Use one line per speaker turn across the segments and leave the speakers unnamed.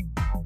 Thank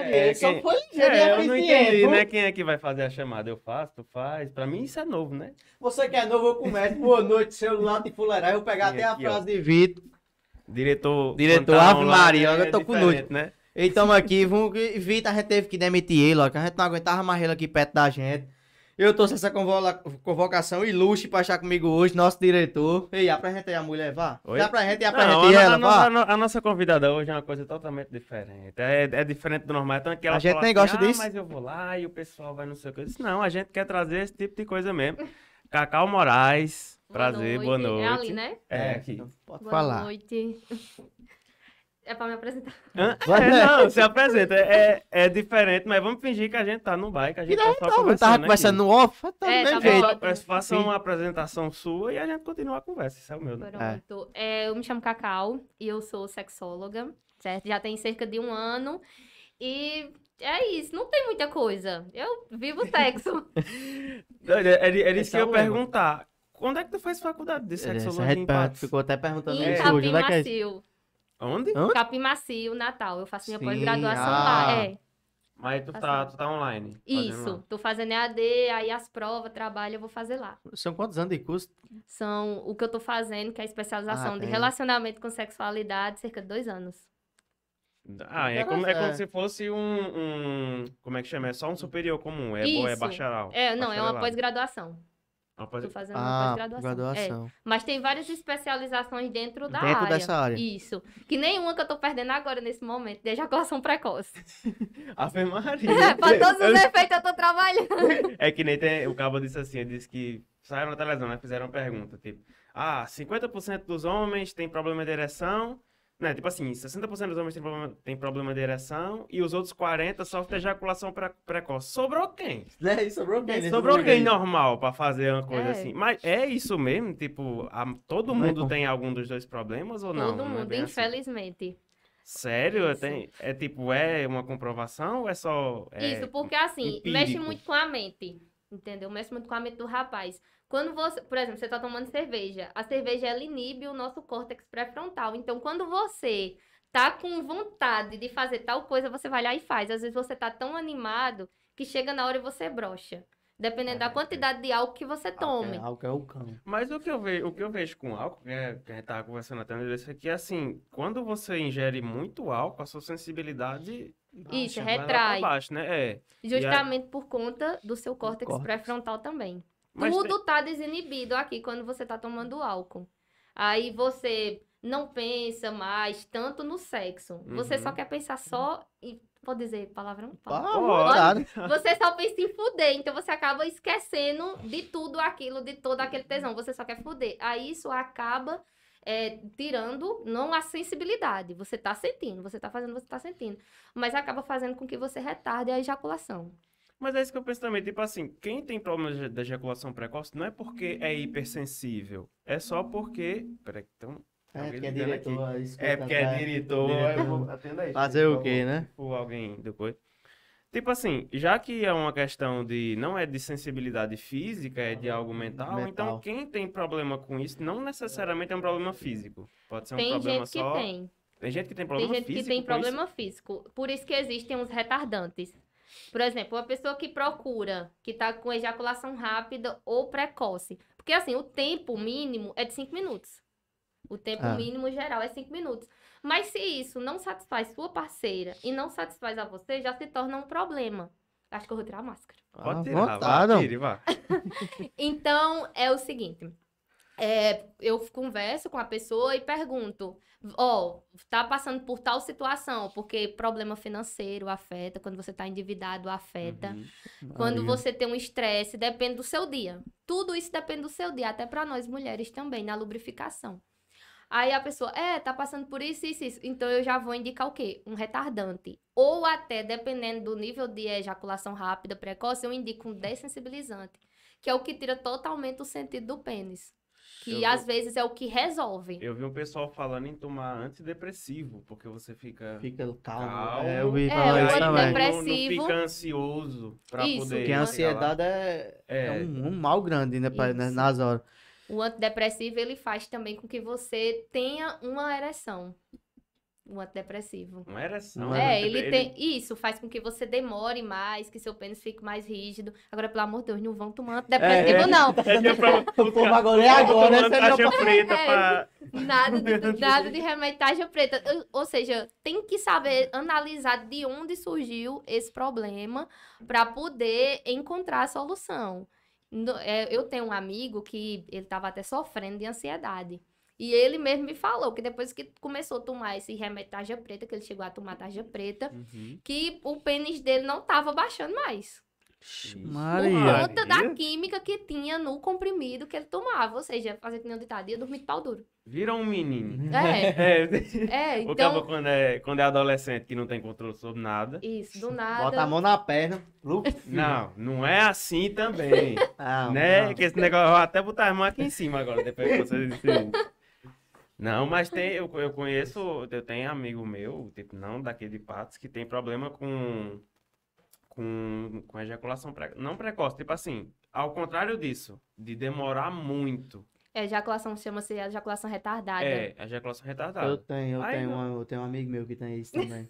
É, quem... foi
é, eu não entendi, né? Quem é que vai fazer a chamada? Eu faço, tu faz. Pra mim isso é novo, né?
Você que é novo, eu começo. Boa noite, celular de fuleirar. Eu pegar até
aqui,
a
ó.
frase de Vitor.
Diretor.
Diretor,
Pantalão
Ave
lá,
Maria,
é
agora eu tô com
diferente,
nojo.
né?
E tamo aqui, vamos, e Vitor, a gente teve que demitir ele, ó, que a gente não aguentava mais ele aqui perto da gente. Eu trouxe essa convola- convocação ilustre pra achar comigo hoje, nosso diretor. Ei, apresenta aí a mulher, vá.
Oi?
Dá pra gente, dá pra
Não,
gente
a,
ela,
a-
vá.
a- a- a nossa convidada hoje é uma coisa totalmente diferente. É, é diferente do normal. Então, é que ela
A gente
fala
nem
assim,
gosta
"Ah,
disso."
mas eu vou lá e o pessoal vai não sei o que. Eu disse, não, a gente quer trazer esse tipo de coisa mesmo. Cacau Moraes, prazer, boa noite.
É ali, né?
É, aqui.
Pode
Boa
falar.
noite. É pra me apresentar.
Hã?
Vai,
É,
né?
não, se apresenta. É, é diferente, mas vamos fingir que a gente tá no bike, a gente
E
tá
daí,
só
então, eu
conversando.
tava
aqui.
conversando no off, tá do
É,
mesmo
tá
É,
jeito.
bom.
fa- faça
Sim.
uma apresentação sua e a gente continua a conversa. Isso é o meu, né?
Pronto. É, eu me chamo Cacau e eu sou sexóloga, certo? Já tem cerca de um ano. E é isso, não tem muita coisa. Eu vivo sexo.
Era, era- era isso
Esse
que
é
eu
o
ia
mesmo.
perguntar. Quando é que tu faz faculdade de
Essa
sexologia
gente
em
per-
Patos?
ficou até perguntando
em
É.
isso
Capim
hoje,
Capim
onde é que é isso?
Macio.
Onde?
Capim Macio, Natal. Eu faço minha
Sim,
pós-graduação
ah.
lá. É,
Mas tu
Tá
tá,
certo.
tu tá online. fazendo
isso.
lá.
Tô fazendo EAD, aí as provas, trabalho, eu vou fazer lá.
São quantos anos de curso?
São o que eu tô fazendo, que é a especialização
Ah,
de
tem.
relacionamento com sexualidade, cerca de dois anos.
Ah, é como, é
Interessante.
como se fosse um, um- Como é que chama? É só um superior comum. É, bo- é
Isso.
bacharel.
É, não, é uma
bacharelado.
pós-graduação.
Uma
Tô
pós-
fazendo
Ah,
uma pós-graduação. É.
graduação.
Mas tem várias especializações dentro da
Dentro
área.
dessa área.
Isso. Que nenhuma que eu tô perdendo agora nesse momento, de ejaculação precoce.
Ave Maria.
É, pra todos
Eu-
os efeitos eu tô trabalhando.
É que nem tem, o cabo disse assim, ele disse que saiu na televisão, né? Fizeram uma pergunta, tipo, ah, 50% dos homens têm problema de ereção Né, tipo assim, 60% dos homens têm problema, têm problema de ereção e os outros 40% sofrem ejaculação pre- precoce. Sobrou quem?
É isso, sobrou quem? nesse
Sobrou
mundo
quem
aí?
normal pra fazer uma coisa
É.
assim. Mas é isso mesmo? Tipo, a- todo
Não é
mundo
como-
tem algum dos dois problemas ou não?
Todo
Não é
mundo,
bem assim?
infelizmente.
Sério? Tem, é tipo, é uma comprovação ou é só. é-
Isso, porque assim, mexe
empírico.
muito com a mente. Entendeu? Mexe muito com a mente do rapaz. Quando você, por exemplo, você tá tomando cerveja, a cerveja ela inibe o nosso córtex pré-frontal. Então, quando você tá com vontade de fazer tal coisa, você vai lá e faz. Às vezes você tá tão animado que chega na hora e você brocha. Dependendo da
É,
quantidade de álcool que você tome.
É, álcool é o cão.
Mas o que eu vejo, o que eu vejo com álcool, que é- que a gente tava conversando até no início, é que assim, quando você ingere muito álcool, a sua sensibilidade
Isso,
vai lá pra
retrai.
baixo, né? É.
Justamente por conta do seu córtex
córtex.
pré-frontal também.
Mas tem-
Tudo tá desinibido aqui quando você tá tomando álcool. Aí você não pensa mais tanto no sexo. Você
Uhum.
só quer pensar só e pode dizer palavrão?
Ah,
Pode.
claro.
Você só pensa em fuder, então você acaba esquecendo de tudo aquilo, de todo aquele tesão. Você só quer fuder. Aí isso acaba é, tirando, não a sensibilidade. Você tá sentindo, você tá fazendo, você tá sentindo. Mas acaba fazendo com que você retarde a ejaculação.
Mas é isso que eu penso também, tipo assim, quem tem problema de- da ejaculação precoce não é porque é hipersensível, é só porque. Peraí, então.
É,
alguém
porque é
ligando aqui.
diretor. aí escuta,
É porque
tá?
é diretor.
Diretor.
eu vou- Atenda aí.
Fazer
por
o quê,
favor.
né?
Ou alguém depois. Tipo assim, já que é uma questão de. Não é de sensibilidade física, é de algo mental. Então,
Mental.
quem tem problema com isso não necessariamente é um problema físico. Pode ser um
tem
problema
gente que
só.
tem.
Tem gente que tem
Tem
problema
gente que
físico.
tem
com isso?
problema físico. Por isso que existem os retardantes. Por exemplo, uma pessoa que procura, que tá com ejaculação rápida ou precoce. Porque assim, o tempo mínimo é de 5 minutos. O tempo
Ah.
mínimo geral é 5 minutos. Mas se isso não satisfaz sua parceira e não satisfaz a você, já se torna um problema. Acho que eu vou tirar a máscara.
Pode
Ah,
tirar, vá,
vontade, ó.
tire, vá.
Então, é o seguinte. é, eu converso com a pessoa e pergunto: Ó, tá passando por tal situação, porque problema financeiro afeta, quando você tá endividado afeta,
Uhum.
quando
Aí,
você tem um estresse, depende do seu dia. Tudo isso depende do seu dia, até pra nós mulheres também, na lubrificação. Aí a pessoa, é, tá passando por isso, isso, isso. Então eu já vou indicar o quê? Um retardante. Ou até, dependendo do nível de ejaculação rápida, precoce, eu indico um dessensibilizante, que é o que tira totalmente o sentido do pênis. Que
Eu
às vezes é o que resolve.
Eu vi um pessoal falando em tomar antidepressivo, porque você fica.
Fica calmo.
Calmo.
É, eu vi
É,
falar
o
isso
não,
também.
antidepressivo-
não fica ansioso pra
Isso,
poder.
Porque a
Mantém.
ansiedade é,
É.
é um, um mal grande, né? pra- né,
Isso.
nas horas.
O antidepressivo, ele faz também com que você tenha uma ereção. O antidepressivo.
Não era
Não
assim.
É, ele tem. Isso faz com que você demore mais, que seu pênis fique mais rígido. Agora, pelo amor de Deus, não vão tomar antidepressivo,
é.
não.
É que é pra-
O povo agora é agora,
Tomando
né? Você
taxa
não-
preta
É.
pra-
Nada de, nada de remetagem preta. Eu- Ou seja, tem que saber analisar de onde surgiu esse problema para poder encontrar a solução. No- é, eu tenho um amigo que ele estava até sofrendo de ansiedade. E ele mesmo me falou que depois que começou a tomar esse remédio tarja preta, que ele chegou a tomar tarja preta,
Uhum.
que o pênis dele não estava baixando mais.
Maria.
Por conta da química que tinha no comprimido que ele tomava. Ou seja, fazer que nem um ditado, ia dormir de pau duro.
Vira um menino.
É,
É,
é,
o cabo
então...
quando é, quando é adolescente que não tem controle sobre nada.
Isso, do nada.
Bota a mão na perna. Lu-
Não, não é assim também,
Ah,
né?
não.
Que esse negócio, eu vou até botar as mãos aqui em cima agora, depois que você disse isso. Não, mas tem, eu, eu conheço, eu tenho amigo meu, tipo, não daqui de Patos, que tem problema com, com, com ejaculação, pre- não precoce, tipo assim, ao contrário disso, de demorar muito.
É, ejaculação chama-se ejaculação retardada.
É, a ejaculação retardada.
Eu tenho, eu
Ai,
tenho,
não.
um, eu tenho um amigo meu que tem isso também.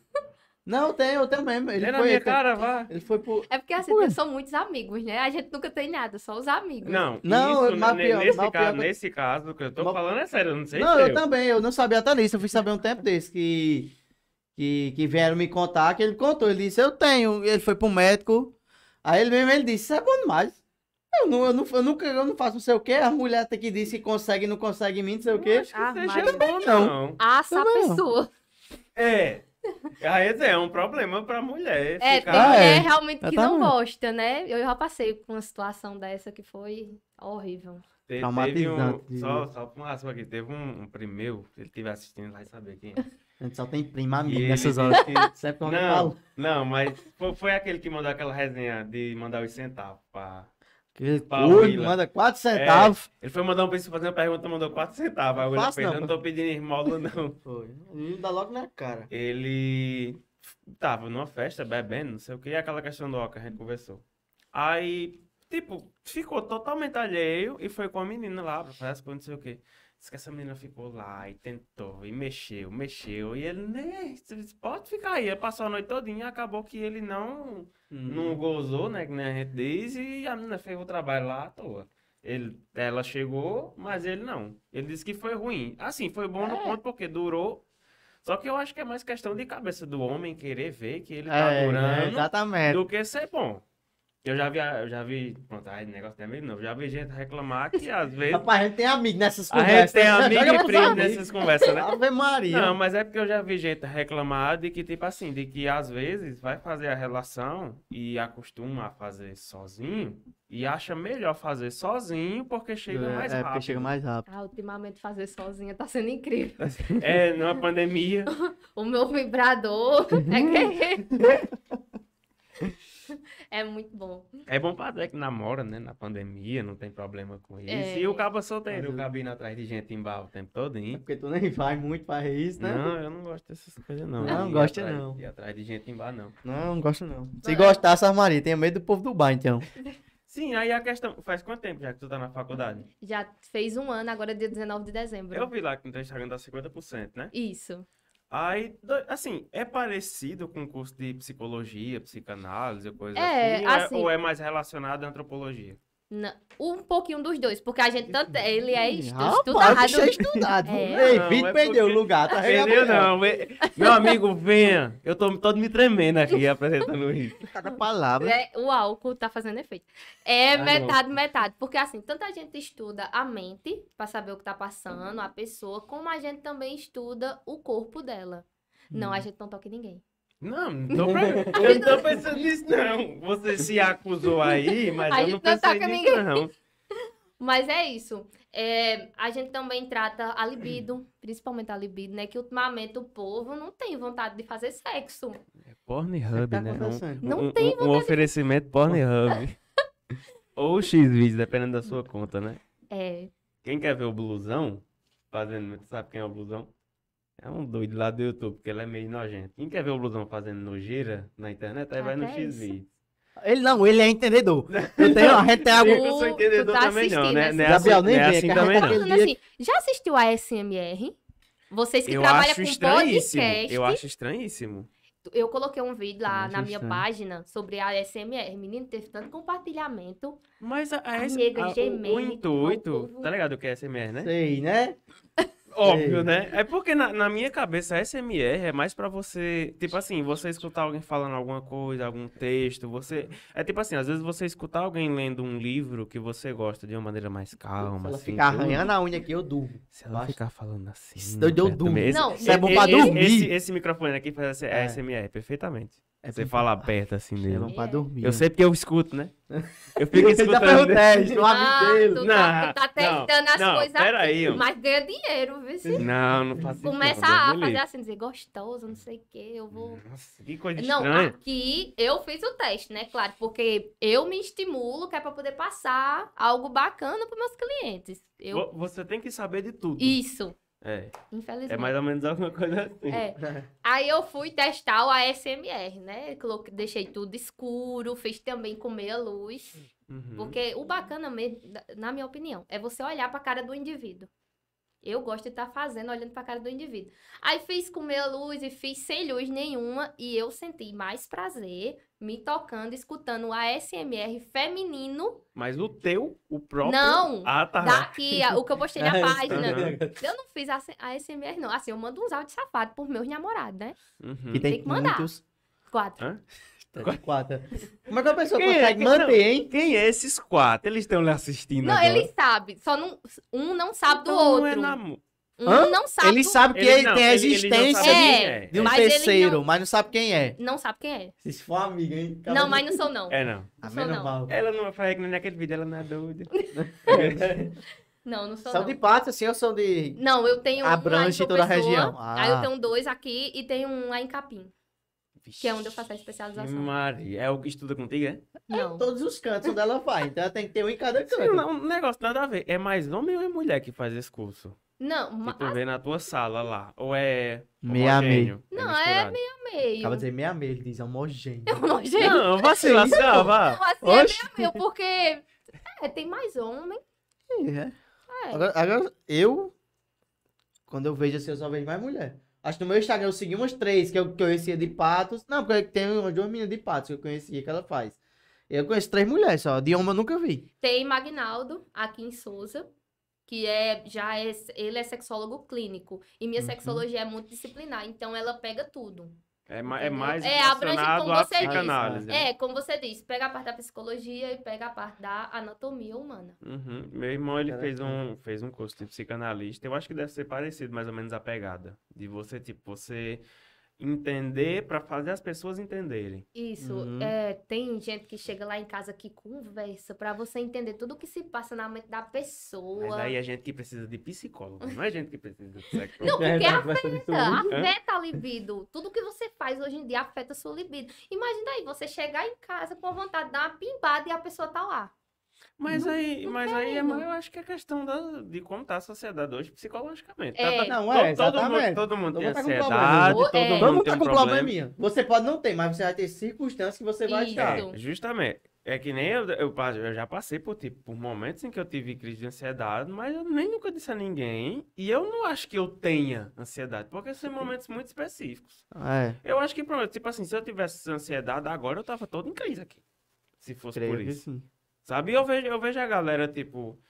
não, eu tenho, eu tenho mesmo. Ele
Ele na
foi,
minha
ele,
cara, vá.
ele foi pro.
É porque assim,
Ué.
são muitos amigos, né? A gente nunca tem nada, só os amigos.
Não,
Não,
isso,
mas
ne-
pior-
nesse,
mas
caso,
pior que-
nesse caso, o que eu tô
Mas-
falando é sério, eu não sei
Não,
se
eu também, eu não sabia até nisso. Eu fui saber um tempo desse que, que, que vieram me contar, que ele contou. Ele disse, eu tenho. Ele foi pro médico. Aí ele mesmo ele disse, isso é bom demais. Eu, não, eu, não, eu nunca eu não faço não sei o quê. As mulheres até que dizem que consegue não consegue em mim, não sei o quê.
Acho que
Ah,
seja
mas-
bom,
não.
não.
Ah, essa
Também não.
pessoa.
É, Aí assim, é um problema pra mulher.
É, tem
ficar-
Ah, é.
mulher realmente que não
Exatamente.
gosta, né? Eu já passei por uma situação dessa que foi horrível.
Te- Teve
Traumatizante,
um,
diria.
só, só pra um assunto aqui, teve um, um primo meu, ele esteve assistindo lá e saber quem é.
A gente só tem prima
E
amiga
ele
nessas
disse
horas.
que-
Sempre quando eu
Não,
falo.
não, mas foi, foi aquele que mandou aquela resenha de mandar os centavos pra...
Que
Fala,
culo,
Mila.
manda 4
É.
centavos.
Ele foi mandar um pessoal fazer uma pergunta, mandou 4 centavos. Aí
Não
o William
faço
fez,
não,
eu não tô pedindo esmola, não.
Foi.
Não dá logo na cara.
Ele tava numa festa, bebendo, não sei o que, e aquela questão do óculos que a gente conversou. Aí, tipo, ficou totalmente alheio e foi com a menina lá pra fazer as coisas, não sei o que. Diz que essa menina ficou lá e tentou, e mexeu, mexeu, e ele, né, pode ficar aí. Ele passou a noite todinha e acabou que ele não...
Uhum.
não gozou, né? Que nem a gente diz, e a menina fez o trabalho lá à toa. Ele, ela chegou, mas ele não. Ele disse que foi ruim. Assim, foi bom
É.
no ponto porque durou. Só que eu acho que é mais questão de cabeça do homem querer ver que ele tá
É,
durando
é, exatamente.
do que ser bom. Eu já vi, a- eu já vi, pronto, aí o negócio não é meio novo. Já vi gente reclamar que às vezes
Rapaz, a gente tem amigo nessas
a gente
conversas.
tem
né?
amigo
Joga
e
pros
primo
amigos.
nessas conversas, né?
Ave Maria.
Não, mas é porque eu já vi gente reclamar de que, tipo assim, de que às vezes vai fazer a relação e acostuma a fazer sozinho e acha melhor fazer sozinho porque chega
é,
mais
é,
rápido. né?
porque chega mais rápido.
Ah, ultimamente fazer sozinha tá sendo incrível.
É, numa pandemia.
O meu vibrador é guerreiro. É muito bom.
É bom pra dizer que namora, né? Na pandemia, não tem problema com isso.
É.
E o cabo solteiro, o cabo indo atrás de gente em bar o tempo todo,
É porque tu nem vai muito pra isso, né?
Não, eu não gosto dessas coisas, não.
Não,
De ir
gosta
atrás-
não.
de ir atrás de gente em bar, não.
Não, não gosto não. Se
É.
gostar, essas Maria, tenha medo do povo do bar, então.
Sim, aí a questão. Faz quanto tempo já que tu tá na faculdade?
Já fez um ano, agora é dia 19 de dezembro.
Eu vi lá que no teu Instagram dá 50%, né?
Isso.
Aí, do- assim, é parecido com o curso de psicologia, psicanálise, coisa
É,
assim, ou é-
assim-
ou é mais relacionado à antropologia?
Na- Um pouquinho dos dois, porque a gente tanto. Ele é estu-
Rapaz, o bicho
estudado.
é estudado.
É.
Ei,
Não,
Vitor
é
perdeu o
porque-
lugar, tá
Entendeu? Não, ve- meu amigo, venha. Eu tô todo me tremendo aqui apresentando isso.
Cada palavra.
É, o álcool tá fazendo efeito. É
Tá
metade, metade. Porque assim, tanta gente estuda a mente pra saber o que tá passando, a pessoa, como a gente também estuda o corpo dela. Não, a gente não toca em ninguém.
Não, não tô, pre- eu não tô pensando nisso, não. Você se acusou aí, mas
A
eu
gente
não
não
pensei
toca
nisso,
ninguém.
não.
Mas é isso. É, a gente também trata a libido, principalmente a libido, né? Que ultimamente o povo não tem vontade de fazer sexo.
Pornhub,
Tá
né?
acontecendo.
Não tem
um, oferecimento Pornhub. Ou X-Vídeos, dependendo da sua conta, né?
É.
Quem quer ver o blusão fazendo, tu sabe quem é o blusão? É um doido lá do YouTube, porque ele é meio nojento. Quem quer ver o blusão fazendo nojeira na internet, aí vai no
Até isso.
X-Vídeo.
Ele não, ele é entendedor. Eu tenho, a gente tem algo.
É Eu não sou
Tu-
entendedor
tu tá
também não,
assistindo
né?
essa-
Não é
Gabriel,
assim,
nem
não
vê,
é assim
que a gente
também
tá
não.
Falando assim, já assistiu a SMR? Vocês que
Eu
trabalham
acho
com
estranhíssimo.
podcast.
Eu acho estranhíssimo.
Eu coloquei um vídeo lá
Acho
na minha
estranho.
página sobre a SMR. Menino, teve tanto compartilhamento.
Mas a, a,
Amigo,
esse- a- o- o,
gemendo,
intuito,
povo.
tá ligado o que é SMR, né?
Sei, né?
Óbvio, né? É porque na, na minha cabeça, SMR é mais pra você. Tipo assim, você escutar alguém falando alguma coisa, algum texto. Você. É tipo assim, às vezes você escutar alguém lendo um livro que você gosta de uma maneira mais calma.
Se ela
assim,
ficar
tudo.
arranhando a unha aqui, eu durmo.
Se ela
Basta.
ficar falando assim.
Isso doido eu
perto
durmo.
mesmo.
Não,
Isso é bom pra
Esse-
dormir.
Esse, esse microfone aqui faz assim,
É.
SMR perfeitamente.
É
você
bom
fala
pra-
perto assim
É
dele.
bom pra dormir.
Eu sei porque eu escuto, né? Eu fico
Ele já
escutando.
fez o teste, o
Ah,
amigo dele.
tu,
Não,
tá, tu tá
não,
testando as
não,
coisas
peraí,
aqui,
ó.
mas ganha dinheiro, viu? se-
Não, não faço isso. não,
Começa
Deus
a
me
fazer
livre.
assim, dizer gostoso, não sei o que, eu vou...
Nossa, que coisa
Não,
estranha.
aqui eu fiz o teste, né? Claro, porque eu me estimulo, que é pra poder passar algo bacana pros meus clientes. Eu...
Vo- Você tem que saber de tudo.
Isso,
É,
infelizmente.
é mais ou menos alguma coisa assim.
É. Aí eu fui testar o ASMR, né? Coloquei- Deixei tudo escuro, fiz também com meia luz.
Uhum.
Porque o bacana mesmo, da- na minha opinião, é você olhar pra cara do indivíduo. Eu gosto de estar fazendo, olhando pra cara do indivíduo. Aí fiz com meia luz e fiz sem luz nenhuma. E eu senti mais prazer me tocando, escutando o ASMR feminino.
Mas o teu, o próprio.
Não!
Ah, tá.
Daqui, a- o que eu postei na
É,
página.
Aham.
Eu não fiz AC- ASMR, não. Assim, eu mando uns áudios safados pros meus namorados, né?
Uhum.
Que tem
que mandar.
muitos.
Quatro.
Quatro. Como é que a pessoa
Quem é
consegue
que-
manter, hein?
Quem é esses quatro? Eles estão lhe assistindo
Não,
agora?
ele sabe. Só não, um não sabe do
Então não é
outro. Um
namo-
Hã?
Não sabe.
Ele
do-
sabe que ele,
não,
tem a
ele- ele não sabe
existência
É.
quem é.
de um
Mas ele
terceiro,
não-
mas não sabe quem é.
Não sabe quem é.
Se for amiga, hein? Cara,
Não, mas não sou não.
É, não.
Ah,
sou,
menos
não. É,
mal.
Ela não foi que naquele vídeo, ela não é doida.
Não, não sou
São
não.
de patos, assim, ou são de.
Não, eu tenho um lá em
Abrange
João
toda a
Pessoa,
região.
Aí eu
Ah.
tenho dois aqui e tenho um lá em Capim, que é onde eu faço a
Ave
especialização.
Maria, é o que estuda contigo, é?
Não.
Todos os cantos onde ela vai. Então ela tem que ter um em cada
Sim,
canto.
não, um negócio nada a ver. É mais homem ou é mulher que faz esse curso?
Não, ma-
Que tu vê na tua sala lá. Ou é.
Meia
homogêneo?
Não, é
misturado?
meio.
Acaba de dizer meia meia, ele diz é um homogêneo.
Não, gente,
Não, vacila, assim, ó, vá.
não, assim é meio meu, porque é, tem mais homem.
É.
É.
Agora, agora, eu. Quando eu vejo assim, eu só vejo mais mulher. Acho que no meu Instagram eu segui umas três que eu que eu conhecia de patos. Não, porque tem uma de uma menina de patos que eu conhecia que ela faz. Eu conheço três mulheres só. De homem eu nunca vi.
Tem Magnaldo, aqui em Souza, que é já é, ele é sexólogo clínico. E minha
Uhum.
sexologia é multidisciplinar, então ela pega tudo.
É, ma- é mais
É, abrange
relacionado
como
à
você diz.
psicanálise. né?
É, como você disse, pega a parte da psicologia e pega a parte da anatomia humana.
Uhum. Meu irmão, ele fez um, fez um curso de psicanalista. Eu acho que deve ser parecido, mais ou menos, a pegada. De você, tipo, você entender pra fazer as pessoas entenderem.
Isso,
Uhum.
é, tem gente que chega lá em casa que conversa pra você entender tudo o que se passa na mente da
Mas é
pessoa.
aí a gente que precisa de psicólogo, não é gente que precisa de sexólogo.
Não, porque
É,
afeta,
vai saber tudo.
afeta a libido. Tudo que você faz hoje em dia afeta a sua libido. Imagina aí, você chegar em casa com a vontade de dar uma pimbada e a pessoa tá lá.
Mas aí, mas aí é
quero.
mais- eu acho que é questão da- de como tá a sociedade hoje psicologicamente. Tá-
É.
tá-
Não,
to-
é,
todo, mundo,
exatamente.
todo mundo
Todo
tem
mundo tá com
ansiedade, todo
problema. É.
mundo
Todo
Todo mundo
tem
tá
um
com
problema.
probleminha. Você pode não ter, mas você vai ter circunstâncias que você vai
Isso.
estar.
É, justamente. É que nem eu, eu, pa- eu já passei por, tipo, por momentos em que eu tive crise de ansiedade, mas eu nem nunca disse a ninguém. E eu não acho que eu tenha ansiedade, porque são momentos muito específicos.
É.
Eu acho que, pronto, tipo assim, se eu tivesse ansiedade agora, eu tava todo em crise aqui. Se fosse por isso. Sabe? Eu vejo, eu vejo a galera, tipo,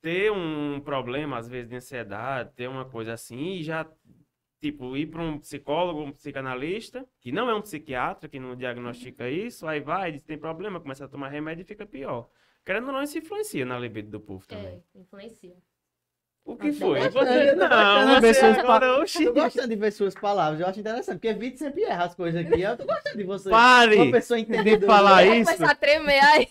ter um problema, às vezes, de ansiedade, ter uma coisa assim, e já, tipo, ir para um psicólogo, um psicanalista, que não é um psiquiatra, que não
Uhum.
diagnostica isso, aí vai, diz, tem problema, começa a tomar remédio e fica pior. Querendo ou não, isso influencia na libido do povo também.
É, influencia.
O que
Eu
é
tô
foi?
gostando,
Você-
eu tô gostando
Não,
de ver
você
seus
agora...
Eu tô
Oxi,
gostando de ver suas palavras, eu acho interessante, porque Vitor sempre erra as coisas aqui. Eu tô gostando de você. Uma
pare!
pessoa entendedora.
falar
Vai
Ah, isso?
começar a tremer aí.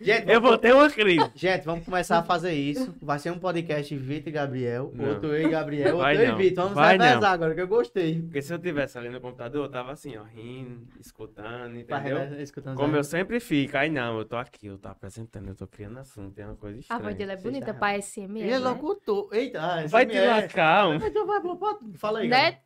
Gente,
Eu vou ter uma crise.
Gente, vamos começar a fazer isso. Vai ser um podcast Vitor e Gabriel.
Não.
Outro eu e Gabriel,
Vai
outro eu
não.
e Vitor. Vamos
Vai
se
não.
revezar agora, que eu gostei.
Porque se eu tivesse ali no computador, eu tava assim, ó, rindo, escutando,
Pra
entendeu?
revezar, escutando
Como
Zé.
eu sempre fico, aí não, eu tô aqui, eu tô apresentando, eu tô criando assunto, é uma coisa
Ah,
A voz
estranha.
dele é né? bonita
Seja
pra SMR.
Ele é locutor. Eita, ah, esse
Vai
me
te
é.
lascar, um.
Então vai, pô, pô, fala aí.
Né?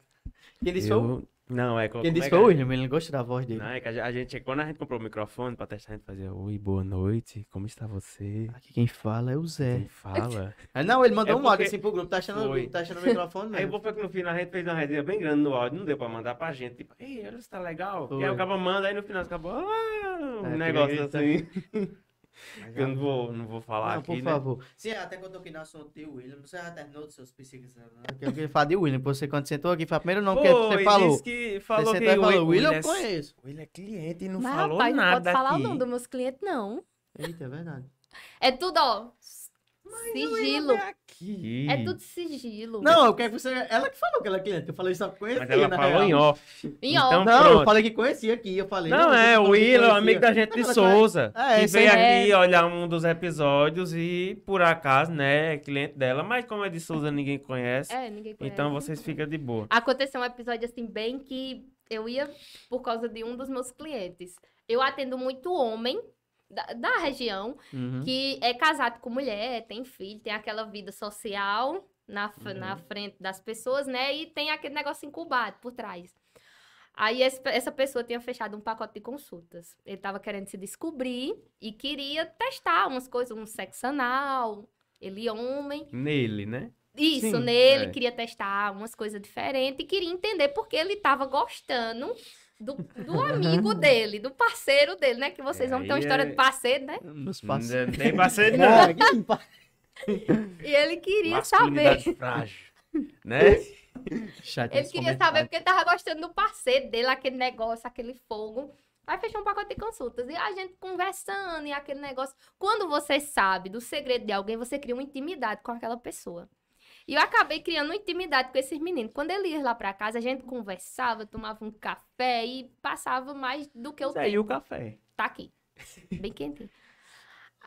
Quem disse foi o...
Eu... Não, é como
Quem
é
disse
que
foi o
é?
William, ele não gosta da voz dele.
Não, é que a gente, quando a gente comprou o microfone pra testar, a gente fazia, oi, boa noite, como está você?
Aqui quem fala é o
Quem
Zé.
fala?
Ah, Não, ele mandou
É
um áudio
porque-
assim pro grupo, tá achando,
Foi.
tá achando o microfone
Aí o
mesmo.
povo foi que no final a gente fez uma resenha bem grande no áudio, não deu pra mandar pra gente, tipo, ei, olha se tá legal. E aí
Foi.
o cara manda, aí no final acabou, ah, um
É,
negócio
acredita.
assim, que eu não vou, não vou falar
ah, Não,
aqui,
por
né?
favor. Sim, é, até quando eu toquei no assunto de William, você já terminou dos seus psiquias. Eu queria falar de William, porque você quando sentou aqui, foi o primeiro nome que
Foi,
você falou.
disse que falou
você
que
sentou e
o
falou, William eu
é-
conheço.
o William é cliente e não
Mas,
falou
rapaz, não
nada
pode falar
aqui.
o nome dos meus clientes, não.
Eita, é verdade.
É tudo, ó. Sigilo.
Aqui.
É tudo sigilo.
Não, eu quero que você. Ela que falou que ela é cliente, eu falei só que conhecia.
Mas ela
na
falou
real.
em off.
Em
então,
off.
Não, eu
Pronto.
falei que conhecia aqui, eu falei.
Não, é,
eu
o
falei que
Willow,
conhecia.
amigo da gente de
Ela
Souza.
Ah, é,
que
isso
veio
aí.
aqui olhar um dos episódios e, por acaso, né, é cliente dela. Mas como é de Souza, ninguém conhece.
É, ninguém conhece.
Então vocês ficam de boa.
Aconteceu um episódio assim, bem que eu ia por causa de um dos meus clientes. Eu atendo muito homem da, da região
Uhum.
que é casado com mulher, tem filho, tem aquela vida social na, f- na frente das pessoas, né? E tem aquele negócio incubado por trás. Aí esse pe- essa pessoa tinha fechado um pacote de consultas. Ele tava querendo se descobrir e queria testar umas coisas, um sexo anal, ele homem.
Nele, né?
Isso,
Sim,
nele,
é.
queria testar umas coisas diferentes e queria entender porque ele tava gostando do, do amigo dele, do parceiro dele, né? Que
É,
vocês vão ter uma
aí
história
é-
de parceiro, né?
Meus
Não
parceiros.
tem parceiro, não.
Não, é que pa-
E ele queria saber.
Masculinidade frágil. Né?
Chato
Ele
esse
queria
comentário.
saber porque ele tava gostando do parceiro dele, aquele negócio, aquele fogo. Aí fechou um pacote de consultas. E a gente conversando e aquele negócio. Quando você sabe do segredo de alguém, você cria uma intimidade com aquela pessoa. E eu acabei criando uma intimidade com esses meninos. Quando eles iam lá pra casa, a gente conversava, tomava um café e passava mais do que eu
é
Aí o café.
tá aqui. Bem quentinho.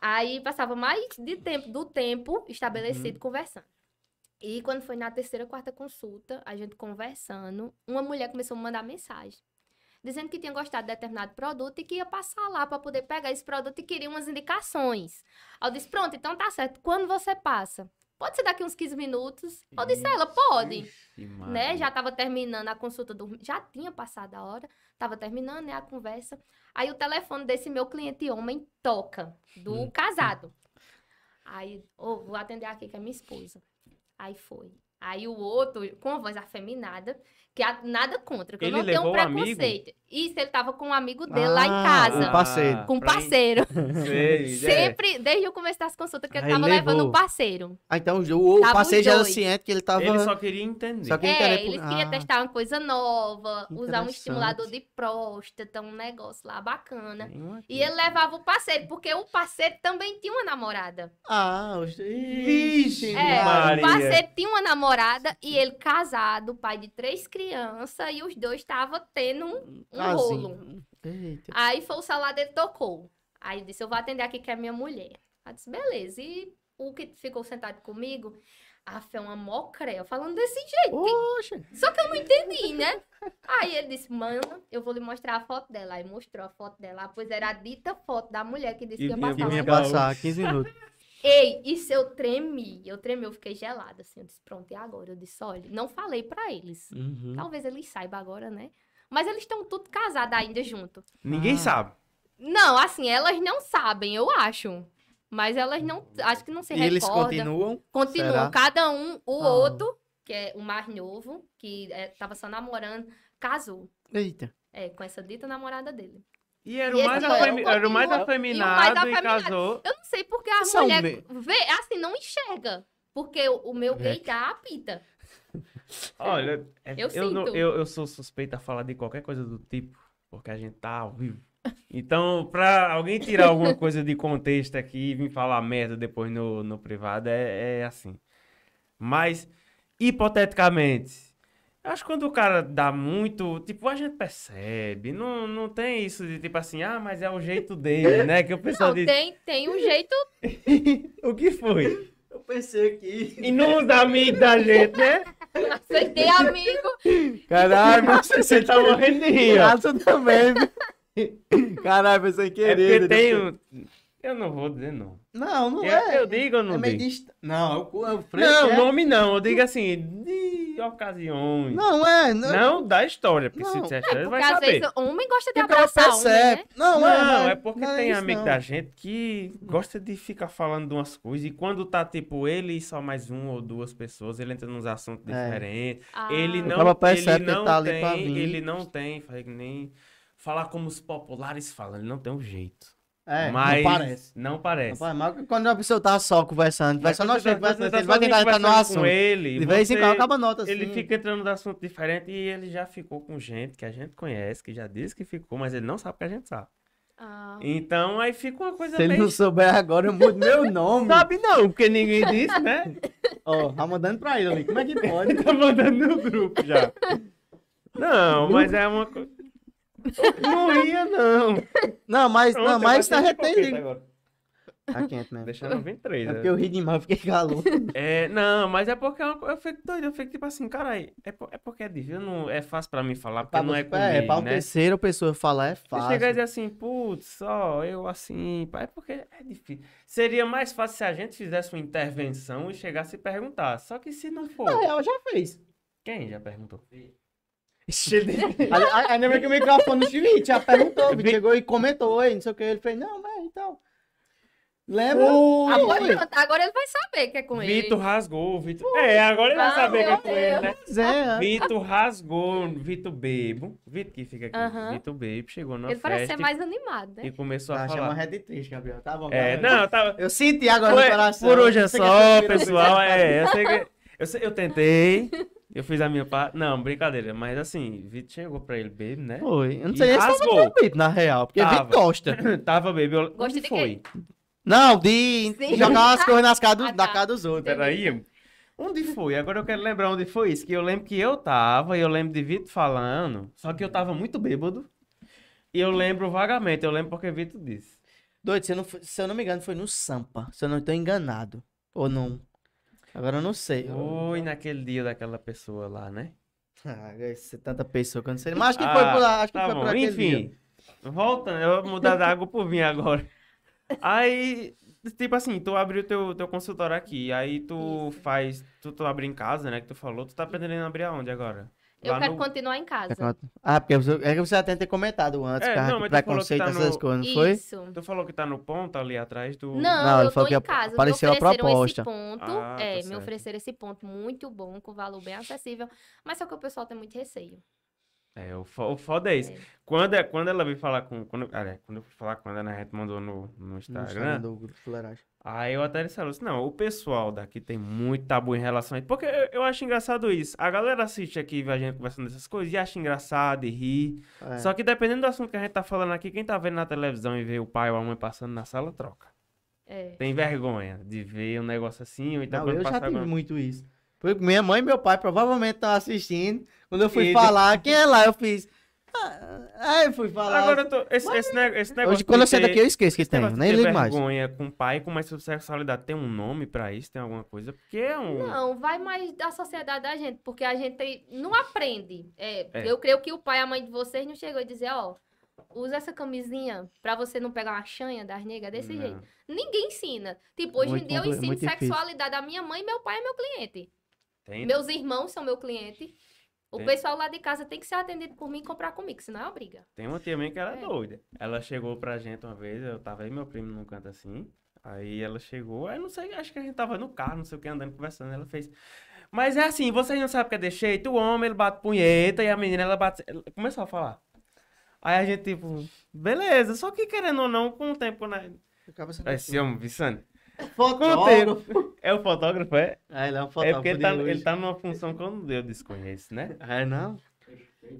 Aí passava mais de tempo do tempo estabelecido conversando. E quando foi na terceira, quarta consulta, a gente conversando, uma mulher começou a me mandar mensagem. Dizendo que tinha gostado de determinado produto e que ia passar lá para poder pegar esse produto e queria umas indicações. Aí eu disse, pronto, então tá certo. Quando você passa? Pode ser daqui uns 15 minutos? Eu disse a ela, pode
Ixi,
né?
Maria.
Já tava terminando a consulta do. Já tinha passado a hora, tava terminando, né? A conversa. Aí o telefone desse meu cliente homem toca, do casado. Aí, "Ô, vou atender aqui que é minha esposa. Aí foi. Aí o outro, com a voz afeminada, que a- nada contra, que
Ele
eu não tenho um
levou o amigo?
preconceito. Isso, ele tava com um amigo dele lá em
Ah,
casa.
o parceiro.
Com um
pra-
parceiro.
Sei, é.
Sempre, desde o começo das consultas, que ele
Ah, ele
tava levando
levou.
um parceiro.
Ah, então o, o
Tava os
passeio já era
dois.
ciente que ele tava.
Ele só queria entender.
Só que- Quem
É,
quer-
eles queriam
Ah.
testar uma coisa nova,
Que
usar um
interessante.
estimulador de próstata, um negócio lá
Ah,
bacana.
Tem um aqui.
né? E ele levava o parceiro, porque o parceiro também tinha uma namorada.
Ah, os...
Vixe,
Vixe!
É,
Maria.
o parceiro tinha uma namorada e ele casado, pai de três crianças, e os dois estavam tendo um, um rolo.
Ah, Eita.
Aí foi o celular dele, tocou. Aí eu disse, eu vou atender aqui que é minha mulher. Ela disse, beleza. E o que ficou sentado comigo, ah, foi uma mocréia, falando desse jeito. que-
Poxa!
Só que eu não entendi, né? Aí ele disse, mano, eu vou lhe mostrar a foto dela. Aí mostrou a foto dela. Ah, Pois era a dita foto da mulher que disse
E
que ia
vinha
passar.
Que
lá.
vinha
Calma.
passar 15 minutos.
Ei, isso eu tremi. Eu tremi, eu fiquei gelada, assim. Eu disse, pronto, e agora? Eu disse, olha, não falei pra eles.
Uhum.
Talvez eles saibam agora, né? Mas eles estão tudo casados ainda junto.
Ninguém
Ah.
sabe.
Não, assim, elas não sabem, eu acho. Mas elas não, acho que não se
E eles
recordam.
continuam?
Continuam,
Será?
cada um, o
Ah.
outro, que é o mais novo, que é, tava só namorando, casou.
Eita.
É, com essa dita namorada dele.
E era
E
o
esse
mais,
foi o
afemi... era o mais
continuo.
afeminado e,
afeminado.
casou.
Eu não sei porque a
Isso é um
mulher
me-
vê, assim, não enxerga. Porque o, o
É.
meu gay dá a pita.
Olha, é-
Eu
eu, não-
sinto.
eu, eu sou suspeito a falar de qualquer coisa do tipo, porque a gente tá ao vivo. Então, pra alguém tirar alguma coisa de contexto aqui e vir falar merda depois no, no privado, é, é assim. Mas, hipoteticamente, eu acho que quando o cara dá muito, tipo, a gente percebe. Não, não tem isso de tipo assim, ah, mas é o jeito dele, né? Que o pessoal
Não,
diz,
tem, tem um jeito.
o que foi?
Eu pensei que.
E não dá medo da gente, né?
Aceitei amigo.
Caralho, mas
Você tá morrendo de rir, ó.
Graça também, viu? Caralho, foi sem
É
querer.
porque
né?
tem um... Eu não vou dizer não.
Não, não
Eu,
é.
eu digo ou não
é meio
digo?
dist... Não, eu, eu,
Não,
é-
nome não. Eu digo assim, de ocasiões. Não,
Não é. Não,
da história, porque se
Não.
disser a história, ele
É, Porque
vai
às
saber.
vezes homem gosta de
que o cara
abraçar homem, né?
percebe. Não,
Não,
é,
é porque
não é
tem
isso,
amigo
não.
da gente que gosta de ficar falando de umas coisas. E quando tá, tipo, ele e só mais um ou duas pessoas, ele entra nos assuntos
É.
diferentes.
Ah,
Ele
O
não,
cara percebe
ele
que
não
tá ali pra
tem,
vir.
ele não tem, falei que nem... Falar como os populares falam, ele não tem um jeito.
É,
Mas
não parece.
Não parece.
Não parece, mas quando a pessoa tá só conversando, vai só nós
Você tá-
chega, vai,
você
ele
tá
vai tentar entrar no
conversando com
assunto.
ele,
De vez em
você-
quando acaba a nota assim.
Ele fica entrando no assunto diferente e ele já ficou com gente que a gente conhece, que já disse que ficou, mas ele não sabe que a gente sabe.
ah.
Então aí fica uma coisa
Se ele
meio.
não souber agora, eu mudo meu nome.
sabe, não, porque ninguém disse, né?
Ó, tá mandando pra ele ali. Como é que pode?
tá mandando no grupo já. Não, mas é uma coisa. Não ia, não.
Não, mas,
Pronto,
não, mas tá
eu
a gente
bati
tem.
de pipoqueta tá agora.
Tá quente mesmo.
Deixando 23.
É porque eu ri demais, eu fiquei calor.
É, não, mas é porque é uma co- eu, fico doido, eu fico tipo assim, caralho, é, po- é porque é divino, não é fácil pra mim falar, porque
Pra
não é
você-
comigo,
é, pra um
né?
terceiro pessoa falar é
Você
fácil.
chegar e dizer assim, putz, só eu assim, pá, é porque é difícil. Seria mais fácil se a gente fizesse uma intervenção e chegasse e perguntar. Só que se não for,
Na real, já fez.
quem já perguntou?
Aí- Aí aí lembra que o microfone do Chivite já perguntou, Vitor chegou e comentou, ei, não sei o que. Ele fez, não, mas então. Lembra? Ah,
Agora,
Oi.
pronto, agora ele vai saber que é com ele.
Vitor rasgou, Vitor. É, agora ele vai
Ah,
saber que é
meu
com ele, né?
Pois é.
Vitor rasgou, Vitor bebo. Vitor que fica aqui,
Aham.
Vitor bebo, chegou na
Ele parece
festa
ser mais animado, né?
e começou a
Tá, chama
falar.
Red Triste, Gabriel. Tá bom.
É,
galera.
não, eu tava,
Eu senti agora
Foi-
no coração.
Por hoje é
Eu sei que
só,
sexta-feira,
pessoal. É, eu, sei que- eu sei- eu tentei, eu fiz a minha parte. Não, brincadeira. Mas assim, Vitor chegou pra ele, baby, né?
Foi. Eu não
E
sei nem se tava
rasgou.
com o Vitor, na real, porque o
Tava.
Vitor gosta.
Tava, baby. Eu...
Gosta
onde
de
foi?
Não, de
Sim.
jogar umas coisas nas casas do-
Ah,
da
tá.
casa dos outros.
Peraí. Onde foi? Agora eu quero lembrar onde foi isso. Que eu lembro que eu tava, e eu lembro de Vitor falando, só que eu tava muito bêbado. E eu lembro vagamente, eu lembro porque Vitor disse.
Doido, se eu, não, fui- se eu não me engano, foi no Sampa. Se eu não estou enganado. Ou não. Agora eu não sei.
Foi naquele dia daquela pessoa lá, né?
Ah, esse é tanta pessoa que eu não sei. Mas acho que foi
Ah,
por lá. Acho que
Tá
foi
bom,
por aquele dia.
enfim. Voltando, eu vou mudar da água pro vinho agora. Aí, tipo assim, tu abriu teu, teu consultório aqui, aí tu faz, tu, tu abre em casa, né, que tu falou, tu tá pretendendo abrir aonde agora?
Eu
Lá
quero
no-
continuar em casa.
Ah, porque você, é que você até ter comentado antes,
É,
cara,
não,
que
mas tu
preconceito,
falou que tá
essas
no-
coisas, não foi?
Isso.
Tu falou que tá no ponto ali atrás do...
Não,
Não, ele
eu
falou
tô
que
em casa.
apareceu a
me ofereceram
proposta.
esse ponto.
Ah, tá
é, me
certo.
ofereceram esse ponto muito bom, com valor bem acessível. Mas só que o pessoal tem muito receio.
É, o, fo- o foda é isso.
É.
Quando, é- quando ela veio falar com. Quando, aliás, quando eu fui falar com ela, né, a gente mandou no, no
No
Instagram.
do Grupo Fuleiragem.
Aí eu até disse a ela, assim, não, o pessoal daqui tem muito tabu em relação a isso. Porque eu, eu acho engraçado isso. A galera assiste aqui, vê a gente conversando dessas coisas e acha engraçado e ri.
É.
Só que dependendo do assunto que a gente tá falando aqui, quem tá vendo na televisão e vê o pai ou a mãe passando na sala, troca.
É.
Tem vergonha de ver um negócio assim ou então
Não,
quando
eu já
passa
tive
alguma-
muito isso. Foi- minha mãe e meu pai provavelmente estão assistindo. Quando eu fui
E-
falar, quem é lá? Eu fiz. Ah, aí eu fui falar.
Agora eu tô. Esse, esse, neg- esse negócio.
Hoje, quando eu
de
saio
ter-
daqui, eu esqueço que
Esse
tem.
negócio de
Nem
ter
ligo mais.
vergonha com o pai, com mais sexualidade, tem um nome pra isso? Tem alguma coisa? Porque é
Hum.
um.
Não, vai mais da sociedade da gente, porque a gente tem- não aprende. É,
É.
Eu creio que o pai e a mãe de vocês não chegou e dizer, ó, usa essa camisinha pra você não pegar uma chanha das negras desse
Não.
jeito. Ninguém ensina. Tipo, hoje
Muito
em dia eu
compli-
ensino
muito difícil.
sexualidade. A minha mãe e meu pai é meu cliente.
Tem.
Meus irmãos são meu cliente. O
É.
Tem.
pessoal lá de casa tem que ser atendido por mim e comprar comigo, senão é uma briga.
Tem uma tia minha que ela é
É.
doida. Ela chegou pra gente uma vez, eu tava aí, meu primo num canto assim. Aí ela chegou, aí não sei, acho que a gente tava no carro, não sei o que, andando, conversando. Ela fez. Mas é assim, vocês não sabem o que é desse jeito, o homem ele bate punheta e a menina ela bate. Ela começou a falar. Aí a gente, tipo, beleza, só que querendo ou não, com o tempo, né? Esse homem, Vissane.
assim, Fotógrafo.
É o fotógrafo, é?
Ah, ele é um
É
fotógrafo.
porque ele
de
tá,
hoje.
ele tá numa função que eu não- eu desconheço, né?
Ah, não?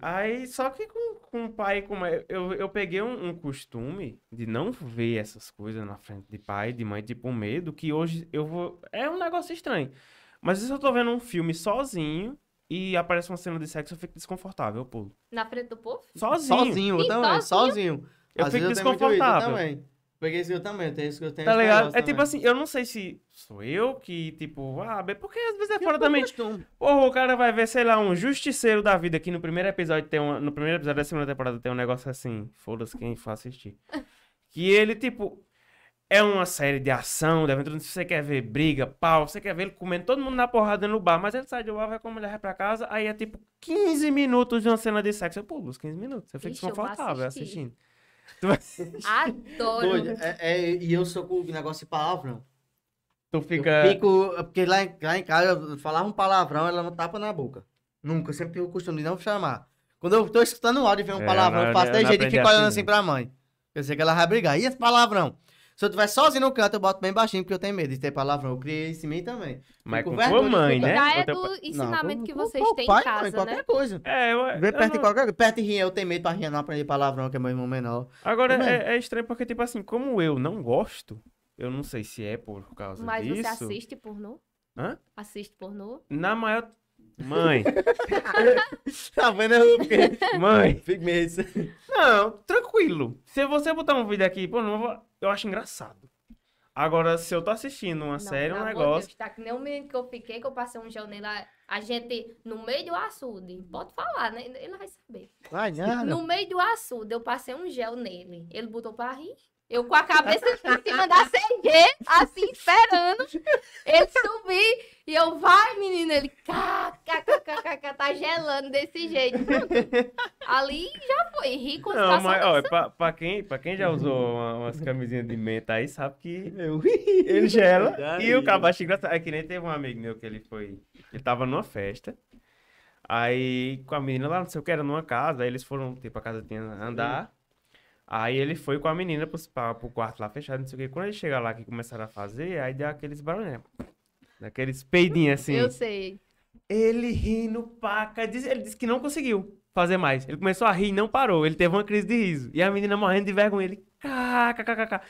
Aí, só que com, com o pai, como é- eu, eu peguei um, um costume de não ver essas coisas na frente de pai, de mãe, tipo, um medo, que hoje eu vou. É um negócio estranho. Mas se eu tô vendo um filme sozinho e aparece uma cena de sexo, eu fico desconfortável, eu pulo.
Na frente do povo?
Sozinho.
Sozinho, eu
Sim,
também. Sozinho.
Eu
Às
fico
vezes tenho muito isso,
desconfortável.
Eu também. Peguei isso que eu também, tem isso que eu tenho.
Tá
esse
ligado? É
negócio
tipo
também.
assim, eu não sei se sou eu que, tipo, ah, bem, porque às vezes é
Eu
fora da mente.
costumo.
Porra, o cara vai ver, sei lá, um justiceiro da vida que no primeiro episódio tem um, no primeiro episódio da segunda temporada tem um negócio assim, foda-se quem for assistir. Que ele, tipo, é uma série de ação, de aventura, se você quer ver briga, pau, você quer ver ele comendo todo mundo na porrada no bar, mas ele sai de lá, vai com a mulher vai pra casa, aí é tipo 15 minutos de uma cena de sexo. Eu pulo os 15 minutos, eu fico
Ixi, eu vou
desconfortável
assistir.
assistindo.
Adoro.
Doido, é- é- e eu sou com o negócio de palavrão.
Tu
Eu
fica.
fico- porque lá, em- lá em casa eu falava um palavrão, ela não tapa na boca. Nunca, eu sempre tive o costume de não chamar. Quando eu tô escutando um áudio e vem um
É,
palavrão,
não,
eu faço
eu
dez
não
jeito e
aprendi
fico olhando
assim,
assim pra mãe. Eu sei que ela vai brigar. E esse palavrão? Se eu tiver sozinho no canto, eu boto bem baixinho, porque eu tenho medo de ter palavrão. Eu criei isso em mim também.
Mas
fico
com tua
vergonha de
mãe,
ficar-
né?
Já
Ou
é
teu
do
pai-
ensinamento
Não,
que
com- com
vocês
o
têm
pai,
em casa,
mãe,
né?
qualquer coisa.
É, eu,
Vê
eu
perto de
não-
qualquer coisa. Perto de rinha, eu tenho medo pra rinha não aprender palavrão, que é meu irmão menor.
Agora,
Também.
é, é estranho porque, tipo assim, como eu não gosto, eu não sei se é por causa
Mas
disso.
você assiste pornô?
Hã?
Assiste pornô?
Na maior. Mãe,
Tá vendo? Eu fiquei-
mãe.
fico meio... assim.
Não, tranquilo. Se você botar um vídeo aqui, pô, não vou- eu acho engraçado. Agora, se eu tô assistindo uma
Não,
série, um
pelo amor de
negócio.
Deus, tá que nem o menino que eu fiquei, que eu passei um gel nele. a- A gente, no meio do açude, pode falar, né? Ele não vai saber.
Vai
Ah,
nada.
No meio do açude, eu passei um gel nele. Ele botou pra rir. Eu com a cabeça em cima da CG, assim, esperando. Ele subir. E eu, vai, menino. Ele, kkkk, tá gelando desse jeito. Pronto. Ali já foi. Rir com
Não,
situação
mas,
dessa.
ó, pra, pra quem, pra quem já usou uma- umas camisinhas de menta aí, sabe que
Eu
Ele gela.
Verdade.
E o cabo acha engraçado. É que nem teve um amigo meu que ele foi. Ele tava numa festa. Aí, com a menina lá, não sei o que, era numa casa. Aí eles foram, tipo, a casa tinha andar. Aí ele foi com a menina pro, pra, pro quarto lá fechado, não sei o que. Quando ele chega lá que começaram a fazer, aí deu aqueles barulhinhos. Daqueles peidinhos assim.
Eu sei.
Ele rindo, paca. diz- Ele disse que não conseguiu fazer mais. Ele começou a rir e não parou. Ele teve uma crise de riso. E a menina morrendo de vergonha. Ele. Cá, cá, cá, cá, cá.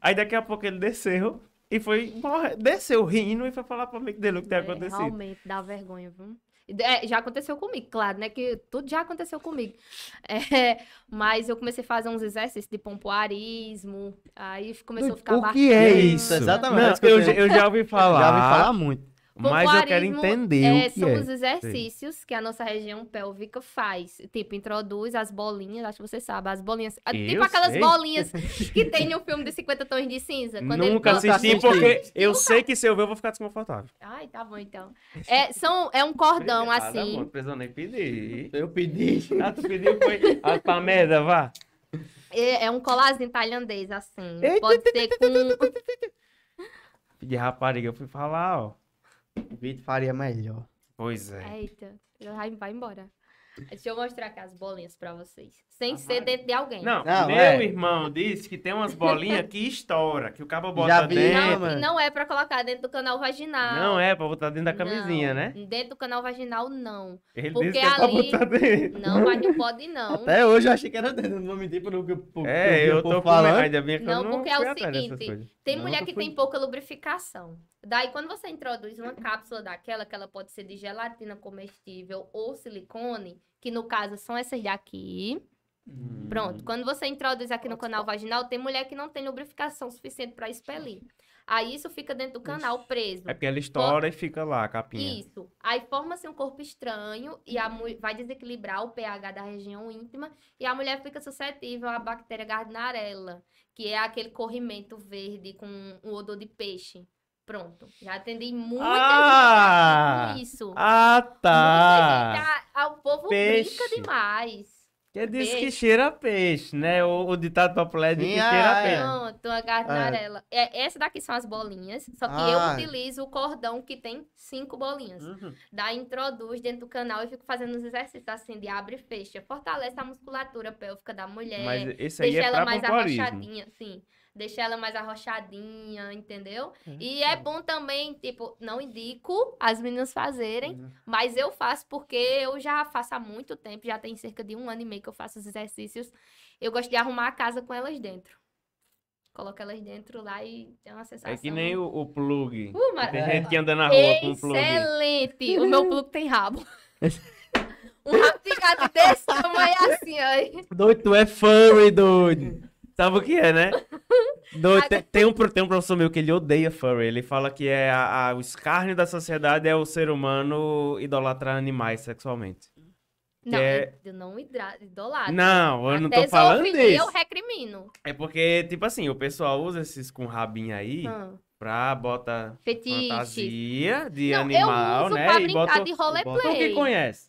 Aí daqui a pouco ele desceu. E foi, morre, desceu rindo e foi falar pro amigo dele o que tinha
É,
acontecido.
Realmente, dá vergonha, viu? É, já aconteceu comigo, claro, né? Que tudo já aconteceu comigo. É, mas eu comecei a fazer uns exercícios de pompoarismo, aí começou a ficar
O que é
barriguda.
isso? Exatamente.
Não,
é isso que
eu,
tenho.
já- eu já ouvi falar,
Já ouvi falar muito.
mas eu quero
Pompoarismo
entender
É,
o que
são
é.
os exercícios que a nossa região pélvica faz. Tipo, introduz as bolinhas, acho que você sabe, as bolinhas. ah,
Eu
tipo aquelas
sei.
bolinhas que tem no filme de 50 tons de cinza. Quando ele assim,
Nunca
bota-
Nunca
assisti,
assisti.
porque eu sei que se eu ver eu vou ficar desconfortável.
Ai, tá bom então. É, são, é um cordão assim.
não precisa nem pedir.
Eu pedi.
Ah, tu pediu, foi. Ah, pra merda, vá.
É, é um colazinho tailandês, assim.
Ei,
Pode ser com.
Pedi rapariga, eu fui falar, ó.
O Vitor faria melhor.
Pois é.
Eita, vai, vai embora. Deixa eu mostrar aqui as bolinhas pra vocês. Sem
Ah,
ser
vai.
dentro de alguém.
Não,
Não,
meu
é.
irmão disse que tem umas bolinhas que estoura, que o cabo bota
Já vi.
dentro.
Não,
mano.
e não é pra colocar dentro do canal vaginal.
Não é pra botar dentro da camisinha,
Não,
né?
Dentro do canal vaginal, não.
Ele
Porque
disse que é pra
ali-
botar dentro.
Não, mas não pode, não.
Tá Até hoje eu achei que era dentro. Não me dei pelo que eu pelo
É,
que o
eu
povo
tô falando.
falando.
Ainda bem que eu
Não,
não
porque é o
fui atrás dessas
seguinte,
coisas.
Tem
Não,
mulher
tu
que
foi.
tem pouca lubrificação. Daí, quando você introduz uma cápsula daquela, que ela pode ser de gelatina comestível ou silicone, que no caso são essas daqui.
Hum.
Pronto. Quando você introduz aqui no canal vaginal, tem mulher que não tem lubrificação suficiente para expelir. Aí isso fica dentro do canal preso.
É porque ela estoura e fica lá, a capinha.
Isso. Aí forma-se um corpo estranho e a mu- vai desequilibrar o pH da região íntima e a mulher fica suscetível à bactéria Gardnerella, que é aquele corrimento verde com um odor de peixe. Pronto. Já atendi muita
Ah!
gente assim com isso.
Ah,
Muita
tá.
gente, a- a- o povo brinca
Peixe.
demais.
Que diz que
Peixe.
cheira a peixe, né? O, o ditado popular diz
Sim,
que
ah,
cheira a
é.
peixe.
Pronto, a gardarela. É, essa daqui são as bolinhas, só que
Ah.
eu utilizo o cordão que tem cinco bolinhas.
Hum.
Daí introduz dentro do canal e fico fazendo os exercícios assim de abre e fecha. Fortalece a musculatura pélvica da mulher.
Mas esse aí
deixa
é
ela
pra
mais
pompoarismo.
arrochadinha, sim. Deixa ela mais arrochadinha, entendeu? E é
então.
bom também, tipo, não indico as meninas fazerem,
Uhum.
mas eu faço porque eu já faço há muito tempo, já tem cerca de um ano e meio que eu faço os exercícios. Eu gosto de arrumar a casa com elas dentro. Coloco elas dentro lá e tem uma sensação.
É que nem o, o plug.
Uh, mara-
Tem gente que anda na rua com o plug.
é Excelente! O meu plug tem rabo. um rabo de gato desse tamanho assim, ó.
Doido, tu é furry, doido.
Sabe o que é, né? Doido,
é
tem, tem um, pro- tem um professor meu que ele odeia furry. Ele fala que é a, a- o escárnio da sociedade é o ser humano idolatrar animais sexualmente.
Não,
É.
eu não hidra- idolatro.
Não, eu não
Até
tô falando
zoofilia
disso.
tá. Eu recrimino.
É porque, tipo assim, o pessoal usa esses com rabinho aí
Hum,
pra botar
fetiche.
fantasia de
Não, eu
animal,
uso
né?
pra
e
brincar
bota...
de
Tu que
roleplay.
conhece?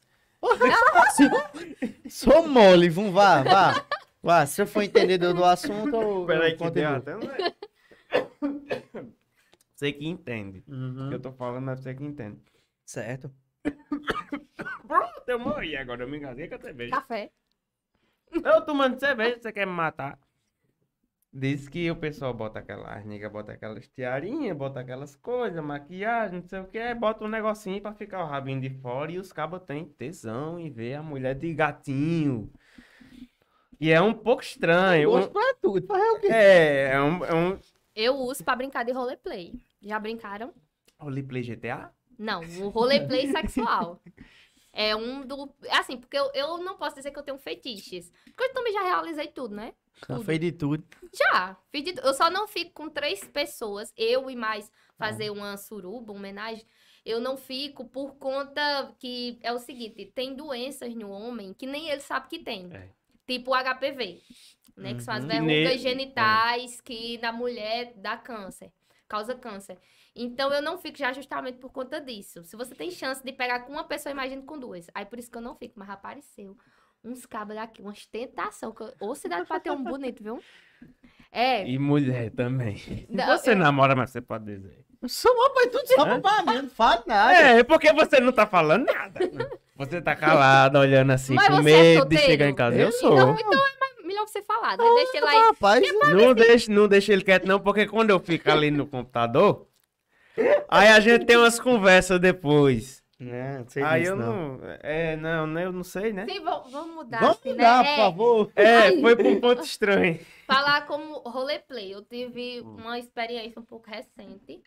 Sou mole, vamos vá, vá. Vá, se eu for entendedor do assunto, eu, eu
Peraí que deu
continuo.
até um... Você que entende. O que eu tô falando é você que entende.
Certo.
Pronto, eu morri agora. Eu me engasguei com a cerveja.
Café.
Eu tomando cerveja, você quer me matar. Diz que o pessoal bota aquela as nega, bota aquelas tiarinhas, bota aquelas coisas, maquiagem, não sei o que, bota um negocinho pra ficar o rabinho de fora e os cabos têm tesão em ver a mulher de gatinho. E é um pouco estranho.
Gosto pra tudo. Mas é o
um-
quê?
é, é um, é um.
Eu uso pra brincar de roleplay. Já brincaram?
Roleplay GTA?
Não, o roleplay sexual. É um do. Assim, porque eu, eu não posso dizer que eu tenho fetiches. Porque eu também já realizei tudo, né?
Já fez de tudo.
Já. fiz de tu- Eu só não fico com três pessoas, eu e mais fazer uma suruba, uma homenagem. Eu não fico por conta que é o seguinte, tem doenças no homem que nem ele sabe que tem.
É.
Tipo o HPV, né? Que são as
Uhum.
verrugas
Ne-
genitais que na mulher dá câncer, causa câncer. Então eu não fico já justamente por conta disso. Se você tem chance de pegar com uma pessoa, imagina com duas. Aí por isso que eu não fico, mas apareceu uns cabos daqui, umas tentação. Que eu... Ô, cidade pra ter um bonito, viu? É,
E mulher também.
Não,
você namora, mas você pode dizer.
Sou mole pra tudo, só
Hã?
pra mim, não falo nada.
É, porque você não tá falando nada. Você tá calada, olhando assim,
Mas
com
você é
medo de
solteiro?
chegar em casa. Eu sou.
então, então é mais- melhor você falar, né? Deixa ele aí.
Rapaz,
Não deixa, não deixa ele quieto, não, porque quando eu fico ali no computador, aí a gente tem umas conversas depois.
Né? Não sei
Aí
disso,
eu não. É, não, né, eu não sei, né?
Sim, vamos, vamos mudar,
Vamos
assim,
mudar,
né?
por
É,
favor.
É, foi por um ponto estranho.
falar como roleplay. Eu tive
Hum.
uma experiência um pouco recente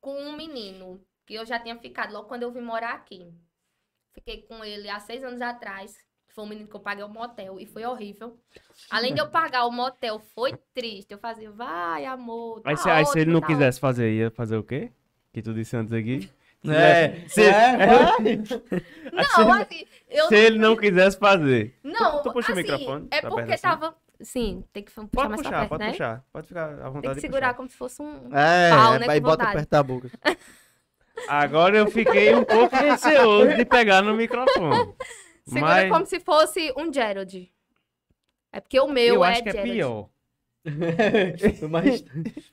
com um menino que eu já tinha ficado logo quando eu vim morar aqui. Fiquei com ele há seis anos atrás. Foi um menino que eu paguei o motel e foi horrível. Além de eu pagar o motel, foi triste. Eu fazia, vai, amor.
Aí,
tá
se, aí se ele
ótimo,
não é."
tá
quisesse fazer, ia fazer o quê? Que tu disse antes aqui?
É,
Se-
é, vai.
ótimo. Não, assim, eu
Se ele não quisesse fazer.
não.
Tu puxa o
assim,
microfone
É
pra
porque
perto assim.
tava. Sim, tem que puxar
Pode
mais pra
puxar,
perto,
pode
né?
puxar. Pode ficar à vontade.
Tem que
de
segurar
puxar.
como se fosse um.
É,
Pau, né,
aí
com
bota
vontade.
perto da boca.
Agora eu fiquei um pouco receoso de pegar no microfone.
Segura
Mas
como se fosse um Gerald. É porque o meu
eu
é
acho que é
Gerald.
pior.
Mas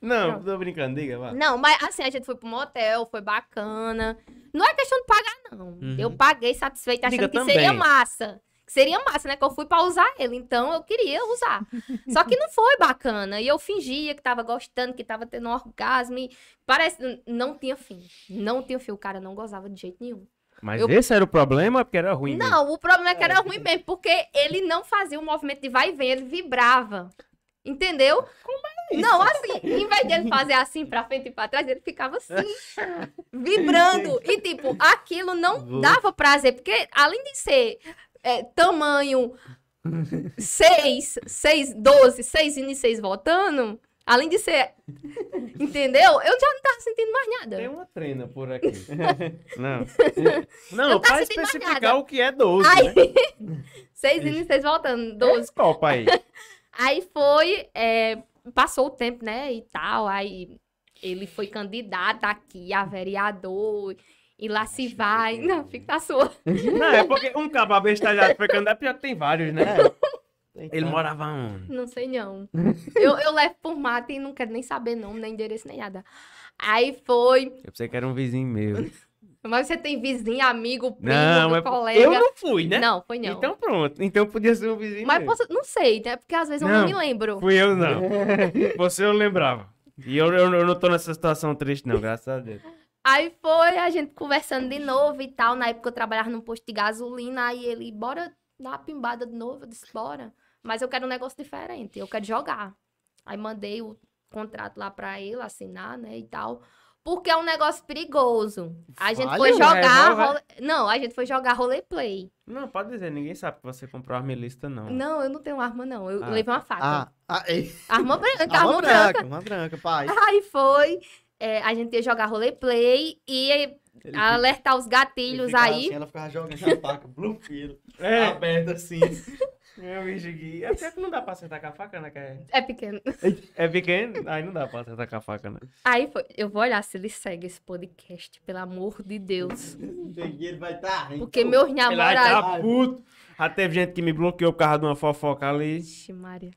Não, tô brincando, diga, vá.
Não, mas assim, a gente foi pro motel, foi bacana. Não é questão de pagar, não.
Uhum.
Eu paguei satisfeita achando
Diga
que
também.
seria massa. Que seria massa, né? Que eu fui pra usar ele, então eu queria usar. Só que não foi bacana. E eu fingia que tava gostando, que tava tendo um orgasmo. e Parece. n- Não tinha fim. Não tinha fim. O cara não gozava de jeito nenhum.
Mas
Eu-
esse era o problema, é porque era ruim. mesmo.
Não, o problema é que era ruim mesmo, porque ele não fazia o movimento de vai e vem, ele vibrava. Entendeu? Não, assim, em vez dele fazer assim pra frente e pra trás, ele ficava assim, vibrando. E, tipo, aquilo não dava prazer, porque além de ser é, tamanho 6, 6, 12, 6 indo e 6 voltando, além de ser. Entendeu? Eu já não tava sentindo mais
Tem
nada.
uma treina por aqui. Não. Não,
Não tá
pra
sentindo mais
especificar
nada.
o que é 12, né?
Aí, 6 indo e 6 voltando, 12.
Dois copa aí.
Aí foi, é, passou o tempo, né, e tal, aí ele foi candidato aqui a vereador, e lá se vai, não, fica na sua.
Não, é porque um cabo abestalhado foi candidato, pior que tem vários, né? É, Ele
Então,
morava onde?
Não sei não. Eu, eu levo por mato e não quero nem saber nome, nem endereço, nem nada. Aí foi,
Eu pensei que era um vizinho meu.
mas você tem vizinho, amigo, primo,
Não, é...
colega?
eu não fui, né?
Não, foi não.
Então pronto. Então podia ser um vizinho
mas
meu.
posso- não sei, né, porque às vezes eu não
Não.
me lembro.
Fui eu, não. Você eu lembrava. E eu, eu, eu não tô nessa situação triste, não, graças a Deus.
Aí foi a gente conversando de novo e tal. Na época eu trabalhava num posto de gasolina. Aí ele, bora dar uma pimbada de novo. Eu disse, bora. Mas eu quero um negócio diferente. Eu quero jogar. Aí mandei o contrato lá pra ele assinar, né? E tal. Porque é um negócio perigoso. A gente
Vale,
foi
ué,
jogar.
vai, vai.
role- Não, a gente foi jogar roleplay.
Não, pode dizer, ninguém sabe que você comprou arma ilícita, não.
Não, eu não tenho arma, não. Eu
Ah.
levei uma faca.
Ah, ah, ei,
Arma branca,
uma
arma então. branca.
branca, uma branca, pai.
Aí foi. é, a gente ia jogar roleplay e eh,
Ele
alertar os
Ele
gatilhos
ficava
aí.
assim, ela ficava jogando a faca, blum, filho,
É,
aberta assim.
meu bicho aqui. Até que não dá pra acertar com a faca, né? que é-
É pequeno.
É pequeno, aí não dá pra acertar com a faca, né?
Aí foi. Eu vou olhar se ele segue esse podcast, pelo amor de Deus.
Então, E ele vai tá estar.
Porque meus namorados.
tá puto. Já teve gente que me bloqueou por causa de uma fofoca ali.
Vixe, Maria.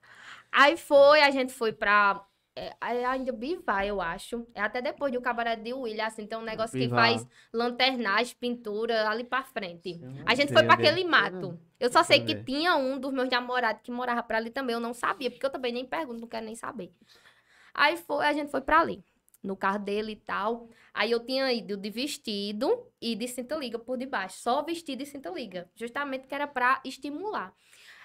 Aí foi, a gente foi pra. É, é ainda Bivá, eu acho. É até depois do cabaré de William, assim, tem um negócio que
Bivá.
faz lanternagem, pintura ali pra frente.
não
A gente foi
sei,
pra
eu devo-
aquele mato. Eu só sei que
Entendi.
tinha um dos meus namorados que morava pra ali também. Eu não sabia, porque eu também nem pergunto, não quero nem saber. Aí foi, a gente foi pra ali, no carro dele e tal. Aí eu tinha ido de vestido e de cinta liga por debaixo. Só vestido e cinta liga. Justamente que era pra estimular.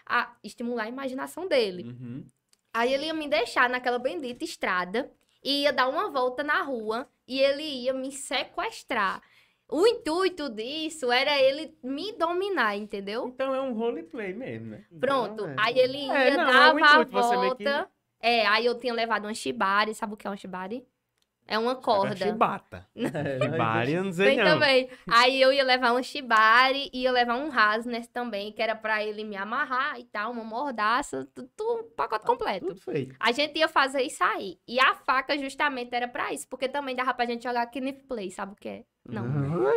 A, estimular a imaginação dele.
Uhum.
Aí ele ia me deixar naquela bendita estrada e ia dar uma volta na rua e ele ia me sequestrar. O intuito disso era ele me dominar, entendeu?
Então é um roleplay mesmo, né?
Pronto. aí ele ia,
É, não, é o
dava a
intuito, você meio que-
volta. É, aí eu tinha levado uma shibari. Sabe o que é uma shibari? É uma corda.
Chibata.
É,
Chibata, eu não sei
Tem
não.
também. Aí eu ia levar um shibari e ia levar um rasnes também, que era pra ele me amarrar e tal, uma mordaça, tudo, um pacote completo.
Tudo feito.
A gente ia fazer isso aí. E a faca justamente era pra isso, porque também dava pra gente jogar knife play, sabe o que é? Não.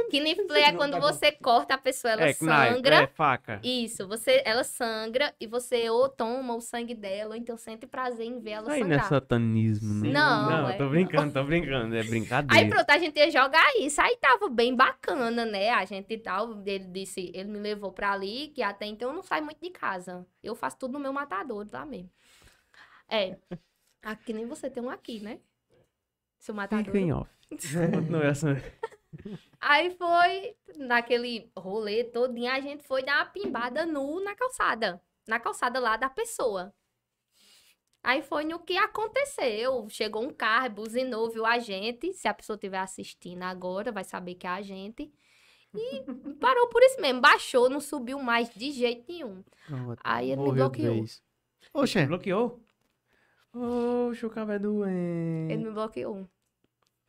Knife play é
Não,
quando
tá bom.
você corta a pessoa, ela
É, knife,
sangra.
é faca.
Isso, você, ela sangra e você ou toma o sangue dela, ou então sente prazer em ver ela
Aí não é
sangrar.
satanismo, né?
Não,
não
é.
tô brincando, tô brincando. É brincadeira.
Aí pronto, a gente ia jogar isso. Aí tava bem bacana, né? A gente e tal. Ele disse, ele me levou pra ali, que até então eu não saio muito de casa. Eu faço tudo no meu matador lá mesmo. É. Aqui nem você tem um aqui, né? Seu matador.
Fica em off. Continua essa.
Aí foi, naquele rolê todinho, a gente foi dar uma pimbada nu na calçada. Na calçada lá da pessoa. Aí foi no que aconteceu. Chegou um carro, buzinou, viu a gente. Se a pessoa estiver assistindo agora, vai saber que é a gente. E parou por isso mesmo. Baixou, não subiu mais de jeito nenhum.
Pronto.
Aí ele me
Morreu de
bloqueou.
vez. Oxê,
Bloqueou? Ô, o Chucava é doente.
Ele me bloqueou.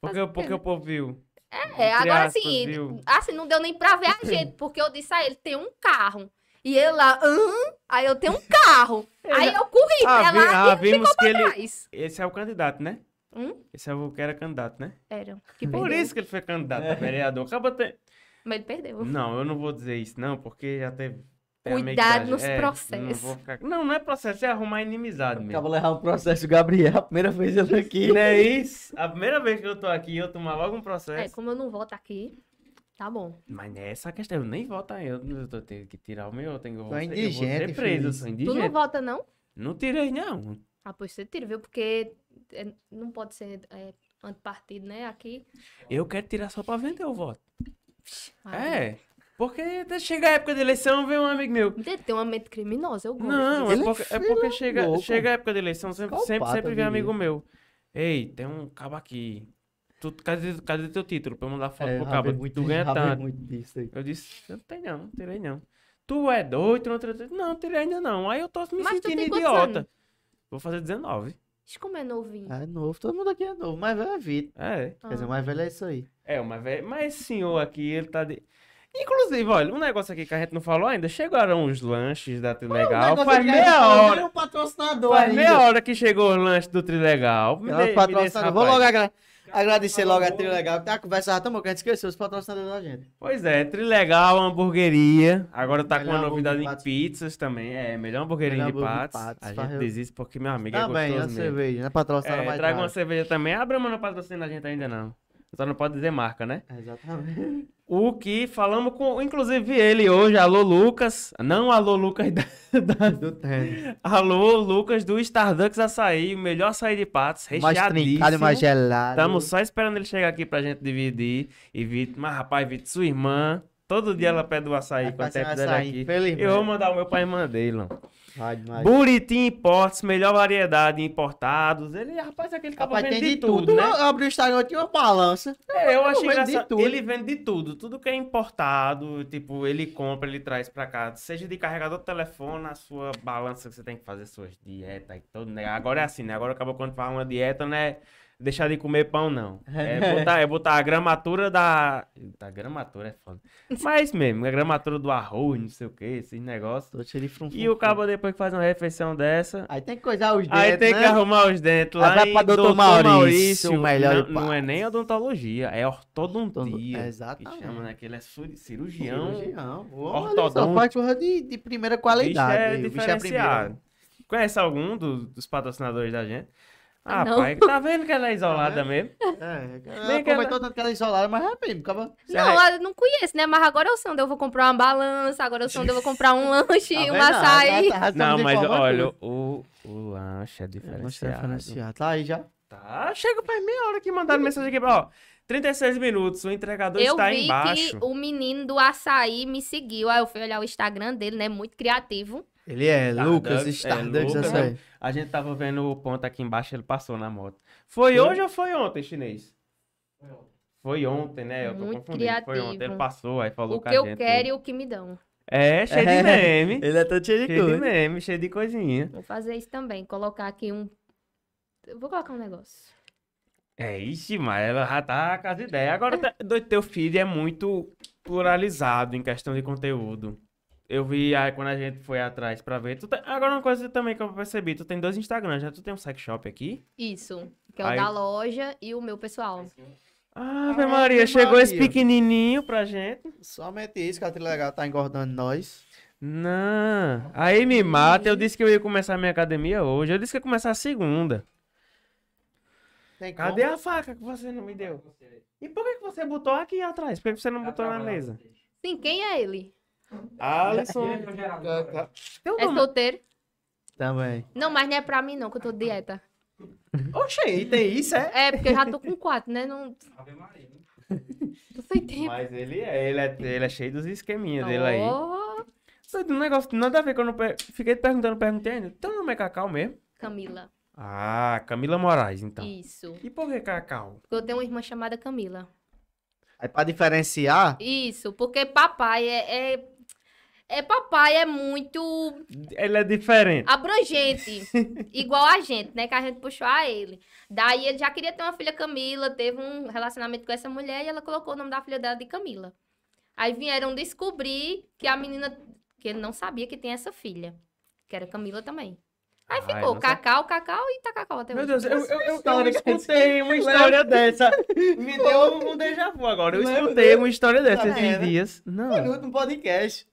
Porque, porque o povo viu.
É,
Entre
agora
aspas,
sim,
viu?
assim, não deu nem pra ver a gente, porque eu disse a ele, tem um carro. E ele lá, hã? Aí eu tenho um carro. aí eu corri
Ah,
pra
vi-
lá
ah, vimos que
e
ele.
atrás.
Esse é o candidato, né?
Hum?
Esse é o que era candidato, né?
Era, que
Por
perdeu.
isso que ele foi candidato a vereador. Acaba te-
Mas ele perdeu.
Não, eu não vou dizer isso, não, porque já teve. tem
Cuidado
a meio-idade.
nos
Não,
processos.
vou ficar- não, não é processo, é arrumar inimizade mesmo.
acaba de levar um processo do Gabriel, a primeira vez ele aqui.
Não é isso? A primeira vez que eu tô aqui, eu tomar logo um
É,
processo.
como eu não voto aqui, tá bom.
Mas nessa questão, eu nem voto aí. Eu, eu tô tendo que tirar o meu, eu tenho eu
Tu
vou
é
ser- eu vou ser
indigente,
preso,
filho.
eu sou
Tu não
indigente.
vota, não?
Não tirei, não.
Ah, pois você tira, viu? Porque é, não pode ser é, antipartido, né? Aqui.
Eu quero tirar só pra vender o voto.
Ai,
É. Porque até chegar a época da eleição, vem um amigo meu.
Ele tem uma mente criminosa, eu gosto.
Não, é
Ele é
porque, é
filho
porque chega,
louco.
chega a época da eleição, sempre, sempre,
Psicopata,
sempre vem
eu
amigo
diria.
meu. Ei, tem um cabo aqui. Tu, cadê, cadê teu título? Pra eu mandar foto
É,
pro
eu
cabo.
rabei muito,
tu ganha
rabei
tanto.
muito disso aí.
Eu disse, eu não tenho não, não tirei não. Tu é doido, tu não tirei. Não, tirei ainda não. Aí eu tô me
Mas tu
sentindo
tem quantos
idiota.
anos?
Vou fazer 19.
Diz como é novinho.
Ah, É novo, todo mundo aqui é novo, mais velho é vida.
É.
Ah.
Quer dizer, mais velho é isso aí.
É, mas, véi, mas esse senhor aqui, ele tá de. Inclusive, olha, um negócio aqui que a gente não falou ainda. Chegaram os lanches da Trilegal. faz meia hora.
Um patrocinador
Faz meia
ainda.
hora que chegou o lanche do Trilegal. Me
É,
dê- me dê
os
esse
patrocinadores. Vou
rapaz.
logo agra- agradecer logo a Trio Legal. Tá, a conversa já tão boa que a gente esqueceu os patrocinadores da gente.
Pois é, Trilegal, hamburgueria. Agora tá com
Melhor
uma novidade
hambúrguer de
em
patos.
pizzas também. É, melhor hamburgueria
Melhor
de
hambúrguer de
patos.
patos, tá
A gente
faz-
diz isso porque meu amigo é
Também, Tá a
gostoso mesmo.
cerveja, né? Patrocinada
É,
mais
traga
cara.
uma cerveja também. A Brahma não patrocina a gente ainda não. Só não pode dizer marca, né?
Exatamente.
O que falamos com, inclusive, ele hoje, alô Lucas, não alô Lucas da, da-
Do tênis.
alô Lucas do Starducks Açaí, o melhor açaí de patos,
Mais trincado e
recheadíssimo.
mais gelado.
Estamos só esperando ele chegar aqui pra gente dividir e Vitor, mas rapaz, Vitor, sua irmã, todo dia ela pede o açaí quando
um
tem dela aqui. Eu vou
Infelizmente.
mandar o meu pai e mandei, Lão.
Vai demais.
Buritim Imports, melhor variedade, importados. Ele, rapaz, é aquele capa
Rapaz,
vende
tem
de tudo, né?
Eu abri o Instagram, tinha uma balança.
É, eu achei
vende de
engraçado.
tudo.
Ele vende de tudo, tudo que é importado, tipo, ele compra, ele traz pra cá, seja de carregador de telefone, a sua balança que você tem que fazer, suas dietas e tudo, né? Agora é assim, né? Agora acaba quando faz uma dieta, né? Deixar de comer pão, não. É botar, é botar a gramatura da. Da gramatura é foda. Mas mesmo, a gramatura do arroz, não sei o que, esses negócios.
Tô cheio de frum,
E
frum,
o cabo depois que faz uma refeição dessa,
Aí tem que coisar os dentes,
Aí tem
né?
que arrumar os dentes lá.
Aí vai pra
em
Dr.
Dr.
Maurício, o melhor de
não, não é
partes.
nem odontologia, é ortodontia.
É,
Que
exatamente.
chama, né? Que ele é su- cirurgião.
Cirurgião.
ortodonte.
Ortodonte. Só faz coisa de, de primeira qualidade. o
O bicho é
bicho é
diferenciado.
primeiro.
Conhece algum do- dos patrocinadores da gente? Ah,
Ah, não.
pai, tá vendo que ela é isolada mesmo?
É,
Nem
ela
que ela-
comentou tanto que ela é isolada, mas rapidinho, acaba...
Não,
É.
eu não conheço, né? Mas agora eu sei onde eu vou comprar uma balança, agora eu sei onde eu vou comprar um lanche,
Tá
um
vendo?
açaí.
Tá- tá- tá
Não,
me
mas
informando
olha,
tudo.
o, o lanche é
É, mas
diferenciado.
tá diferenciado. Tá aí já.
Tá, chega faz meia hora que mandaram mensagem aqui. Ó, 36 minutos, o entregador
Eu
está
vi
tá embaixo.
que o menino do açaí me seguiu. Aí eu fui olhar o Instagram dele, né? Muito criativo.
Ele é
Starducks, é,
Lucas, Starducks,
Lucas,
essa aí.
A gente tava vendo o ponto aqui embaixo, ele passou na moto. Foi hoje ou foi ontem, chinês? Foi ontem, né? Eu tô
Muito
confundindo. Foi ontem, ele
criativo.
passou, aí falou
o
com a
que eu
gente.
quero e o que me dão.
É, cheio de meme.
Ele é todo cheio de
cheio de
coisa.
meme, cheio de coisinha.
Vou fazer isso também. Colocar aqui um. Eu vou colocar um negócio.
É, ixi, mas ela já tá com as ideias. Agora, tá- do teu filho é muito pluralizado em questão de conteúdo. Eu vi aí quando a gente foi atrás pra ver. Tu tem- Agora, uma coisa também que eu percebi: tu tem dois Instagrams, já tu tem um sex shop aqui.
Isso. Que é o
Aí-
da loja e o meu pessoal.
Ave
Ave
Maria, chegou esse
Maria.
pequenininho pra gente.
Somente isso, que a trilha legal tá engordando nós.
Não, aí me mata. Eu disse que eu ia começar a minha academia hoje. Eu disse que ia começar a segunda.
Tem
Cadê
como?
a faca que você não me deu? E por que que você botou aqui atrás? Por que que você não botou na mesa?
Sim, quem é ele?
Alisson. Teu
É
nome.
solteiro?
Também.
Não, mas não é pra mim, não, que eu tô de dieta.
Oxe, e tem isso, é?
É, porque eu já tô com quatro, né? Não... Não sei tempo.
Mas ele é, ele é, ele é cheio dos esqueminhas dele aí.
Ó,
Doido, Um negócio que nada a ver que eu não per- fiquei te perguntando, perguntei ainda. Teu nome é Cacau mesmo?
Camila.
Ah, Camila Moraes, então. E,
Isso.
por que Cacau?
Porque eu tenho uma irmã chamada Camila.
Aí pra diferenciar,
Isso, porque papai é. é... é papai é muito
Ele é diferente.
abrangente, igual a gente, né? Que a gente puxou a ele. Daí ele já queria ter uma filha Camila, teve um relacionamento com essa mulher e ela colocou o nome da filha dela de Camila. Aí vieram descobrir que a menina, que ele não sabia que tem essa filha, que era Camila também. Aí
Ai,
ficou
nossa.
Cacau, Cacau e tá Cacau até
Meu
hoje.
Deus, é eu, eu, eu, eu
História que-
escutei uma história dessa. Me deu um déjà vu agora. Eu
Lembra
escutei
dele?
uma história dessa
Tá
esses
vendo?
dias.
foi no
Não.
último podcast.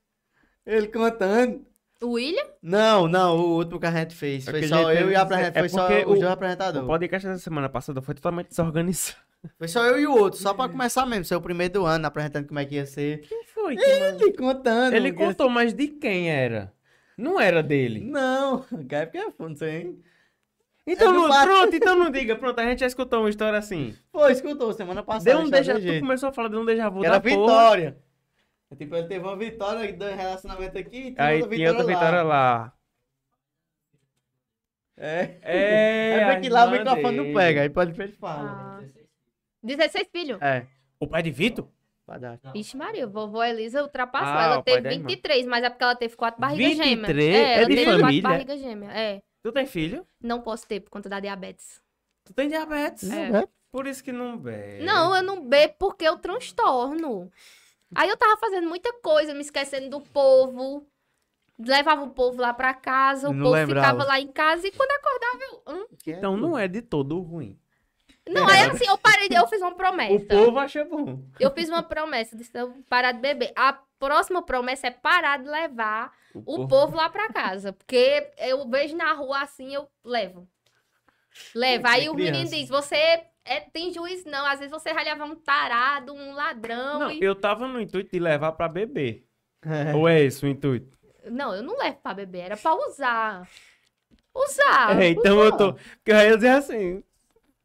Ele cantando.
O William?
Não, não, o último que a gente fez.
É
Foi
que a
só
gente
eu e
teve-
a apresentador.
é
Foi só
porque
os
o-
dois
O
apresentadores.
podcast da semana passada foi totalmente desorganizado.
Foi só eu e o outro, só pra começar mesmo. Seu primeiro do ano, apresentando como é que ia ser.
Quem foi?
Ele contando.
Ele
que ia
contou, mas de quem era? Não era
ser-
dele.
Não, Gabi que é não sei. hein?
Então
É do
não,
bar.
pronto, então não diga. Pronto, a gente já escutou uma história assim.
Pô, escutou semana passada.
Deu
a
um
história
déjà
do
vu,
jeito.
começou a falar de um déjà vu
Que Era
da porra.
vitória. É Tipo, ele teve uma vitória do relacionamento aqui e teve
Aí
outra
tinha outra
lá.
vitória lá.
É.
É,
É
a
porque lá o
irmã
microfone não
dele.
pega, aí pode ele fala. né?
Ah. 16 filhos.
É,
O pai de Vitor?
vai dar.
Ixi, Maria, vovó Elisa ultrapassou.
Ah,
ela
o pai
teve
da irmã.
23, mas é porque ela teve quatro barrigas gêmeas.
23? É
ela
de
teve quatro
família?
barrigas gêmeas. É.
Tu tem filho?
Não posso ter por conta da diabetes.
Tu tem diabetes.
É.
Por isso que não bebe.
Não, eu não bebo porque eu transtorno. Aí eu tava fazendo muita coisa, me esquecendo do povo. Levava o povo lá pra casa, o
Não
povo
lembrava.
ficava lá em casa e quando acordava eu. hum?
Então não é de todo ruim.
Não, é assim, eu parei, eu fiz uma promessa.
O povo acha bom.
Eu fiz uma promessa, disse eu parar de beber. A próxima promessa é parar de levar o povo lá pra casa. Porque eu vejo na rua assim, eu levo. Leva. Aí
É
o
criança.
menino diz: você é, tem juiz, não. Às vezes você vai levar um tarado, um ladrão.
Não,
e-
eu tava no intuito de levar pra beber.
É.
Ou é isso o intuito?
Não, eu não levo pra beber, era pra usar. Usar.
é, então eu tô. Porque aí eu dizer assim.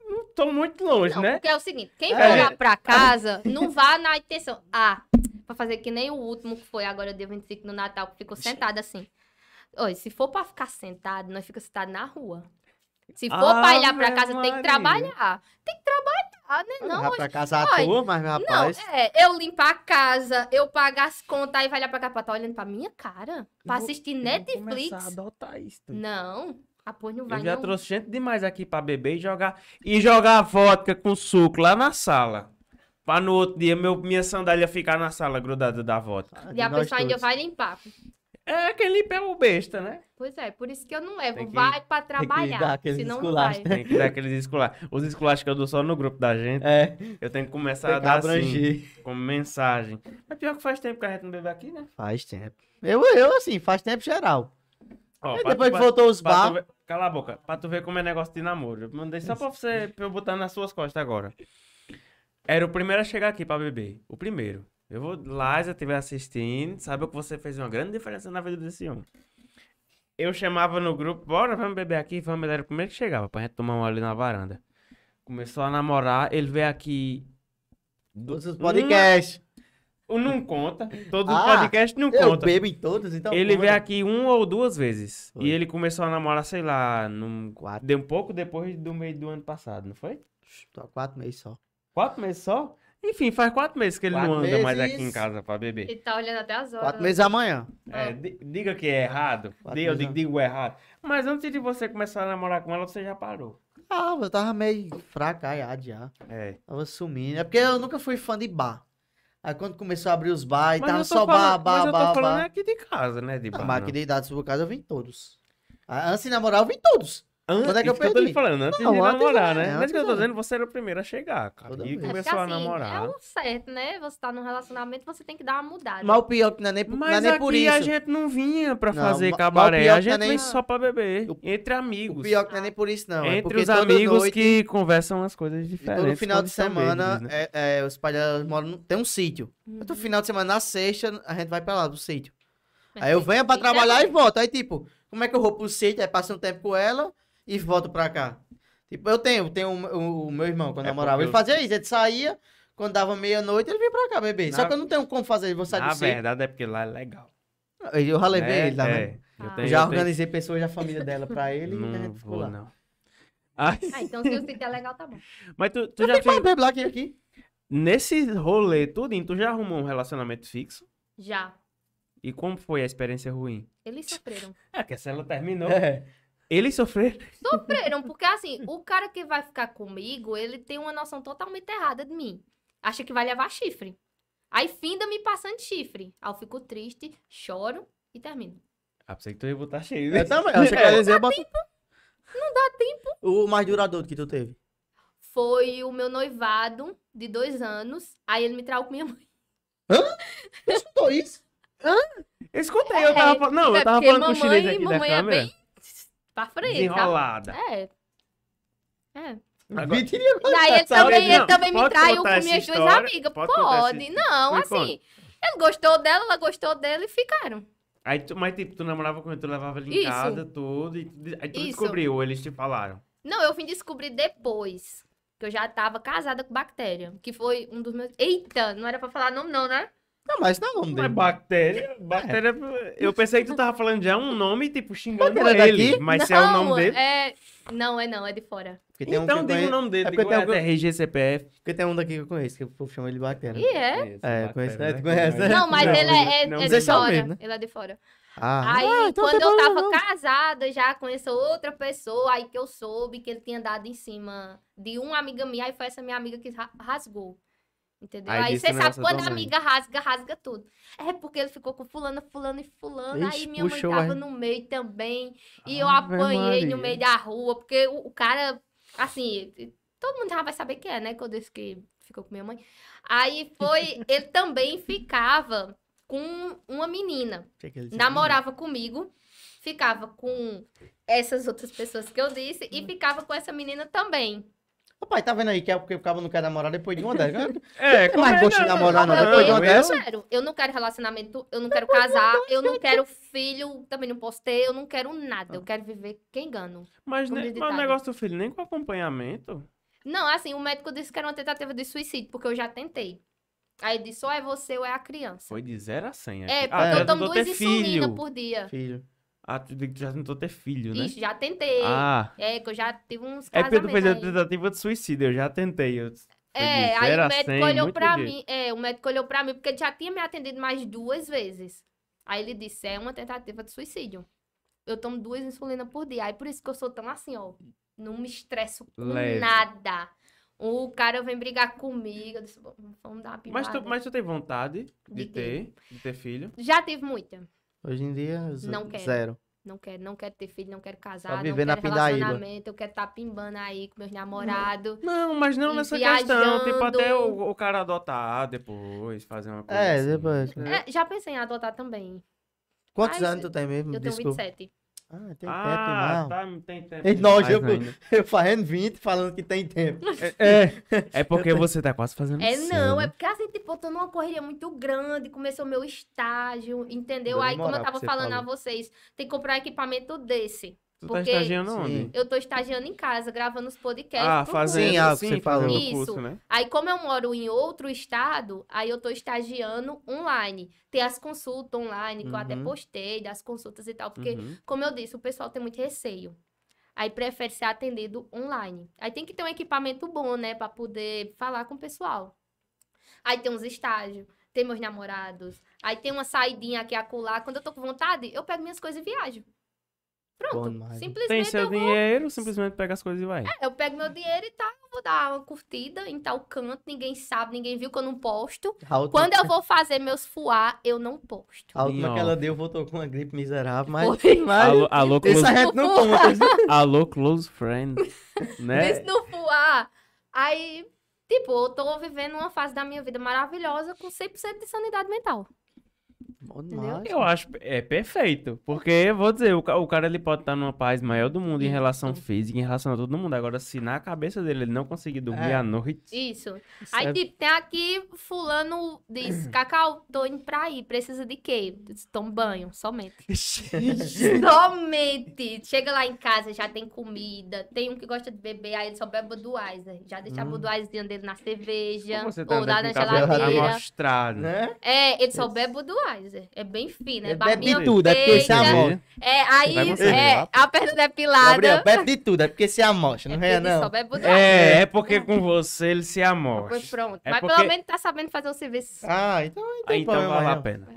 Não tô muito longe,
Não,
né?
porque é o seguinte, quem
É.
for lá pra casa, não vá na intenção. Ah, pra fazer que nem o último que foi agora, é dia 25 no Natal, que ficou sentado assim. Oi, se for pra ficar sentado, nós fica sentado na rua. Se for pra
Ave
ir lá pra casa, tem que
Maria.
trabalhar. Tem que trabalhar, né? Não,
Vai pra casa à
Oi.
toa, mas rapaz.
Não, é, eu limpar a casa, eu pagar as contas, aí vai lá pra cá pra tá olhando pra minha cara, pra
vou-
assistir
Eu vou
Netflix.
começar a adotar isso.
Não, apoio não vai
eu já
não.
trouxe gente demais aqui pra beber e jogar. E jogar vodka com suco lá na sala. Pra no outro dia meu, minha sandália ficar na sala grudada da vodka.
Ah, de
E a
nós
pessoa ainda
todos.
vai limpar.
É aquele pé o besta, né?
Pois é, por isso que eu não levo.
Tem que-
vai pra
que dar
trabalhar.
aqueles né?
senão não
esculachos,
vai.
Tem que dar aqueles esculachos. Os esculachos que eu dou só no grupo da gente.
É,
Eu tenho que começar a
tem que
dar assim,
abranger.
como mensagem. Mas pior que faz tempo que a gente não bebe aqui, né?
Faz tempo. Eu, eu, assim, faz tempo geral.
Ó,
Aí
pra tu-
depois que
pra-
voltou os
pra tu
bar,
ver- Cala a boca. Pra tu ver como é negócio de namoro. Eu mandei só pra você, pra eu botar nas suas costas agora. Era o primeiro a chegar aqui pra beber. O primeiro. Eu vou lá, se eu estiver assistindo, sabe que você fez uma grande diferença na vida desse homem. Eu chamava no grupo, bora, vamos beber aqui, vamos. Ele era o primeiro que chegava pra gente tomar um ali na varanda. Começou a namorar, ele veio aqui.
todos os
Uma-
podcasts.
o Não conta. Todos os
Ah,
podcasts não
Eu
conta.
bebo em todos, então.
Ele
conta.
veio aqui uma ou duas vezes.
Foi.
E ele começou a namorar, sei lá, num...
Quatro.
deu um pouco depois do meio do ano passado, não foi?
Tô há quatro meses só.
Quatro meses só? Enfim, faz quatro meses que ele não
Quatro
anda mais
meses.
aqui em casa pra beber.
Ele tá olhando até as horas.
Quatro meses amanhã.
É, di- diga que é errado.
Quatro
Dê- eu
meses
digo,
não.
digo errado. Mas antes de você começar a namorar com ela, você já parou.
Ah, eu tava meio fracaiado já.
É.
Tava sumindo. É porque eu nunca fui fã de bar. Aí quando começou a abrir os bar, e
Mas
tava
eu tô
tá só bar,
falando-
bar,
mas eu
bar,
tô falando
bar.
aqui de casa, né? De bar,
Não, mas
não.
aqui da idade sua casa eu vim em todos. Ah, Antes de namorar, eu vim em todos.
Antes,
Quando é que eu
isso eu tô
perdi?
lhe falando, antes
Não,
de
antes
namorar,
não,
né?
é,
Mas que eu tô
antes não.
dizendo, você era o primeiro a chegar, cara.
Toda
E
vez.
É porque,
começou a
assim,
namorar.
É o certo, né? Você tá num relacionamento, você tem que dar uma mudada.
Mas o pior que não é nem, não é
Mas
nem
aqui
por isso.
a gente não vinha pra
Não,
fazer
ma- mas o
cabaré,
pior que
a
não
gente
é nem-
vem só pra beber,
O-
entre
O
amigos.
pior que não é nem por isso, não. é
entre
porque
os
toda
amigos
noite,
que conversam as coisas diferentes.
Todo final
quando
de
estão
semana,
bêbados, né?
é, é, os palhaços moram. num- Tem um sítio.
Uhum.
Todo final de semana, na sexta, a gente vai pra lá do sítio.
Mas
Aí eu
tem-
venho pra
tem que
trabalhar e
saber.
volto. Aí, tipo, como é que eu vou pro sítio? Aí passo um tempo com ela e volto pra cá. Tipo, eu tenho, tenho o, o- o meu irmão, quando
É
eu namorava. Ele
porque
fazia isso, ele saía, Quando dava meia-noite, ele vinha pra cá beber.
Na-
Só que eu não tenho como fazer, vou sair
Na
de cedo.
verdade é porque lá é legal.
Eu já levei
né?
ele, tá
É.
vendo?
Eu
Ah.
tenho-
já
eu tenho-
organizei pessoas da família dela pra ele e a
Não
gente ficou
vou,
lá.
não. Ah,
Ah, então se o sítio é legal, tá bom.
mas tu, tu
Eu
já
já
fez...
fui beber lá um aqui, aqui.
Nesse rolê tudinho, tu já arrumou um relacionamento fixo?
Já.
E como foi a experiência ruim?
Eles sofreram.
É que a Cela terminou.
É.
Ele sofreu.
Sofreram, porque assim, o cara que vai ficar comigo, ele tem uma noção totalmente errada de mim. Acha que vai levar chifre. Aí finda me passando chifre. Aí eu fico triste, choro e termino.
Ah, pensei que tu ia botar cheio. né?
Eu também. Eu achei que ela ia dizer, eu boto-
Não dá tempo.
O mais duradouro que tu teve.
Foi o meu noivado de dois anos. Aí ele me traiu com minha mãe.
Escutou isso?
Eu escutei, eu tava
É,
falando. Não, eu
é
tava
porque
falando com o
mamãe-
chinês aqui da
mamãe é
câmera.
bem Pra frente, tá?
Desenrolada.
É. É.
Agora-
Mentiria,
E aí ele
Sabe-
também, ele
não,
também me
pode
traiu
contar
com
essa
minhas duas
história?
amigas.
Pode
Pode.
contar essa-
Não,
Me
assim.
conta.
Ele gostou dela, ela gostou dele e ficaram.
Aí tu, mas tipo, tu namorava com ele, tu levava ele em
Isso.
casa, tudo. E, tu- aí tu
Isso.
descobriu, eles te falaram.
Não, eu vim descobrir depois. Que eu já tava casada com bactéria. Que foi um dos meus. Eita, não era pra falar nome, não, né?
Não, mas não é o nome
Não é
dele.
bactéria. Bactéria. Eu pensei que tu tava falando já um nome, tipo, xingando
Bactéria
ele.
daqui?
Mas
não,
se é o nome dele.
É... Não, é não, é de fora.
Porque tem um que
Então
eu
diga o
conheço-
nome dele.
É
diga
porque tem
o
algum-
RG, CPF.
porque tem um daqui que eu conheço, que o povo chama ele de bacana.
E é.
É,
Bactéria,
conhece, né? Tu
né?
conhece, né?
Não, mas
Não,
ele é, é-
não,
é
mas
de
esse é o
fora.
mesmo, né?
Ele é de fora.
Ah,
aí,
ah, então não
quando
tem
eu
problema,
tava
não.
casada, já conheço outra pessoa. Aí que eu soube que ele tinha dado em cima de uma amiga minha. Aí foi essa minha amiga que ra- rasgou. Entendeu?
Aí
Aí
disse
você
o
sabe
negócio da
quando a
mãe.
amiga rasga, rasga tudo. É porque ele ficou com fulano, fulano e fulano.
Ixi,
aí minha mãe
puxou,
tava
aí.
no meio também. E eu
Ave
apanhei
Maria.
no meio da rua. Porque o, o cara, assim, todo mundo já vai saber quem é, né? Que eu disse que ficou com minha mãe. Aí foi. ele também ficava com uma menina
Achei que ele disse-
namorava comigo, ficava com essas outras pessoas que eu disse
Hum.
e ficava com essa menina também.
Ô, pai, tá vendo aí que é porque o cabo não quer namorar depois de uma dessas?
É,
Tem mais gosto de namorar, não.
Eu
Depois de
não
uma dessas?
quero, eu não quero relacionamento, eu não quero casar, eu não quero filho, também não posso ter, eu não quero nada,
Ah.
eu quero viver quem engano.
Mas,
Como tá,
né,
diz o
mas o
ditado.
negócio do filho, nem com acompanhamento.
Não, assim, o médico disse que era uma tentativa de suicídio, porque eu já tentei. Aí ele disse, ou é você ou é a criança.
Foi de 0 a 100. aqui.
É, porque
Ah,
tu
eu
já
tomo
tentou ter
duas insulinas
filho.
por dia.
Filho.
Ah, tu diz que tu já tentou ter filho, né?
Ixi, já tentei.
Ah,
É, que eu já tive uns
é porque tu fez a
casamentos aí.
tentativa de suicídio, eu já tentei. Eu... Foi
É,
de
aí
zero a
o médico
cem,
olhou
muito
pra
jeito.
mim. É, o médico olhou pra mim porque ele já tinha me atendido mais duas vezes. Aí ele disse: é uma tentativa de suicídio. Eu tomo duas insulinas por dia. Aí por isso que eu sou tão assim, ó. Não me estresso com
Leve.
nada. O cara vem brigar comigo. Eu disse, "Bom, vamos dar uma
Mas
pipada.
tu, mas tu tem vontade de
De ter.
ter, de ter filho?
Já tive muita.
Hoje em dia, z-
Não quero.
zero.
Não quero, não quero ter filho, não quero casar,
Pra
não
viver
quero
na Pindaíba.
relacionamento. Eu quero estar pimbando aí com
Hum.
meus namorados.
Não, mas não
E
nessa questão.
viajando.
Tipo, até o, o cara adotar depois, fazer uma coisa.
É,
assim.
depois. né?
É, já pensei em adotar também.
Quantos
Mas
anos tu tem
Um
mesmo?
Eu tenho
Desculpa.
27.
Ah, tem
Ah,
tempo,
tá, não tem tempo.
Ei, nós,
demais
eu-
ainda.
irmão. Eu fazendo 20, falando que tem tempo.
É, é porque você tá quase fazendo
É,
isso.
não, é porque assim, tipo, eu tô numa correria muito grande, começou meu estágio, entendeu?
Dando
Aí, como
moral
eu
pro
tava
que você
falando a
falou.
vocês, tem que comprar um equipamento desse.
Tu tá
porque-
estagiando
Sim.
onde?
Eu tô estagiando em casa, gravando os podcasts.
Ah,
pro
fazendo
Sim,
curso.
algo que você
fazendo
falou.
curso,
Isso.
né?
Aí, como eu moro em outro estado, aí eu tô estagiando online. Tem as consultas online, que eu até
Uhum.
postei, das consultas e tal, porque
Uhum.
como eu disse, o pessoal tem muito receio. Aí prefere ser atendido online. Aí tem que ter um equipamento bom, né, Pra poder falar com o pessoal. Aí tem uns estágios, tem meus namorados, aí tem uma saidinha aqui acolá. Quando eu tô com vontade, eu pego minhas coisas e viajo.
Bom
Pronto.
demais, né?
Tem
Simplesmente
seu
eu,
dinheiro, simplesmente pega as coisas e vai.
eu pego meu dinheiro e tal, vou dar uma curtida em tal canto, ninguém sabe, ninguém viu que eu não posto.
A última,
Quando eu vou fazer meus fuá, eu não posto.
a última
Sim,
que
ó.
ela deu voltou com uma gripe miserável, mas.
Foi.
mas
Alô, alô,
esse a
close,
gente não toma. tem-
alô, close friend.
Disse
Né?
no voar. Aí, tipo, eu tô vivendo uma fase da minha vida maravilhosa com 100% de sanidade mental.
Bom
Entendeu?
demais.
Eu
cara.
Eu acho é perfeito, porque eu vou dizer, o, ca- o cara ele pode estar numa paz maior do mundo em relação física, em relação a todo mundo. Agora, se na cabeça dele ele não conseguir dormir
É.
à noite,
Isso.
isso
Aí,
é-
tipo, tem aqui, fulano diz, Cacau, tô indo pra aí, precisa de quê? Eu disse, Toma banho, somente. somente! Chega lá em casa, já tem comida, tem um que gosta de beber, aí ele só bebe Budweiser. Já deixa a
Hum.
Budweiser dele na cerveja,
Como você tá
ou lá
andando
na
com o cabelo
geladeira.
amostrado.
Né?
É, ele só bebe Budweiser. É bem fino, é
Ele bebe de
barbinha
tudo, é porque se
feita.
amostra.
É, aí,
Vai você,
é,
lá.
a perna
Gabriel,
depilada.
bebe de tudo, é porque se amostra, não
porque
é
ele só
não?
bebe Budweiser.
É, é porque com você ele se
Pois
amostra.
pronto.
É
Mas
porque-
pelo menos tá sabendo fazer o serviço.
Ah, então não
Aí
tem
então
problema
vale a
não.
pena.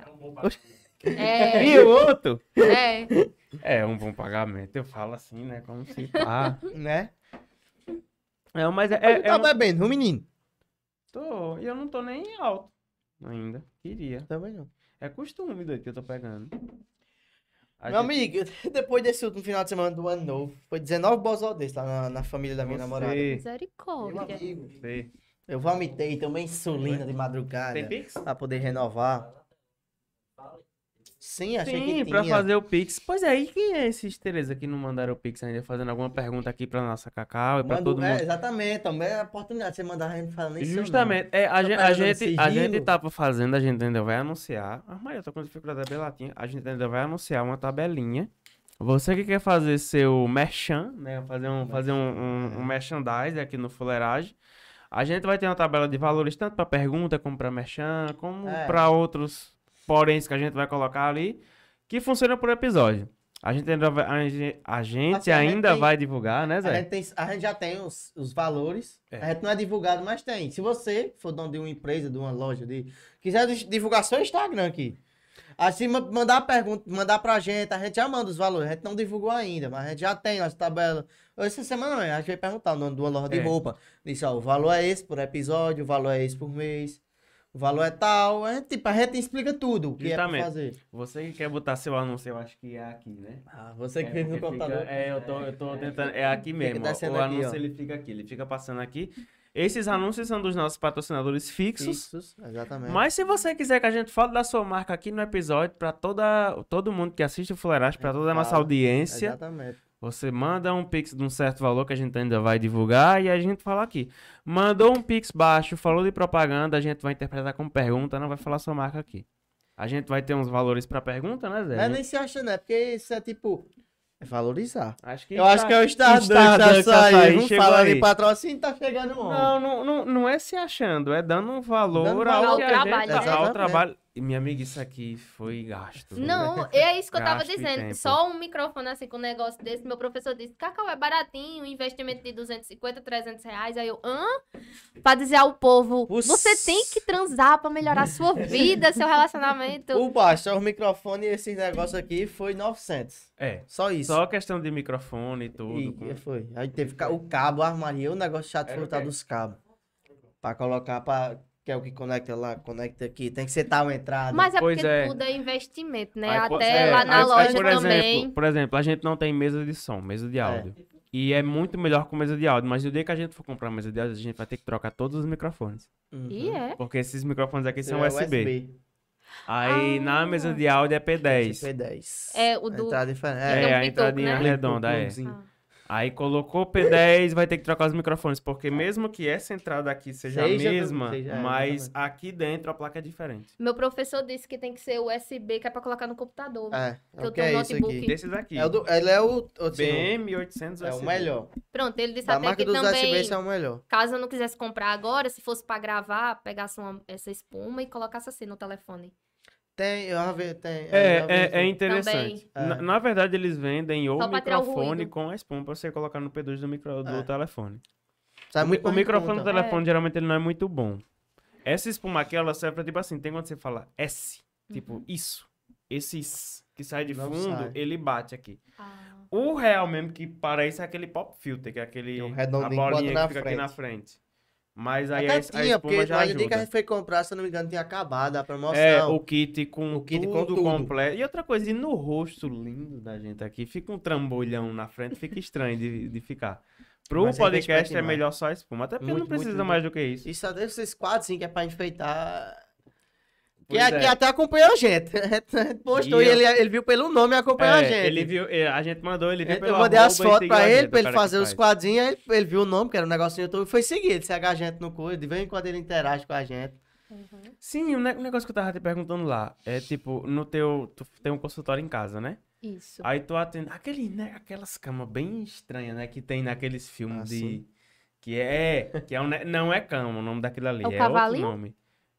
É,
E o outro?
é.
É um bom pagamento. Eu falo assim, né? Como se pá.
Né?
Não, mas é.
É,
é, é
tá
um-
bebendo, viu, menino?
Tô, e eu não tô nem alto ainda. Queria.
Também não.
É costume doido que eu tô pegando. A
Meu
gente-
amigo, depois desse último final de semana do ano novo, foi 19 bozó desse lá na, na família da minha namorada.
Você-
Meu
Misericórdia.
amigo,
você-
eu vomitei, tomei insulina de madrugada
Tem Pix?
pra poder renovar. Sim, achei que
Sim,
tinha.
pra fazer o Pix. Pois é, e quem é esses três aqui que não mandaram o Pix ainda? Fazendo alguma pergunta aqui pra nossa Cacau e pra
Mando-
todo
é,
mundo.
exatamente, também é a oportunidade de você mandar a gente falando isso.
Justamente, é, a,
Tô
gente, a,
pegando
gente, a gente
sigilo.
tava fazendo, a gente ainda vai anunciar. Ah, Maria, eu tô com dificuldade da belatinha. A gente ainda vai anunciar uma tabelinha. Você que quer fazer seu merchan, né? Fazer um, fazer um, um, um merchandise aqui no Fuleiragem. A gente vai ter uma tabela de valores, tanto pra pergunta, como pra merchan, como
É.
pra outros poréns que a gente vai colocar ali, que funcionam por episódio. A gente ainda vai, a gente, a gente
Assim, a gente
ainda
tem-
vai divulgar, né,
A
Zé?
gente, tem- a gente já tem os, os valores.
É.
A gente não é divulgado, mas tem. Se você for dono de uma empresa, de uma loja, de, quiser dis- divulgar seu Instagram aqui. Assim, ma- mandar a pergunta, mandar pra gente, a gente já manda os valores. A gente não divulgou ainda, mas a gente já tem nossa tabela. Essa semana mesmo, a gente vai perguntar o nome de uma loja de
É.
roupa. Disse, ó, o valor é esse por episódio, o valor é esse por mês, o valor é tal. A gente, tipo, a gente explica tudo o que é
Justamente.
pra fazer.
Você que quer botar seu anúncio, eu acho que é aqui, né?
Ah, você que
É,
vive no
porque fica-
computador.
é, eu tô, eu tô tentando. É aqui mesmo. ó.
descendo
O
aqui,
anúncio
ó.
ele fica aqui, ele fica passando aqui. Esses anúncios são dos nossos patrocinadores fixos.
Fixos, Exatamente.
Mas se você quiser que a gente fale da sua marca aqui no episódio, pra toda todo mundo que assiste o Fuleiragem, pra toda a nossa
Fala.
audiência,
Exatamente.
você manda um pix de um certo valor que a gente ainda vai divulgar e a gente fala aqui. Mandou um pix baixo, falou de propaganda, a gente vai interpretar como pergunta, não vai falar sua marca aqui. A gente vai ter uns valores pra pergunta, né, Zé?
Não
A
é
gente-
nem se acha, né? Porque isso é tipo. É valorizar.
Acho que
Eu acho
tá-
que é o Starbucks
Starbucks,
tá
açaí,
saindo.
chegou
Falando
aí.
em patrocínio, tá chegando um.
Não, não, não, não é se achando, é dando um valor,
Dando
ao,
valor
ao
que a
trabalho,
gente-
né?
ao
Exatamente.
trabalho. E minha amiga, isso aqui foi gasto. viu?
Não, é isso que eu tava
Gasto e tempo.
dizendo. Só um microfone assim com um negócio desse. Meu professor disse: Cacau é baratinho, um investimento de 250, 300 reais. Aí eu, hã? Pra dizer ao povo:
Os-
você tem que transar pra melhorar a sua vida, seu relacionamento.
O baixo, só o microfone e esses negócios aqui foi 900.
É.
Só isso.
Só questão de microfone e tudo.
E é
com-
foi. Aí teve ca- o cabo, a armaria, o negócio chato
Era
foi
o
o tal
quê?
dos cabos. Pra colocar pra. Que é o que conecta lá, conecta aqui. Tem que ser tal entrada.
Mas é
Pois
porque
é.
tudo é investimento, né?
Aí, po-
Até
é,
lá na
aí- aí,
loja
por
também.
Exemplo, por exemplo, a gente não tem mesa de som, mesa
É.
de áudio. E é muito melhor com mesa de áudio, mas no dia que a gente for comprar mesa de áudio, a gente vai ter que trocar todos os microfones.
Uhum.
E é.
Porque esses microfones aqui são
É
USB. Aí na
Ah.
mesa de áudio é P10.
Então, USB10.
É, o do-
Entrada diferente.
É,
Tem um
a
pitoco,
entradinha
né?
redonda, é.
Plugzinho.
Aí colocou P10, vai ter que trocar os microfones, porque mesmo que essa entrada aqui seja,
Seja
a
do-
mesma,
seja- é,
mas
exatamente.
aqui dentro a placa é diferente.
Meu professor disse que tem que ser USB, que é pra colocar no computador.
É,
Que
é
eu
o que
tenho
é
um
isso
notebook.
aqui.
Desses aqui.
É o do, ele é o. o assim,
BM800
é o
USB.
melhor.
Pronto, ele disse
Da
até
marca
que
dos
também.
USBs é o melhor.
Caso eu não quisesse comprar agora, se fosse pra gravar, pegasse uma- essa espuma e colocasse assim no telefone.
Tem, eu já vi, tem.
É,
eu já vi
é,
isso.
é interessante.
Também.
Na,
É.
na verdade, eles vendem ou
Só pra tirar o
microfone
ruído.
com a espuma pra você colocar no P2 do, micro, do
É.
telefone.
Sai
é, O mi-
muito
o
mais em
microfone do
conta.
telefone, geralmente, ele não é muito bom. Essa espuma aqui, ela serve pra, tipo assim, tem quando você fala S,
Uhum.
tipo isso. Esse S que sai de
Não
fundo,
sai.
ele bate aqui.
Ah,
O real mesmo que para isso é aquele pop filter, que é aquele
Que é um
a
redondinho que
bolinha
bota
que
na
fica aqui na frente. Mas aí a,
Até
es- a
tinha, porque
espuma já
na dia que a
ajuda.
gente foi comprar, se eu não me engano, tinha acabado a promoção.
É, o kit com
O kit
tudo,
com tudo.
completo. E outra coisa, e no rosto lindo da gente aqui, fica um trambolhão na frente, fica estranho de, de ficar. Pro
Mas aí
podcast
respeita
é
demais.
melhor só a espuma, até porque
Muito,
não
muito,
precisa
muito.
mais do que isso.
Isso até esses quadros, sim, que é pra enfeitar. Que,
Pois
a-
é.
que até acompanhou a gente. A gente postou
E
e,
eu-
ele, ele viu pelo nome e acompanhou a
É,
gente.
ele viu, é, a gente mandou, ele viu
Eu
pelo
mandei as
arroba
fotos
e seguiu
pra
a
ele,
gente,
pra
o
ele
cara que
fazer os
faz.
quadrinhos, aí ele, ele viu o nome, que era um negócio no YouTube, foi seguir, ele segue a gente no cu, de vez em quando ele interage com a gente.
Sim, o ne- o negócio que eu tava te perguntando lá é tipo, no teu. Tu tem um consultório em casa, né?
Isso.
Aí tu atende. Aquele, né, aquelas camas bem estranhas, né? Que tem naqueles filmes
Ah,
de. Que é. Que é um, ne- não é cama o nome daquilo ali.
É o
é
cavalinho?
outro nome.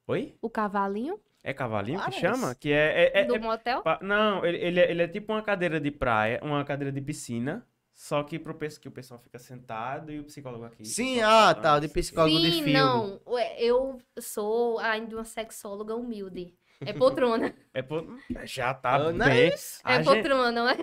Oi?
O cavalinho
É cavalinho
Parece.
que chama? Que é. é- é-
do
é
motel?
pa- não, ele, ele é, ele é tipo uma cadeira de praia, uma cadeira de piscina. Só que pro pessoal que o pessoal fica sentado e o psicólogo aqui.
Sim,
só
ah,
falando,
tá,
não
de
sei o quê.
psicólogo de
Sim,
filme.
não. Ué, Eu sou ainda uma sexóloga humilde. É poltrona.
É por... Já tá
Ah, não é
bem. A
é
gente-
poltrona, não é?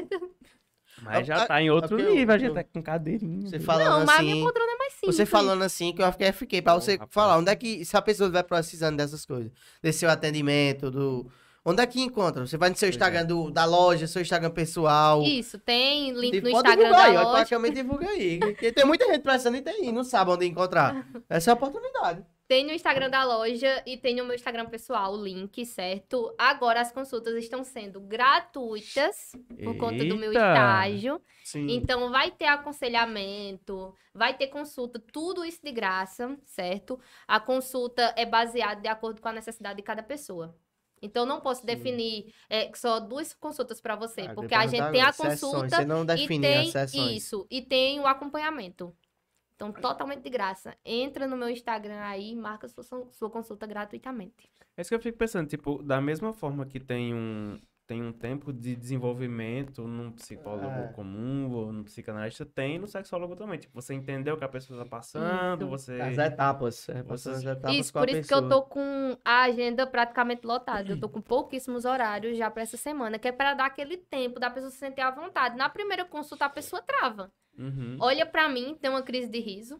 Mas
Ah,
já tá em outro
ah, porque eu-
nível, a gente
eu-
tá com cadeirinha.
Você
viu?
Não,
falando
mas a minha
assim,
poltrona é mais simples.
você falando assim, que eu fiquei, fiquei pra
Bom,
você
rapaz.
falar, onde é que, se a pessoa vai precisando dessas coisas, desse seu atendimento, do... Onde é que encontra? Você vai no seu
Pois é.
Instagram do- da loja, seu Instagram pessoal.
Isso, tem link
Div-
no
pode
Instagram
divulgar
da
aí, ó,
loja.
praticamente divulga aí. Porque tem muita gente precisando e tem- e não sabe onde encontrar. Essa é a oportunidade.
Tem no Instagram da loja e tem no meu Instagram pessoal o link, certo? Agora as consultas estão sendo gratuitas por conta do meu
Eita!
estágio.
Sim.
Então vai ter aconselhamento, vai ter consulta, tudo isso de graça, certo? A consulta é baseada de acordo com a necessidade de cada pessoa. Então não posso definir é, só duas consultas para
É,
você,
Ah,
porque a gente tem a consulta
Você não
e
define
tem
tá as sessões.
isso, e tem o acompanhamento. Então, totalmente de graça. Entra no meu Instagram aí e marca sua, sua consulta gratuitamente.
É isso que eu fico pensando, tipo, da mesma forma que tem um, tem um tempo de desenvolvimento num psicólogo
É.
comum ou num psicanalista, tem no sexólogo também. Tipo, você entendeu o que a pessoa tá passando,
Isso.
você...
As etapas. é, passando as
Vocês-
etapas
isso,
com a
por isso que eu
pessoa.
tô com a agenda praticamente lotada. Eu tô com pouquíssimos horários já pra essa semana, que é pra dar aquele tempo da pessoa se sentir à vontade. Na primeira consulta, a pessoa trava.
Uhum.
Olha pra mim, tem uma crise de riso,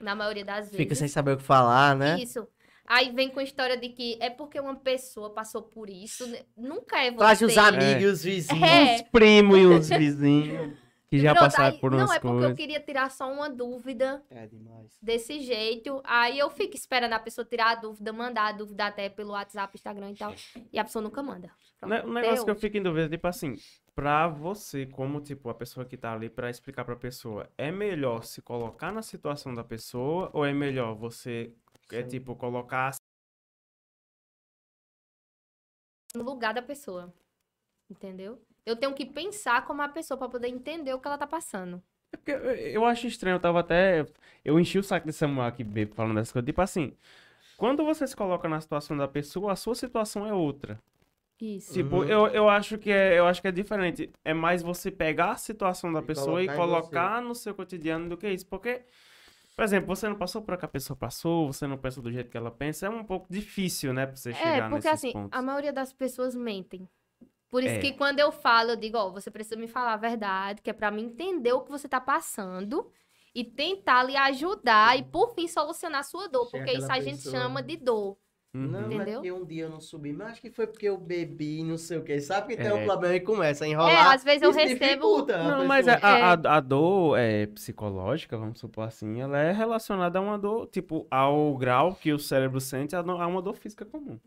na maioria das
Fica
vezes.
sem saber o que falar, né?
Isso. Aí vem com a história de que é porque uma pessoa passou por isso. né? Nunca é você.
Traz os amigos e os vizinhos.
É.
Os primos e os vizinhos que já
Pronto,
passaram
aí-
por
Não,
umas
é porque eu
coisas.
queria tirar só uma dúvida
É demais.
desse jeito. Aí eu fico esperando a pessoa tirar a dúvida, mandar a dúvida até pelo WhatsApp, Instagram e tal. E a pessoa nunca manda. Pronto,
Ne- Um negócio que eu
até
fico em dúvida, tipo assim, pra você, como, tipo, a pessoa que tá ali pra explicar pra pessoa, é melhor se colocar na situação da pessoa ou é melhor você, é tipo, colocar
hoje, No lugar da pessoa. Entendeu? Eu tenho que pensar como a pessoa pra poder entender o que ela tá passando.
É porque eu- eu acho estranho, eu tava até. Eu enchi o saco de Samuel aqui bebo, falando dessas coisas. Tipo assim, quando você se coloca na situação da pessoa, a sua situação é outra.
Isso.
Tipo,
Uhum.
eu, eu acho que é, eu acho que é diferente. É mais você pegar a situação da
E
pessoa e
colocar em você.
colocar no seu cotidiano do que isso. Porque, por exemplo, você não passou por o que a pessoa passou, você não pensa do jeito que ela pensa, é um pouco difícil, né, pra você chegar
É, porque
nesses
assim,
pontos.
a maioria das pessoas mentem. Por isso
É.
que quando eu falo, eu digo, ó, você precisa me falar a verdade, que é pra mim entender o que você tá passando e tentar lhe ajudar e por fim solucionar a sua dor,
Chega
porque isso
aquela
a gente
pessoa-
chama de dor.
Uhum.
Não, é
Entendeu?
porque um dia eu não subi, mas acho que foi porque eu bebi, não sei o que. Sabe que tem um
É.
problema e começa a
É,
enrolar.
às vezes eu
Isso
recebo um-
dificulta a
Não, mas é, a,
pessoa.
a, a- a dor é, psicológica, vamos supor assim, ela é relacionada a uma dor, tipo, ao grau que o cérebro sente a, no- a uma dor física comum.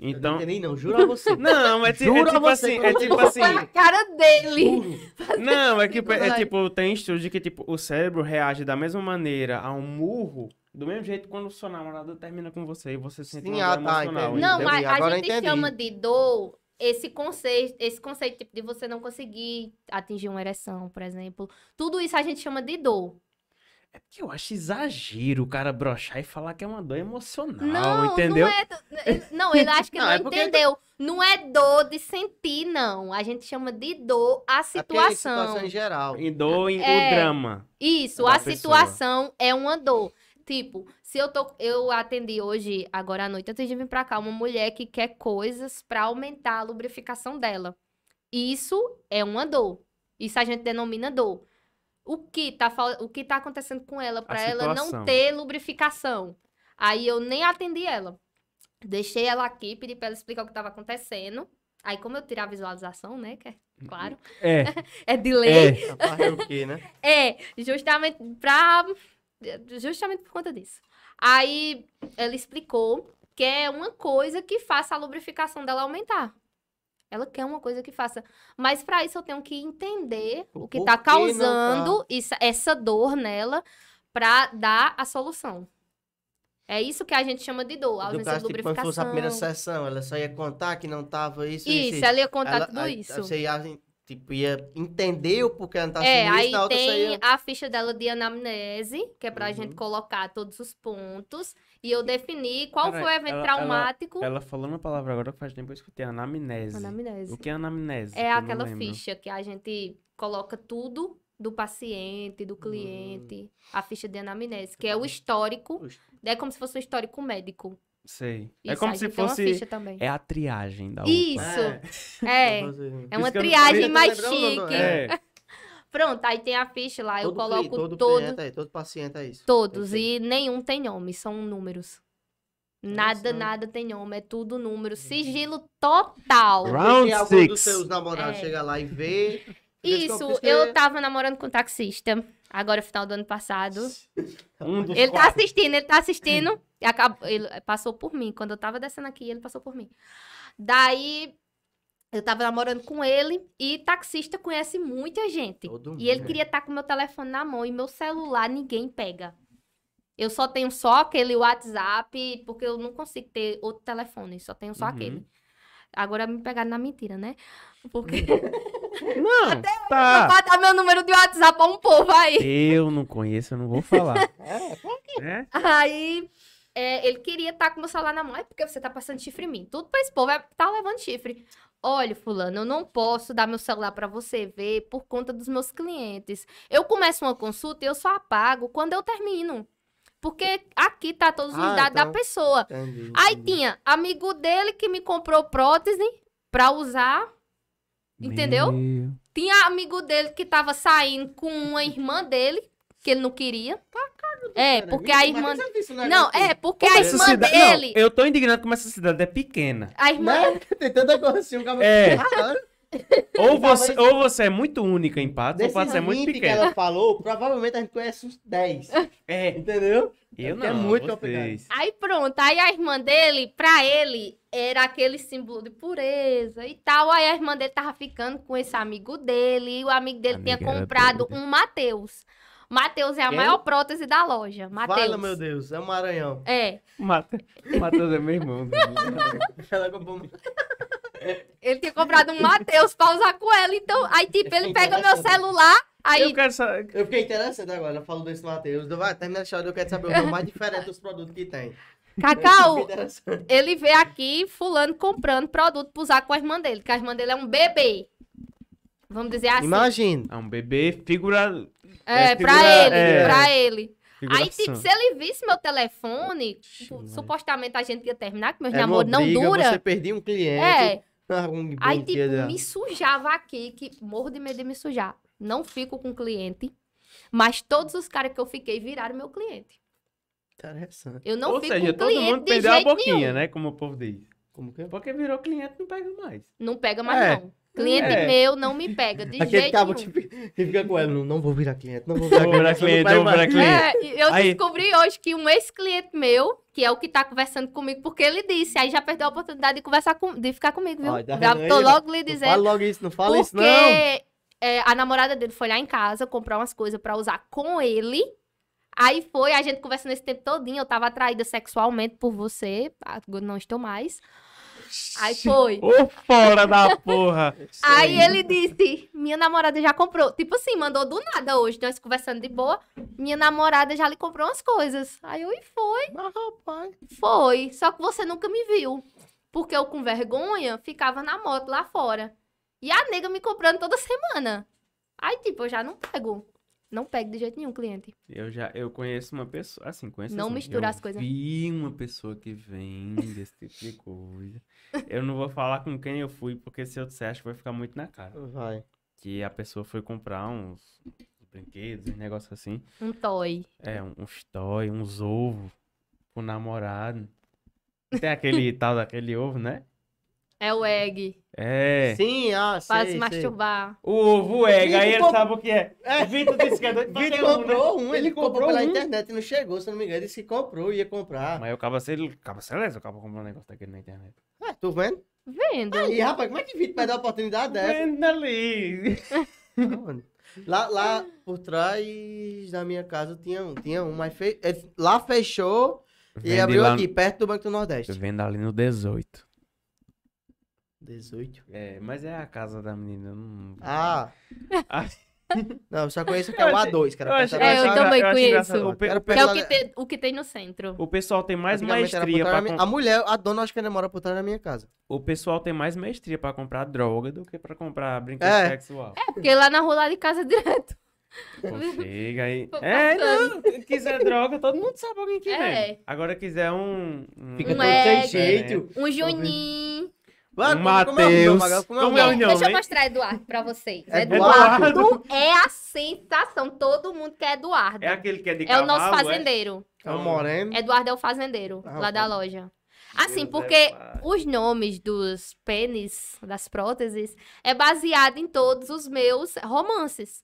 Eu Não
Então.
entendi, não, juro a você.
Não, é, ti- é
Juro a
tipo
você
assim,
que eu
é
não
tipo
vou
assim.
foi na cara dele.
Juro.
Não, é que
Não
é
vai.
tipo, tem estudo de que tipo, o cérebro reage da mesma maneira a um murro, do mesmo jeito quando sua namorada termina com você e você sente
Sim,
uma
ah,
dor
tá,
emocional.
entendi.
Não,
entendeu?
mas a
Agora eu
gente
entendi.
chama de dor esse conceito, esse conceito tipo, de você não conseguir atingir uma ereção, por exemplo. Tudo isso a gente chama de dor.
É porque eu acho exagero o cara brochar e falar que é uma dor emocional,
Não,
entendeu?
não é. do- Não, ele acha que
Não,
não,
é porque-
entendeu. Não é dor de sentir, não. A gente chama de dor a
É porque é
situação.
situação em geral.
Em dor, em
É.
o drama.
Isso,
É da
a
pessoa.
situação é uma dor. Tipo, se eu tô. Eu atendi hoje, agora à noite, antes de vir pra cá, uma mulher que quer coisas pra aumentar a lubrificação dela. Isso é uma dor. Isso a gente denomina dor. O que tá, fal- o que tá acontecendo com ela pra ela não
situação.
ter lubrificação? Aí eu nem atendi ela. Deixei ela aqui, pedi pra ela explicar o que tava acontecendo. Aí, como eu tirar a visualização, né? Que é claro.
É.
É de lei.
Rapaz, é o quê, né?
É, justamente pra. Justamente por conta disso. Aí ela explicou. quer uma coisa que faça a lubrificação dela aumentar. Ela quer uma coisa que faça. Mas para isso eu tenho que entender
O
o
porquê
que está
não tá.
causando isso- essa dor nela para dar a solução. É isso que a gente chama de dor, a
Do
ausência de
caso, tipo, quando fosse a
lubrificação.
primeira sessão, ela só ia contar que não tava isso, isso,
Isso, ela ia contar
Ela-
tudo
aí- assim, aí
isso.
Você ia, tipo, ia entender o porquê ela não tá
É,
assim,
sendo
aí
isso, na outra você
tem
ia...
a ficha dela de anamnese, que é pra
Uhum.
gente colocar todos os pontos. E eu definir qual
Peraí,
foi o evento
ela- ela-
traumático.
Ela falou uma palavra agora que faz tempo que eu escutei, anamnese.
Tipo Anamnese.
O que é anamnese? Que
É
eu não
aquela
lembro.
ficha que a gente coloca tudo do paciente, do
Hum.
cliente, a ficha de anamnese, que é
Uhum.
o histórico,
Puxa.
é como se fosse um histórico médico.
Sei. é
Isso,
como
a
se
gente tem uma
fosse.
ficha também.
É a triagem da UPA.
Isso, é. É,
fazer-
uma
que eu não
triagem
sabia,
mais
tô lembrando, não, não,
chique.
É.
Pronto, aí tem a ficha lá, eu
Todo cli-
coloco
todo,
todo-
cliente é- todo paciente é isso.
todos,
Eu
e nenhum tem nome, são números. Nada,
Interessante.
nada tem nome, é tudo número, sigilo total.
Round
Round algum dos
six.
seus namorados
É.
chegar lá e ver.
Isso, eu tava namorando com um taxista, agora final do ano passado.
Um dos
Ele tá
quatro.
assistindo, ele tá assistindo. E acabou- ele passou por mim. Quando eu tava descendo aqui, ele passou por mim. Daí, eu tava namorando com ele e taxista conhece muita gente.
Todo
E ele
mundo.
queria estar com meu telefone na mão e meu celular ninguém pega. Eu só tenho só aquele WhatsApp, porque eu não consigo ter outro telefone, só tenho só
Uhum.
aquele. Agora me pegaram na mentira, né? Porque
Não,
ah.
tá.
vai dar meu número de WhatsApp pra um povo aí.
Eu não conheço, eu não vou falar. É?
Aí é, ele queria estar com o meu celular na mão. É porque você tá passando chifre em mim. Tudo pra esse povo é tá levando chifre. Olha, fulano, eu não posso dar meu celular pra você ver por conta dos meus clientes. Eu começo uma consulta e eu só apago quando eu termino. Porque aqui tá todos os
Ah,
dados da
então. Uhum.
pessoa.
Entendi,
Aí
entendi.
tinha amigo dele que me comprou prótese pra usar. Entendeu?
Meu.
Tinha amigo dele que tava saindo com uma irmã dele, que ele não queria.
Tá
É, porque a
Mas
irmã
você disse um
não,
negócio
é, porque a
assim?
Essa
irmã
cidade- não,
dele.
eu tô indignado como essa cidade é pequena.
A irmã.
Né? Tem tanta coisa assim, o cara
É.
Caralho,
Ou você, ou você é muito única em Patos, ou
Desses
Patos é muito
20 que
pequena.
ela falou, provavelmente a gente conhece uns 10.
É,
Entendeu?
eu não.
É muito
vocês.
Aí pronto, aí a irmã dele, pra ele, era aquele símbolo de pureza e tal. Aí a irmã dele tava ficando com esse amigo dele. E o amigo dele
Amiga
tinha
era
comprado
doida.
um Mateus. Mateus é a
Quem?
maior prótese da loja.
Fala, meu
Mateus.
Deus, é um Maranhão.
É,
Mata, Matheus é meu irmão.
Ela comprou um-
ele tinha comprado um Mateus pra usar com ela. Então, aí tipo, ele pega meu celular,
Eu
aí
quero É saber.
Eu fiquei interessado agora, ela falou desse Matheus. Eu- Vai, termina a história, eu quero saber o nome mais diferente dos produtos que tem. Eu fiquei
Cacau,
interessado.
ele vê aqui fulano comprando produto pra usar com a irmã dele, que a irmã dele é um bebê. Vamos dizer assim.
Imagina.
É um bebê figura.
É,
é,
pra
figura-
ele,
é.
pra ele.
figuração.
Aí, tipo, se ele visse meu telefone,
Ixi,
tipo,
Maria.
supostamente a gente ia terminar,
É
que meu
Era uma
namoro não
briga,
dura.
Você perdia um cliente.
É.
Um
Aí,
bom
tipo,
dia dela.
me sujava aqui, que morro de medo de me sujar. Não fico com cliente, mas todos os caras que eu fiquei viraram meu cliente.
Interessante.
Eu não
Ou
fico
seja,
com
todo
cliente
mundo
de
perdeu a
jeito
boquinha,
nenhum.
né? Como o povo diz.
Como que é?
Porque virou cliente, não pega mais.
Não pega mais,
É.
não. Cliente
É.
meu não me pega, de
Aquele
jeito
cabo
nenhum.
que fica, que fica com ela. Não, não vou virar cliente, não vou virar
Vou virar cliente,
vai
vou virar
mais.
cliente.
É, e eu
Aí-
descobri hoje que um ex-cliente meu, que é o que tá conversando comigo, porque ele disse, aí já perdeu a oportunidade de conversar com, de ficar comigo, viu?
Ó, tá
já
vendo
tô
aí,
logo lhe
Não fala
dizendo.
logo isso, não fala
Porque
isso, não.
é, a namorada dele foi lá em casa comprar umas coisas pra usar com ele. Aí foi, a gente conversando esse tempo todinho, eu tava atraída sexualmente por você, agora não estou mais. Aí foi.
Ô, fora da porra!
Aí ele disse, minha namorada já comprou. Tipo assim, mandou do nada hoje, nós conversando de boa. Minha namorada já lhe comprou umas coisas. Aí eu, e foi?
Mas, rapaz.
Foi. Só que você nunca me viu. Porque eu, com vergonha, ficava na moto lá fora. E a nega me comprando toda semana. Aí, tipo, eu já não pego. Não pego de jeito nenhum, cliente.
Eu já eu conheço uma pessoa, assim, conheço
Não
assim,
mistura
eu
as coisas.
Vi uma pessoa que vende esse tipo de coisa. Eu não vou falar com quem eu fui, porque se eu disser, acho que vai ficar muito na cara.
Vai.
Que a pessoa foi comprar uns brinquedos, um negócio assim.
Um toy.
É, um- uns toy, uns ovos pro namorado. Tem aquele tal daquele ovo, né?
É o egg.
É.
Sim, ah, sei,
Para
sei.
se masturbar.
O ovo egg, aí ele
Vitor-
sabe o que é. O Vitor disse que é doido pra
Ele
ter um, né?
comprou um, ele,
Ele
comprou,
comprou
pela
um.
internet, não chegou, se eu não me engano, ele disse que comprou, ia comprar.
Mas o cabo celeste, o cabo celeste, o cabo comprou um negócio daquele na internet.
É, tu vendo?
Vendo.
Aí, rapaz, como é que Vitor perdeu a oportunidade dessa?
Vendo ali.
Não, mano. Lá, lá por trás da minha casa tinha um, tinha um, mas fe... ele- lá fechou e
Vende
abriu
lá-
aqui, perto do Banco do Nordeste.
Vendo ali no 18.
18.
É, mas é a casa da menina. eu Não...
Ah.
Ah.
Não, eu só conheço que é o
Eu achei-
A2, cara.
eu achei-
É, eu
acho
também
engra- acho
conheço.
engraçado. O, pe-
Era
Que é o
pela-
que, tem, o que tem no centro.
o pessoal tem mais
Antigamente era
maestria
por trás
pra
da minha-
com-
A mulher, a dona, acho que ela mora por trás da minha casa.
O pessoal tem mais maestria pra comprar droga do que pra comprar brinquedo
É.
sexual.
É, porque lá na rua lá de casa é direto.
Pô, chega aí.
Tô
É,
passando.
não. Quiser droga, todo mundo sabe alguém que
É.
vem. Agora quiser um. um- né?
Fica
Fica Um
todo
todo sem
sem
egg.
jeito.
jeito.
Um Juninho.
Mano,
Um
como- como é o nome,
Mateus.
Magal? Como é o
Como é o
nome?
Não,
Deixa eu
hein? É
mostrar Eduardo pra vocês.
Eduardo.
Eduardo é a sensação. Todo mundo quer Eduardo.
É
É,
aquele que é de cavalo,
o nosso fazendeiro.
É o Moreno.
Eduardo é o fazendeiro
Ah,
lá da
tá.
loja. Assim,
Deus
porque
é pai.
os nomes dos pênis, das próteses, é baseado em todos os meus romances.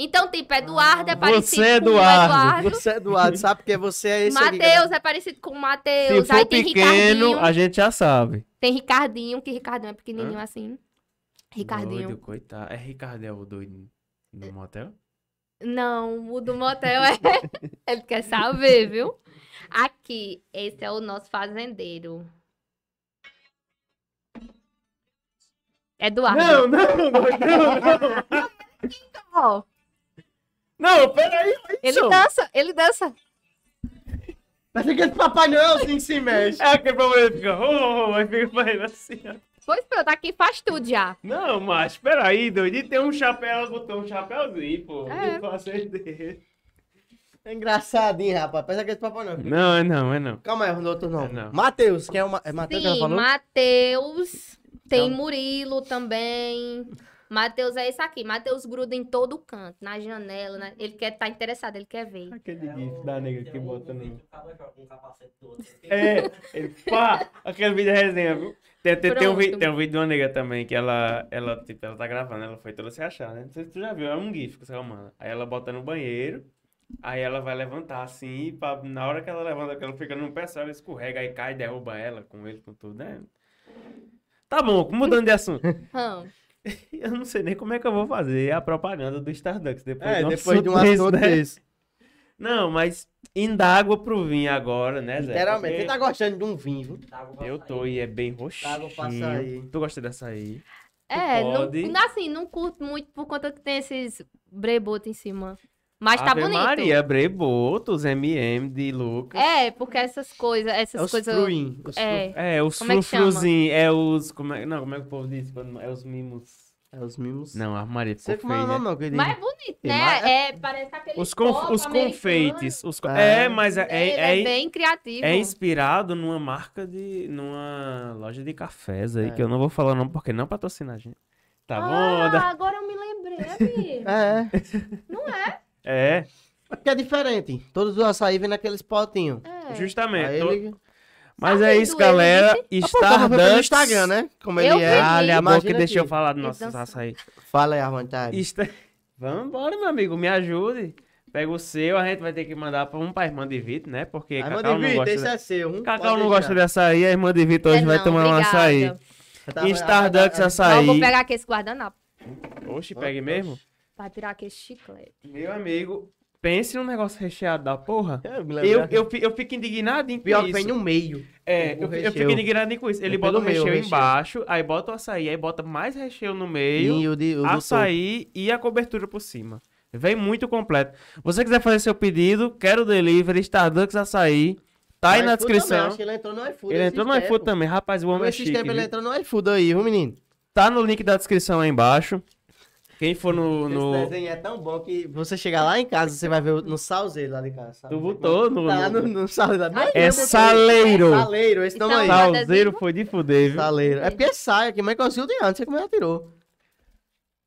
Então, tipo,
Ah,
Eduardo é parecido
você,
com o
Eduardo.
Eduardo.
Você é Eduardo, sabe porque você é esse aqui, galera.
Mateus é parecido com o Mateus. Aí tem Ricardinho.
gente já sabe.
Tem Ricardinho, que Ricardinho é pequenininho assim. Ricardinho.
Doido, coitado. É Ricardo é o doido no motel?
Não, o do motel é. Ele quer saber, viu? Aqui, esse é o nosso fazendeiro. Eduardo.
Não, não, não, não.
Ó,
Não, peraí.
ele dança, ele dança.
Parece aquele Papai Noel assim que se mexe.
É aquele problema que fica. Oh, oh, aí fica fazendo assim, ó.
Pois pronto, tá aqui faz tudo já.
Não, mas peraí, doido. E tem um chapéu, ela botou um chapéuzinho, pô.
É.
Não faço ideia.
É engraçadinho, rapaz. Parece aquele Papai Noel.
Não, é não, é não.
Calma aí, o outro nome.
É, não.
Matheus, quem é o Ma... é Matheus que ela
Sim,
falou?
Matheus. Tem
Então-
Murilo também. Matheus é esse aqui. Matheus gruda em todo canto, na janela. na- Ele quer estar interessado, ele quer ver.
Aquele gif da nega que bota no.
É, Um cara joga um capacete do outro.
É, ele, pá, aquele vídeo é resenha, viu? Tem, tem, tem um, vi-
Pronto.
tem um vídeo de uma nega também que ela, ela, tipo, ela tá gravando, ela foi toda se achar, né? Não sei se tu já viu, é um gif que você manda. Aí ela bota no banheiro, aí ela vai levantar assim, pra, na hora que ela levanta, que ela fica no pé, só ela escorrega, aí cai, derruba ela com ele, com tudo, né? Tá bom, mudando de assunto.
Hum.
Eu não sei nem como é que eu vou fazer a propaganda do Starducks depois
É,
de um
depois de um
assunto desse,
assunto
né?
desse.
Não, mas indágua pro vinho agora, né, Zé?
Literalmente. Você
Porque-
tá gostando de um vinho, viu?
Dava pra
Eu
sair.
tô e é bem roxinho.
Água pra açaí.
Tu gosta dessa aí?
É, não-
pode.
não, assim, não curto muito por conta que tem esses brebotos em cima. Mas tá
Ave
bonito.
Maria, Brebotos, MM de Lucas.
É, porque essas coisas, essas
É os
coisas.
fruim. os fru-
É,
É, os
Como é que chama?
frufruzinhos, é os... Como é, não, como é que o povo diz? quando- É os mimos.
É os mimos.
Não, a Maria ficou
Você
feio,
como é o
né?
nome, meu querido?
mas é bonito,
E
né?
mais-
É, parece aquele.
Os, conf-
copo
os
americano.
confeites. Os co-
Ah.
É, mas é,
Ele
é, é,
bem criativo.
é inspirado numa marca de... Numa loja de cafés aí,
É.
que eu não vou falar não, porque não patrocina a gente. Tá bom?
ah,
Da-
agora eu me lembrei, amigo.
É, é.
É,
É Porque é diferente. Todos os açaí vêm naqueles potinhos.
É.
justamente.
Aí
tô- Ah,
ele... Ah,
Mas
Sabe
é
do
isso,
ele,
galera.
Tá no
Starducks...
Instagram, né? Como
Eu
ele é.
vi.
Olha a boca
Imagina
que deixa eu
aqui.
falar do
Ele
nosso
dançando.
açaí.
Fala aí, Armantari.
Está... Vambora, meu amigo, me ajude. Pega o seu, a gente vai ter que mandar pra um pra irmã de Vitor, né? Porque Cacau não gosta.
esse
de-
é seu. hum?
Cacau
Pode
não
deixar.
gosta de açaí, a irmã de Vitor hoje
É,
vai
não,
tomar um
obrigada.
açaí.
Eu tava-
Starducks
Ah,
Ó,
açaí.
vou pegar aqui esse guardanapo.
Oxe, pegue mesmo.
Vai tirar aqui esse chiclete.
Meu amigo, pense num negócio recheado da porra.
É, Eu, me lembro.
Eu, eu, fi- eu fico indignado em
Pior
isso.
que vem no meio. O
É, eu, fi- eu
recheio.
fico indignado em com isso. Ele
É
bota o
pelo meu,
recheio,
o recheio.
embaixo, aí bota o açaí, aí bota mais recheio no meio.
o de, o do
açaí e a cobertura por cima. Vem muito completo. Você quiser fazer seu pedido, quero delivery, Starducks açaí. Tá aí
No
na
iFood
descrição.
também, acho que é ele entrou no iFood.
ele
esses
entrou no
tempos.
iFood também, rapaz, o
Com
homem é
Esses
chique.
tempos ele
viu?
entrou no iFood aí, viu, menino?
Tá no link da descrição aí embaixo. Quem for no.
Esse
no...
desenho é tão bom que você chegar lá em casa, você vai ver o- no salzeiro lá de casa. sabe?
Tu botou no.
Tá no,
no...
no salzeiro.
Ai,
É
Eu botei.
saleiro.
Saleiro, esse nome aí.
Então-
Salzeiro foi de fuder, viu?
É Saleiro. É porque sai aqui, mas conseguiu de antes, você como ela tirou.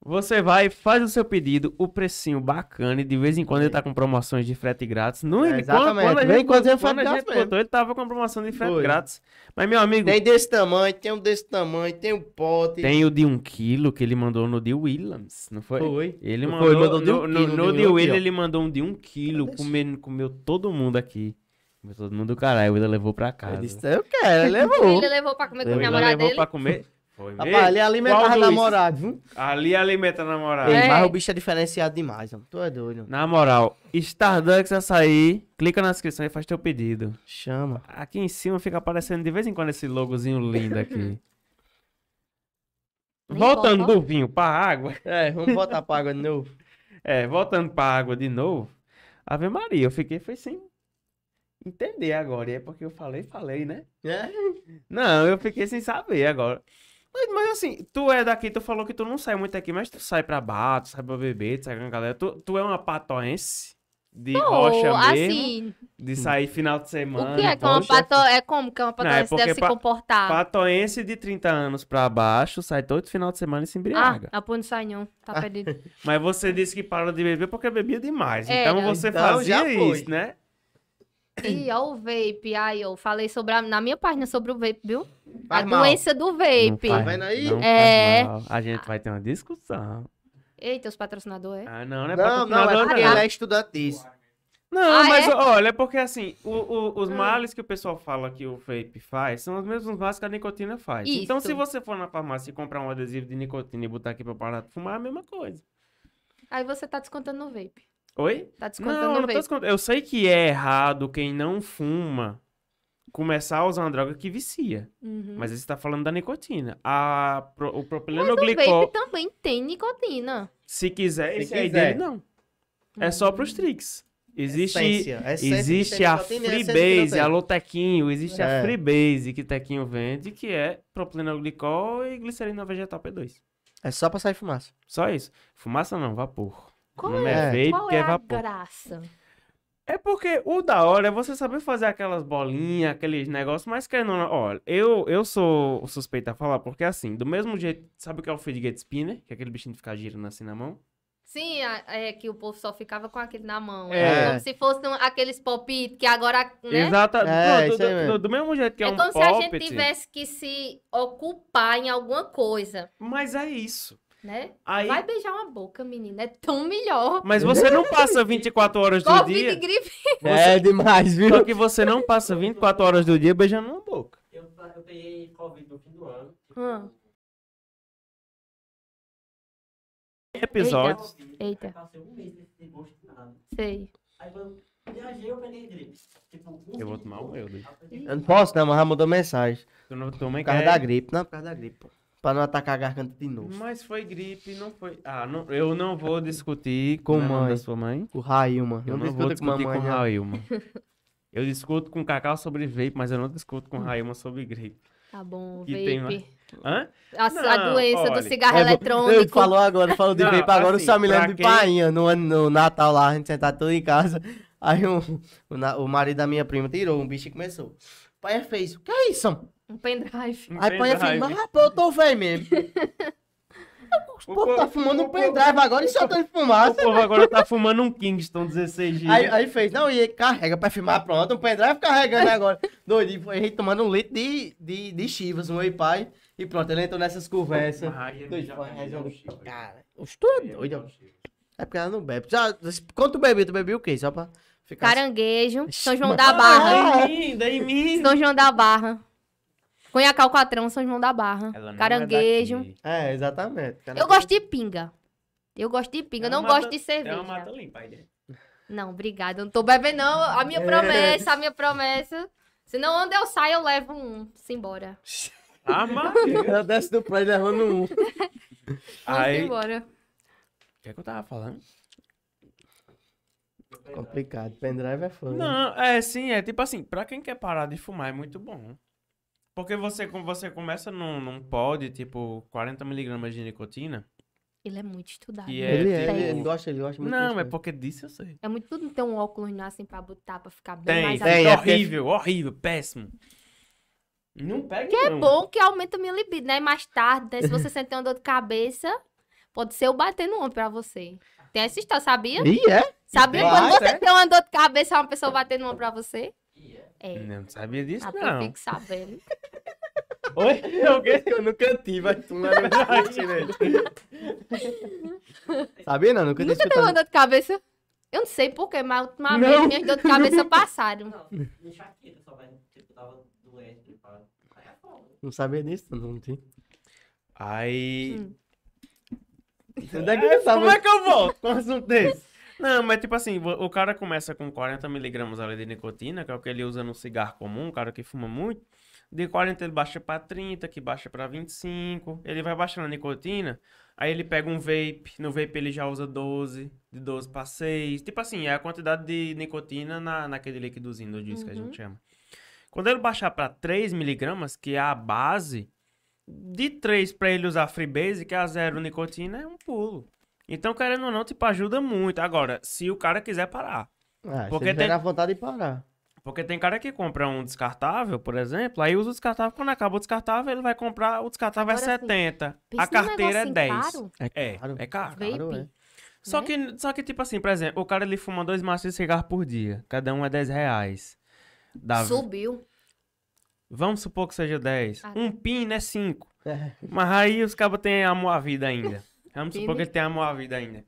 Você vai, faz o seu pedido, o precinho bacana, e de vez em quando ele tá com promoções de frete grátis. Não,
É,
ele-
exatamente.
Quando, quando a
Vem
gente,
quando tem
quando
frete
a
grátis
gente
mesmo.
botou, ele tava com promoção de frete
Foi.
grátis. Mas, meu amigo,
Tem
tem,
desse tamanho, tem um desse tamanho, tem um pote.
o de um quilo que ele mandou no de Williams, não foi?
Foi.
Ele
Foi,
mandou,
mandou de
no,
um
no-
quilo,
no
de
de
um
William,
aqui, ó.
ele mandou um de um quilo,
Cadê esse?
comendo, comeu todo mundo aqui. Comeu todo mundo, caralho, o William levou pra casa.
Eu disse, eu quero, ele levou.
Ele levou pra comer com
O
o
William
namorado
levou
dele.
pra comer. Foi
Rapaz, é
mesmo.
ele alimentava
Qual dos?
namorado, viu?
Ali alimenta a namorada.
É.
Ei, Mas o bicho é diferenciado demais, mano. Tu é doido.
Na moral, Stardust açaí, clica na descrição e faz teu pedido.
Chama.
Aqui em cima fica aparecendo de vez em quando esse logozinho lindo aqui.
Nem
voltando
volta.
do vinho pra água.
É, vamos botar pra água de novo.
É, voltando pra água de novo. Ave Maria, eu fiquei foi sem entender agora. E é porque eu falei, falei, né?
É?
Não, eu fiquei sem saber agora. Mas, mas assim, tu é daqui, tu falou que tu não sai muito aqui, mas tu sai pra bar, tu sai pra beber, tu sai com a galera. Tu, tu é uma patoense de rocha
Ou,
mesmo.
assim,
De sair final de semana.
o que é que é uma
poxa.
pato... É como que uma
é
patoense
porque
deve se
pa-
comportar?
Patoense de 30 anos pra baixo sai todo final de semana e se
Ah,
embriaga.
a pô não sai não. Tá
Ah.
perdido.
Mas você disse que parou de beber porque bebia demais.
Era.
Então você
Então, já
fazia
foi.
isso, né?
Ih, ó o vape. Aí, eu falei sobre a- na minha página sobre o vape, viu?
Faz
a
mal.
doença do vape.
Não faz-
vendo aí?
não faz
É.
mal. A gente vai ter uma discussão.
Eita, os patrocinadores, é?
Ah, não, não é
Não, não, é
patrocinador,
porque
não.
ele é estudante disso.
Não,
Ah,
mas
é?
olha, é porque assim, o- o- os
Hum.
males que o pessoal fala que o vape faz são os mesmos males que a nicotina faz. Então,
Isso.
se você for na farmácia e comprar um adesivo de nicotina e botar aqui pra parar de fumar, é a mesma coisa.
Aí você tá descontando no vape.
Oi?
Tá descontando
Não, não
no
tô
vape.
escondendo. Eu sei que é errado quem não fuma começar a usar uma droga que vicia.
Uhum.
Mas você tá falando da nicotina. A, pro- o
O
propilenoglicol,
vape também tem nicotina.
se quiser,
Se
esse aí
quiser.
dele não. É só
Hum.
pros tricks. Existe,
Essência, essência que
existe
tem
a
nicotina e essência que não
Freebase,
tem.
a Lotequinho, existe a
É.
Freebase que Tequinho vende, que é propilenoglicol e glicerina vegetal P2.
É só pra sair fumaça.
Só isso. Fumaça não, vapor.
Qual
não
é,
é,
é?
vape,
qual
que
é
é
a
vapor.
graça?
É porque o da hora é você saber fazer aquelas bolinhas, aqueles negócios, mas que não. Olha, eu, eu sou suspeito a falar, porque assim, do mesmo jeito, sabe o que é o fidget spinner? Que é aquele bichinho que fica girando assim na mão?
Sim, a- é que o povo só ficava com aquele na mão.
É.
É. Como se fossem aqueles pop-it que agora, né?
Exato.
É,
pronto,
isso aí
do-
mesmo.
do, do mesmo jeito que é,
É
um
como se a gente
poppet,
tivesse que se ocupar em alguma coisa,
Mas é isso.
né?
Aí,
Vai um beijar uma boca, menina. É tão melhor.
Mas você não passa 24 horas do
Covid
dia.
e gripe.
É demais, viu?
Só que você não passa 24 horas do dia beijando uma boca.
Eu, eu peguei Covid no fim do ano.
Hum. Então.
Episódios.
Eita.
Aí passei um mês sem gosto de nada.
Sei.
Aí quando eu viajei, eu peguei gripe. Tipo, um
Eu vou
dia
tomar
depois,
um meu, Deus.
eu peguei
Eu não posso, não, mas já mandou mensagem.
Tu não toma
Por causa da gripe. Não, por causa da gripe, pô. Pra não atacar a garganta de novo.
Mas foi gripe, não foi. Ah, não, eu não vou discutir
Com
com o nome
mãe.
da sua mãe.
O raio, mano.
Eu não,
discuta
vou discutir com,
mamãe, não.
Railma. Eu discuto com Cacau sobre vape, mas eu não discuto com Railma sobre gripe.
Tá bom,
Que tem
vape.
Hã?
A, a
Não,
doença
olha,
do cigarro
É,
eletrônico.
eu- Falou agora, falou de
Não,
vape agora,
assim,
eu só me
pra
lembro de
quem-
painha no, ano- no Natal lá, a gente sentar tudo em casa. Aí um, o, na- o marido da minha prima tirou um bicho e começou. Painha fez, o que é isso? mano?"
Um pendrive.
Aí painha fez,
Pendrive.
mas rapaz, eu tô velho mesmo.
O
O povo tá
povo-
fumando
o
um
povo-
pendrive agora e soltando fumaça.
O povo agora tá fumando um Kingston 16 g
Aí, aí fez, não, e ele carrega pra filmar, pronto, um pendrive carregando agora. Doido, e foi a gente tomando um litro de, de, de chivas, um ei pai, e pronto, ele entrou nessas conversas. Doido, foi uma
um
resenha do Cara, os tu é Tá doido. É porque ela não bebe. Já, quando tu bebeu, tu bebeu o quê? Só pra ficar...
Caranguejo.
Ixi,
São João
mas-
da Barra.
Ainda em mim.
São João da Barra. Cunha Calcatrão, São João da Barra.
Ela não é
Caranguejo.
daqui.
É, exatamente. Cara,
Eu gosto de pinga. Eu gosto de
É
pinga. Eu não
uma
gosto
mata-
de
É uma
cerveja.
mata limpa. aí dentro.
Não, obrigada. Eu não tô bebendo, não. A
É.
minha promessa, a minha promessa. Senão, onde eu saio, eu levo um. Simbora.
Ah, mas.
Ela desce do prédio levando um.
Aí. O
Simbora.
que é que eu tava falando?
Complicado. Pendrive é foda.
Não, é sim, é tipo assim, pra quem quer parar de fumar é muito bom. Porque você, com- você começa num, num pod, tipo, 40mg de nicotina,
Ele é muito estudado.
que é
Ele, é,
tipo...
ele, ele gosta, ele gosta muito.
Não,
disso,
é
né?
porque disso eu sei.
É muito tudo ter um óculos não, assim pra botar, pra ficar bem
Tem,
mais
tem,
tem,
aberto.
é porque-
horrível, horrível, péssimo. Não pega
é Que é bom que aumenta a minha libido, né? Mais tarde, né? Se você sentir uma dor de cabeça, Pode ser o bater no ombro pra você. Tem essa história, sabia?
Ih, é?
Sabia
Vai,
quando você tem uma dor de cabeça, uma pessoa bater no ombro pra você?
E é.
É.
Não sabia disso,
Ah, pô, eu
não.
fico sabendo.
Oi? Não, que-
Eu nunca tive, mas tu não é
Hum.
Sabia não, nunca
Nunca teve uma dor de cabeça? Eu não sei porquê, mas ultimamente
tá Não.
minhas dor de cabeça passaram.
Não, enxaqueca só vai. Tipo, tava doente, gripado. Aí é foda.
Não sabia disso, não, não tem.
Aí.
Hum.
Onde é que tu
Como
tava?
é que eu volto com um assunto desse? Não, mas tipo assim, vo- o cara começa com 40 miligramas ali de nicotina, que é o que ele usa no cigarro comum, o cara que fuma muito. De 40 ele baixa pra 30, que baixa pra 25. Ele vai baixando a nicotina, aí ele pega um vape, no vape ele já usa 12, de 12 pra 6. Tipo assim, é a quantidade de nicotina na, naquele líquidozinho do juice que a
Uhum.
gente chama. Quando ele baixar pra 3 miligramas, que é a base, de 3 pra ele usar freebase, que é a zero nicotina, é um pulo. Então, querendo ou não, tipo, ajuda muito. Agora, se o cara quiser parar.
Ah,
Porque
Porque
tem-
tem a vontade de parar.
Porque tem cara que compra um descartável, por exemplo, aí usa o descartável, quando acaba o descartável, ele vai comprar, o descartável
Agora,
é
assim,
70,
Pensa
a
num assim,
carteira é
negocinho
10.
caro,
É,
Claro.
é caro.
vape,
Claro, é.
Só
né?
que, só que, tipo assim, por exemplo, o cara ele fuma dois maços de cigarro por dia, cada um é 10 reais. Dá-
Subiu.
Vamos supor que seja 10.
Ah,
Um pin é 5.
É.
Mas aí os cabos têm amor à vida ainda. Vamos
Pino.
supor que ele tem amor à vida ainda.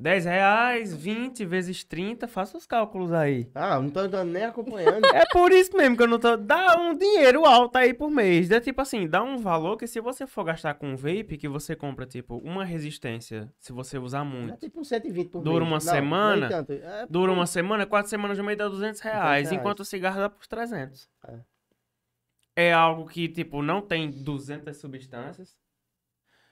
10 reais, 20 vezes 30, faça os cálculos aí.
Ah, eu não tô, tô nem acompanhando.
É por isso mesmo que eu não tô. Dá um dinheiro alto aí por mês. É tipo assim, dá um valor que se você for gastar com vape, que você compra, tipo, uma resistência, se você usar
É
muito.
um
tipo uns 120 por
Dura
mês.
uma
Não,
semana?
nem tanto. É,
Dura uma semana, quatro semanas no meio dá 200 reais,
reais.
enquanto o cigarro dá por 300.
É.
É algo que, tipo, não tem 200 substâncias.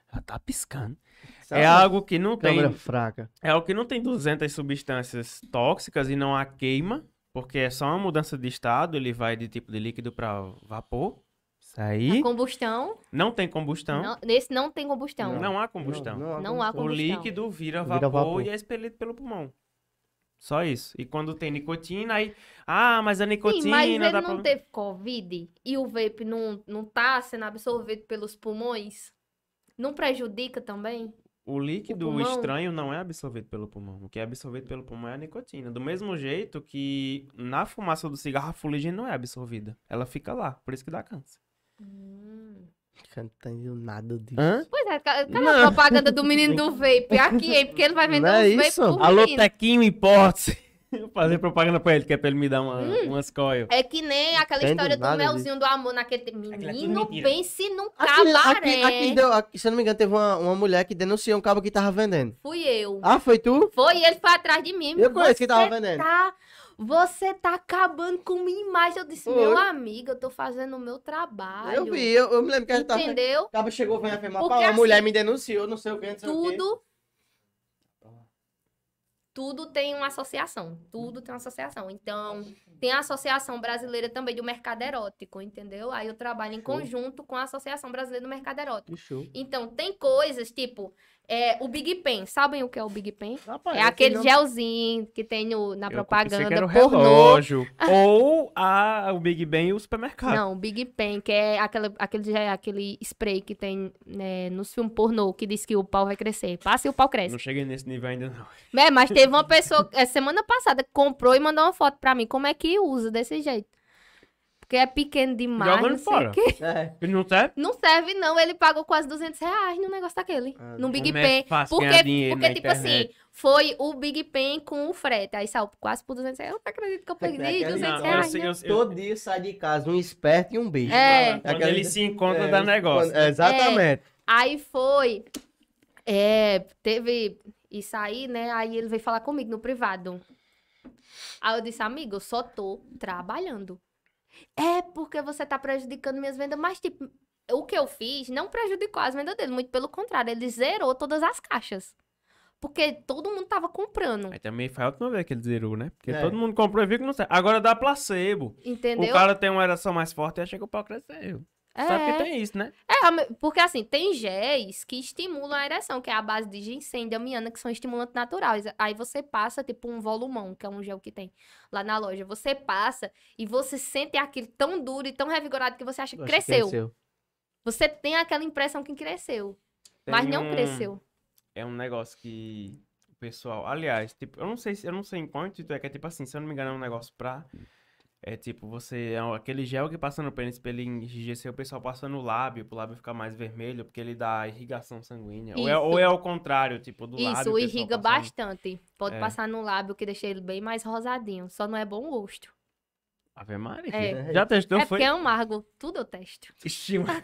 Ela tá piscando.
sabe?
É algo que não tem.
Câmera fraca.
É algo que não tem 200 substâncias tóxicas e não há queima, porque é só uma mudança de estado, ele vai de tipo de líquido para vapor. Isso aí.
A combustão.
Não tem combustão. Não,
não- nesse não tem combustão.
há combustão.
Não há
O
combustão.
líquido vira
Vira
vapor,
vapor.
e é expelido pelo pulmão. Só isso. E quando tem nicotina, aí. Ah, mas a nicotina
Sim, mas ele
dá
não
problema.
teve Covid e o vape não, não tá sendo absorvido pelos pulmões? Não prejudica também?
O líquido
pulmão-
estranho não é absorvido pelo pulmão. O que é absorvido pelo pulmão é a nicotina. Do mesmo jeito que na fumaça do cigarro a fuligem não é absorvida. Ela fica lá, por isso que dá câncer.
Hum.
Cara, não tá entendendo nada disso.
Hã?
Pois é, ca- cadê
Não.
a propaganda do menino do vape? Aqui, hein? Porque ele vai vender
Não é
uns vape
isso?
por
Alô,
menino.
Tequinho Importe. Vou fazer propaganda pra ele, que é pra ele me dar uma, umas coil.
É que nem aquela
Entendo
história do
nada
melzinho do amor naquele... te-
Aquilo é tudo
Menino,
mentira.
pense num
Aqui,
cabaré.
aqui, aqui deu, aqui, se eu não me engano, teve uma, uma mulher que denunciou um cabo que tava vendendo.
Fui eu.
Ah, foi tu?
Foi, ele foi atrás de mim.
Eu conheço
Você
quem tava vendendo.
tá, você tá acabando com minha imagem. Eu disse,
Foi.
meu amigo, eu tô fazendo o meu trabalho.
Eu vi, eu, eu me lembro que ela tava. O
Entendeu?
cabo chegou, veio afirmar,
Porque
"Pau, a
assim,
mulher me denunciou, não sei o que, não sei o quê." Tá
Tudo. Tudo tem uma associação. Tudo tem uma associação. Então,
Tá
tem a Associação Brasileira também do Mercado Erótico, entendeu? Aí eu trabalho em
Show.
conjunto com a Associação Brasileira do Mercado
Que
Erótico.
show.
Então, tem coisas tipo é, o Big Pen. Sabem o que é o Big Pen?
Rapaz, um
É
esse
aquele
não-
gelzinho que tem no- na propaganda pornô. Ah.
relógio. Ou a, o Big Ben e o
Ah.
supermercado.
Não, o Big Pen, que é aquela, aquele, gel- aquele spray que tem né, nos filmes pornô, que diz que o pau vai crescer. Passa e o pau cresce.
Não cheguei nesse nível ainda, não.
É, mas teve uma pessoa, é, semana passada, que comprou e mandou uma foto pra mim. Como é que usa desse jeito? Porque é pequeno demais.
Jogando
não sei
fora.
o quê.
É.
Ele não serve?
Não serve, não. Ele pagou quase 200 reais no negócio daquele.
Ah,
no Big
como é
Pen.
fácil
Porque,
ganhar dinheiro
porque
na
tipo
internet.
assim, foi o Big Pen com o frete. Aí saiu quase por 200 reais. Eu não acredito que eu
É que
perdi
naquela-
200
Não,
eu,
reais.
sei-
né?
eu, eu,
Todo dia sai de casa um esperto e um bicho.
É.
Quando
Aquela-
eles se encontram,
É,
dá negócio.
quando- Exatamente.
Aí foi. É, teve isso aí, né? Aí ele veio falar comigo no privado. Aí eu disse, amigo, eu só tô trabalhando. É porque você tá prejudicando minhas vendas, mas tipo, o que eu fiz não prejudicou as vendas dele, muito pelo contrário, ele zerou todas as caixas. Porque todo mundo tava comprando,
Aí também foi a última vez que ele zerou, né? Porque
É.
todo mundo comprou e viu que não serve. Agora dá placebo.
entendeu?
O cara tem uma ereção mais forte e acha que o pau cresceu. Sabe que
É,
tem isso, né?
é, a me- porque assim, tem géis que estimulam a ereção, que é a base de ginseng e damiana, que são estimulantes naturais. Aí você passa, tipo, um volumão, que é um gel que tem lá na loja. Você passa e você sente aquilo tão duro e tão revigorado que você acha que cresceu. Você tem aquela impressão que cresceu, mas
Tem
não
um-
cresceu.
é um negócio que o pessoal. Aliás, tipo, eu não sei, se- eu não sei em qual intuito é, que é tipo assim, se eu não me engano, é um negócio pra. É tipo, você. é aquele gel que passa no pênis pra ele enrijecer, o pessoal passa no lábio, pro lábio ficar mais vermelho, porque ele dá irrigação sanguínea. Ou é,
Isso.
ou é ao contrário, tipo, do lábio.
Isso,
o pessoal passa
irriga
no-
bastante. Pode
É.
passar no lábio, que deixa ele bem mais rosadinho. Só não é bom gosto.
Ave Maria.
É.
Já testou?
é
Então foi?
porque é um amargo. Tudo eu testo.
Ixi, mas-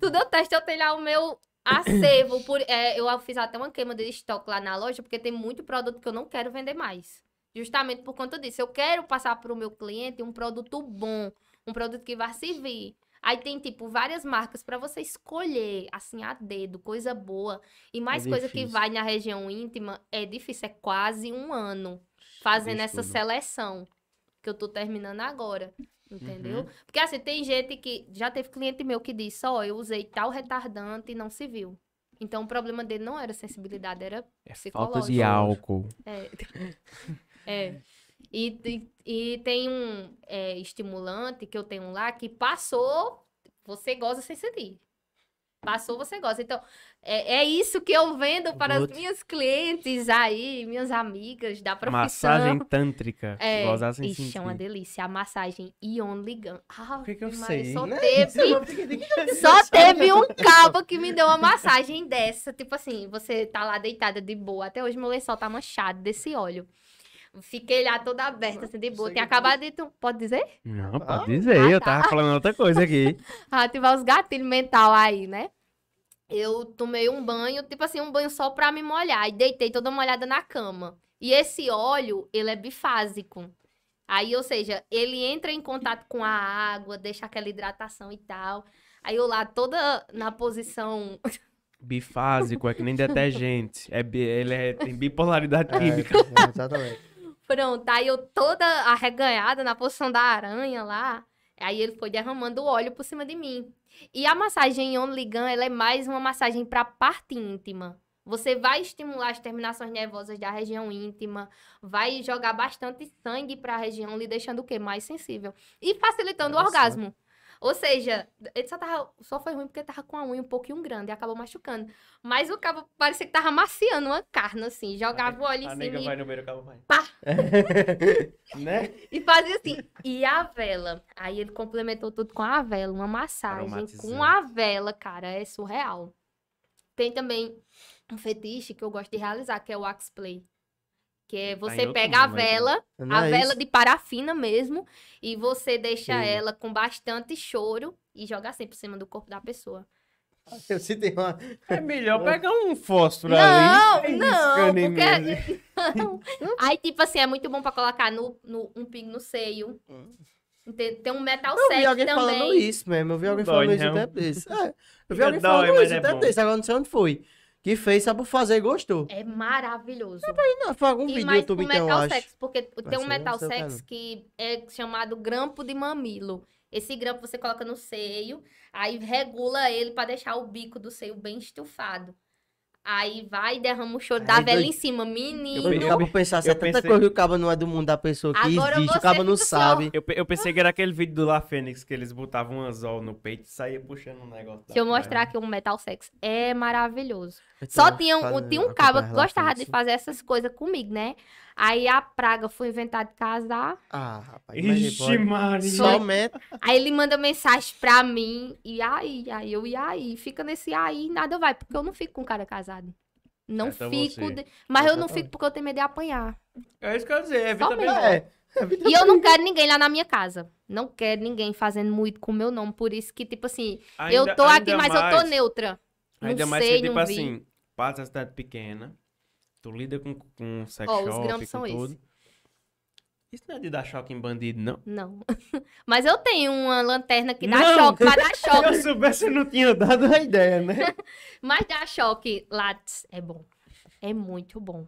Tudo eu testo. Eu tenho lá o meu acervo. Por, é, eu fiz até uma queima de estoque lá na loja, porque tem muito produto que eu não quero vender mais. Justamente por conta disso. Eu quero passar para o meu cliente um produto bom. Um produto que vai servir. Aí tem, tipo, várias marcas para você escolher, assim, a dedo, coisa boa. E mais coisa que
difícil.
vai na região íntima é difícil, é quase um ano fazendo
Isso
essa
tudo.
seleção que eu tô terminando agora. Entendeu? Porque assim, tem gente que. Já teve cliente meu que disse: Ó, eu usei tal retardante e não se viu. Então o problema dele não era sensibilidade, era.
É falta
Psicológico.
de álcool.
É. é. E, e, e tem um é, estimulante que eu tenho lá que passou, você goza sem sentir. Passou, você goza. Então, é, é isso que eu vendo para as
Putz.
minhas clientes aí, minhas amigas da profissão.
Massagem tântrica.
É,
Gozar sem
ixi, é uma
sentir.
delícia. A massagem Ion Ligan. Ah,
Por que que eu
Ave
sei,
Só
né?
é
teve, só teve um cabo que me deu uma massagem dessa. Tipo assim, você tá lá deitada de boa. Até hoje meu lençol tá manchado desse óleo. Fiquei lá toda aberta, assim, de boa. Tem acabado de... tu- Pode dizer?
Não, pode dizer, eu
Ah, tá.
tava falando outra coisa aqui.
Ativar os gatilhos mental aí, né? Eu tomei um banho, tipo assim, um banho só pra me molhar. E deitei toda molhada na cama. E esse óleo, ele é bifásico. Aí, ou seja, ele entra em contato com a água, deixa aquela hidratação e tal. Aí eu lá toda na posição.
Bifásico, é que nem detergente. É bi- ele é- tem bipolaridade química.
né?
exatamente.
Pronto, aí eu toda arreganhada na posição da aranha lá. Aí ele foi derramando óleo por cima de mim. E a massagem Onligan, ela é mais uma massagem para parte íntima. Você vai estimular as terminações nervosas da região íntima, vai jogar bastante sangue para a região, lhe deixando o quê? Mais sensível. E facilitando o orgasmo. Ou seja, ele só, tava, só foi ruim porque tava com a unha um pouquinho grande e acabou machucando. Mas o cabo parecia que tava maciando uma carne, assim. Jogava o óleo em
A
cima
nega
e
vai no meio, acaba vai.
Pá!
né?
E fazia assim, e a vela? Aí ele complementou tudo com a vela, uma massagem com a vela, cara, é surreal. Tem também um fetiche que eu gosto de realizar, que é o axe play. Que
Tá
é
em
você
outro
pega a
mundo aí,
vela,
Não
a
é
vela
isso?
de parafina mesmo, e você deixa
Sim.
ela com bastante choro e joga assim por cima do corpo da pessoa.
Eu citei uma.
É melhor pegar um fósforo
Não,
É
ali.
não,
Riscando em
porque-
mesa.
Aí, tipo assim, é muito bom pra colocar no, no- um pingo no seio. Tem, tem um metal
Eu vi
set
Hum. alguém
também.
falando isso mesmo. Eu vi alguém
Dói,
falando isso
não?
um tempo desse. É, eu vi
Ainda
alguém
dói,
falando
mas
isso
é
um tempo
bom.
desse. Agora não sei onde foi. Que fez só por fazer e gostou.
É maravilhoso.
Não, foi algum
E
vídeo do
mais o
YouTube é que eu
metal
acho.
sex, porque tem
Mas
um
aí eu não
metal
sei o que é,
sex que é chamado grampo de mamilo. Esse grampo você coloca no seio, aí regula ele pra deixar o bico do seio bem estufado. Aí vai e derrama o choro da
Ai,
vela
doido.
em cima,
Eu,
menino.
eu, acabo pensando,
eu
é tanta
pensei-
coisa que o cabo não é do mundo da pessoa que
Agora
existe,
você
o cabo não
fica só-
sabe.
Eu, pe- eu pensei que era aquele vídeo do La Fênix que eles botavam um anzol no peito e saía puxando um negócio.
Deixa eu mostrar aqui um metal sex. É maravilhoso. Só tinha um, tinha um cabo que gostava de fazer essas coisas comigo, né? Aí a praga foi inventar de casar.
Ah, rapaz.
Ixi, Maria.
Somente.
Aí ele manda mensagem pra mim, e aí, aí eu, e aí? Fica nesse aí, nada vai, porque eu não fico com cara casado. Não
Então
fico,
você-
de- mas eu não
Exatamente.
fico porque eu tenho medo de apanhar.
É isso que eu ia dizer, é
Só um
vitamina.
mesmo.
É.
E eu não quero ninguém lá na minha casa. Não quero ninguém fazendo muito com o meu nome, por isso que, tipo assim, eu
Ainda-
tô aqui,
ainda
mas eu tô
mais-
neutra. Não
Ainda mais
sei,
que, tipo
não vi.
assim, passa a cidade pequena, tu lida com, com sex
Ó, os
shop,
grampos
com
são esse.
tudo. Isso não é de dar choque em bandido, não.
Não. mas eu tenho uma lanterna que dá
Não!
choque, pra dar
Se eu
choque.
soubesse, eu não tinha dado a ideia, né?
Mas dá choque lá é bom. É muito bom.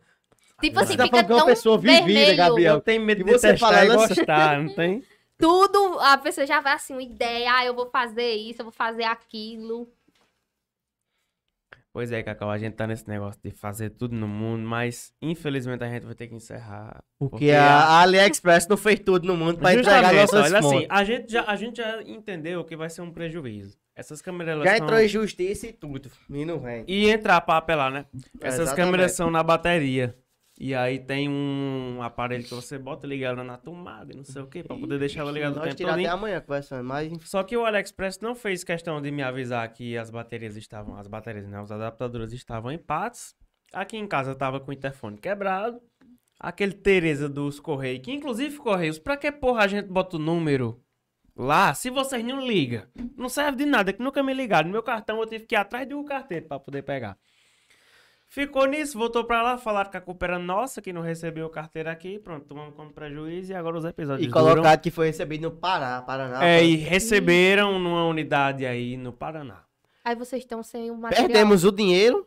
Tipo
Ai,
assim,
dá
que
fica
é uma
tão
pessoa vivida,
vermelho.
Gabriel.
Eu tenho medo
E
de
você
testar
fala,
e é
né?
gostar, não tem?
tudo, a pessoa já vai assim, uma ideia, ah, eu vou fazer isso, eu vou fazer aquilo.
Pois é, Cacau, a gente tá nesse negócio de fazer tudo no mundo, mas infelizmente a gente vai ter que encerrar.
Porque a AliExpress não fez tudo no mundo pra entregar
Justamente,
nossas
olha
fontes.
assim, a gente, já, a gente já entendeu que vai ser um prejuízo. Essas câmeras elas
Já
são-
entrou em justiça e tudo. Menino velho.
E entrar pra apelar, né?
É,
Essas
exatamente.
câmeras são na bateria. E aí tem um aparelho que você bota ligado na tomada e não sei o que, pra poder deixar ela ligada o
Nós
tempo
tirar até
todo.
amanhã conversando, mas enfim.
Só que o AliExpress não fez questão de me avisar que as baterias estavam, as baterias, né? Os adaptadores estavam em partes. Aqui em casa tava com o interfone quebrado. Aquele Tereza dos Correios, que inclusive, Correios, pra que porra a gente bota o número lá se vocês não ligam? Não serve de nada, que nunca me ligaram. Meu cartão eu tive que ir atrás de um carteiro pra poder pegar. Ficou nisso, voltou pra lá, falaram que a culpa era nossa, que não recebeu o carteiro aqui. Pronto, tomamos como prejuízo e agora os episódios
E
duram
colocado que foi recebido no Pará, Paraná.
Tá é, e receberam numa unidade aí no Paraná.
Aí vocês estão sem o material.
Perdemos o dinheiro,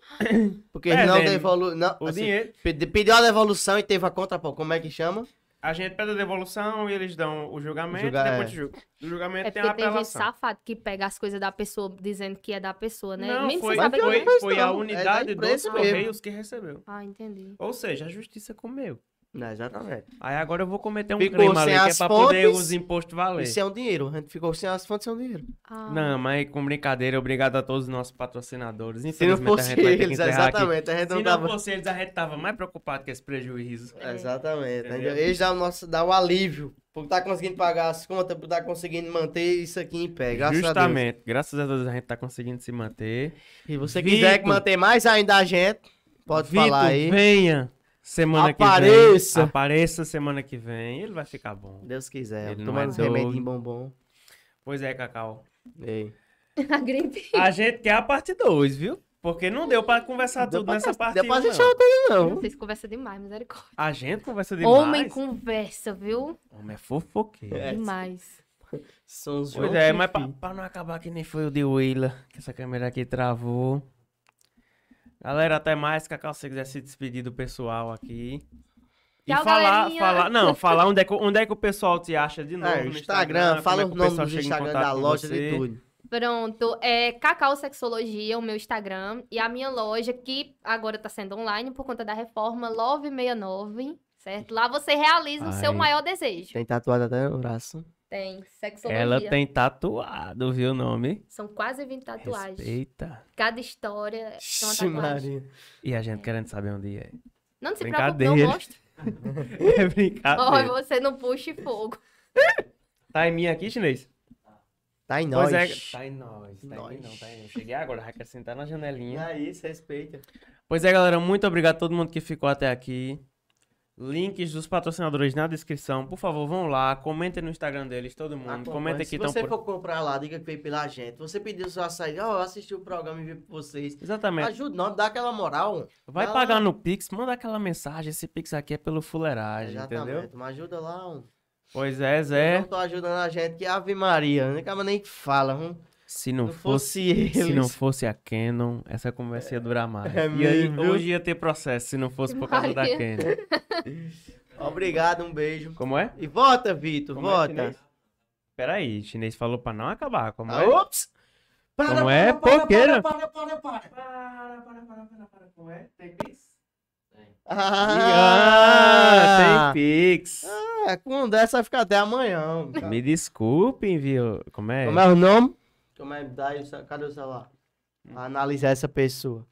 porque não
Perdemos.
devolveu. Não,
O
assim,
dinheiro.
pedi- Pediu a devolução e teve a contrapão. Como é que chama?
A gente pede a devolução e eles dão o julgamento.
Julga-
Depois
é.
do ju- do julgamento
É
tem a
porque tem gente
apelação.
safado que pega as coisas da pessoa dizendo que é da pessoa, né?
Não,
Mesmo
foi,
sem saber
foi,
como é.
foi a
não, é da
unidade dos
empresa mesmo.
Correios que recebeu.
Ah, entendi.
Ou seja, a justiça comeu.
Não, exatamente.
Aí agora eu vou cometer um
Ficou
crime ali,
sem
que é
as
pra
fontes
poder
é-
os impostos
E
valer.
sem o um dinheiro. A gente ficou sem as fontes sem o dinheiro.
Ah,
Não, mas é com brincadeira, obrigado a todos os nossos patrocinadores.
Se não
Infelizmente a
fosse
gente vai ter que
eles,
encerrar aqui.
exatamente. A gente
Se
não
não
dava.
fosse eles, a gente tava mais preocupado com esse prejuízo.
É.
Exatamente.
Entendeu?
Eles dão o nosso, dá o alívio. Por tá conseguindo pagar as contas, por tá conseguindo manter isso aqui em pé. Graças a Deus.
Justamente, graças a Deus a gente tá conseguindo se manter.
Se você
Vitor.
quiser que manter mais ainda a gente, pode
Vitor,
falar aí.
venha semana que
Apareça.
vem. Apareça semana que vem. Ele vai ficar bom.
Deus quiser.
Ele não
Tomando
é
uns
doido.
remedinho bombom.
Pois é, Cacau.
Ei.
a gripe.
A gente quer a parte 2, viu? Porque não deu pra conversar
Deu
tudo
pra-
nessa parte
deu pra
um,
gente
não.
Não.
Vocês conversam demais, misericórdia.
A gente conversa demais.
Homem conversa, viu?
Homem é fofoqueiro.
É.
Demais.
São os
Pois é, mas pra, pra não acabar que nem foi o de Willa, que essa câmera aqui travou. Galera, até mais, Cacau, se quiser se despedir do pessoal aqui. E
Tchau,
falar,
galerinha.
falar, não, falar onde é, que, onde é que o pessoal te acha de novo.
É,
no
Instagram,
como é
fala
que
os
o
nomes
pessoal
do
chega em
Instagram
contato
da
com
loja
você.
de tudo.
Pronto, é Cacau Sexologia, o meu Instagram, e a minha loja, que agora tá sendo online por conta da reforma Love69, certo? Lá você realiza o seu
Ai.
maior desejo.
Tem tatuado até no braço.
Tem, sexologia.
Ela tem tatuado, viu o nome?
São quase 20 tatuagens.
Respeita.
Cada história é uma
Ixi,
tatuagem.
Maria.
E a gente querendo saber onde é.
Não se preocupe,
Brincadeira.
eu gosto.
É
Olha,
brincadeira.
você não puxe fogo.
Tá em mim aqui, chinês?
Tá em
Pois
nós.
é, tá em nós. Tá em mim
Nós.
não, tá em mim. Cheguei agora, já quero sentar na janelinha.
É isso, respeita.
Pois é, galera, muito obrigado a todo mundo que ficou até aqui. Links dos patrocinadores na descrição. Por favor, vão lá, comentem no Instagram deles, todo mundo. Comenta
Se
aqui tão
você
por...
for comprar lá, diga que veio pela gente. Você pediu sua saída, ó, eu assisti o programa e vi por vocês.
Exatamente.
Ajuda, não, dá aquela moral. Vai
Vai
lá.
pagar no Pix, manda aquela mensagem. Esse Pix aqui é pelo fuleiragem, entendeu?
Mas ajuda lá. Um.
Pois é, Zé.
Não tô acabam a gente, que é Ave Maria. Não acaba nem que fala. hum.
Se não,
Não
fosse,
fosse eles.
se não fosse a Canon, essa conversa ia durar mais.
É
e aí,
mesmo, viu?
hoje ia ter processo se não fosse por causa da
Maria.
Canon.
Obrigado, um beijo.
Como é?
E vota, Vitor,
Como é,
vota.
chinês? Peraí, o chinês falou pra não acabar. Como
Ah,
é?
Ops!
Como é? Porqueira.
para, para, para.
Para, para, para, para, para. Como é? Tem Pix?
Ah,
Ah, tem Pix.
É, com dessa vai ficar até amanhã. cara.
Me desculpem, viu? Como é?
Como é o nome? Como é? Dá aí o cel- Cadê o celular?
Hum.
Analisar essa pessoa.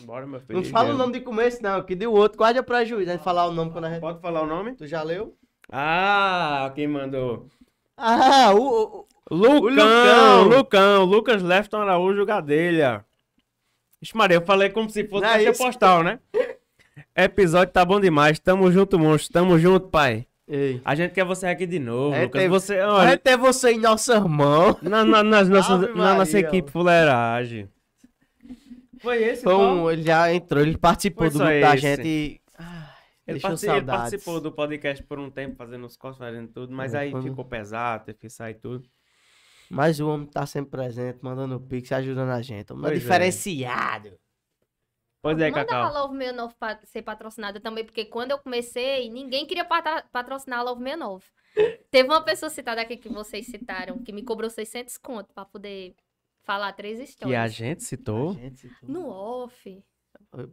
Bora, meu filho.
Não fala o nome de começo, não, que deu outro. Guarda prejuízo. A gente falar o nome quando a gente.
Pode falar o nome?
Tu já leu?
Ah, quem mandou?
Ah, o. o- o-
Lucão, Lucão, Lucas Lefton Araújo Gadelha. Ixi, Maria, eu falei como se fosse
Não é
caixa
isso.
postal, né? Episódio tá bom demais. Tamo junto, monstro. Tamo junto, pai.
Ei.
A gente quer você aqui de novo,
A gente
Lucas.
É, teve-
Você,
Vai
olha,
ter você em nossa mão.
na, na, nas nossas-
Ave
na nossa
Maria,
equipe fuleiragem. Foi esse,
Foi um- ele já entrou, ele participou
Foi
do
só
grupo da
esse.
gente e. Ai,
Ele,
deixou
parti- ele
saudades.
participou do podcast por um tempo, fazendo os cortes, fazendo tudo, mas
É,
aí
foi um-
ficou pesado, teve que sair tudo.
Mas o homem tá sempre presente, mandando pix, ajudando a gente. Homem é
Pois é.
diferenciado.
Pois é,
Manda
Cacau.
a Love 69 pa- ser patrocinada também, porque quando eu comecei, ninguém queria pata- patrocinar a Love 69. Teve uma pessoa citada aqui que vocês citaram, que me cobrou 600 conto pra poder falar três
Que a
histórias.
gente citou.
Gente, tu-
No off.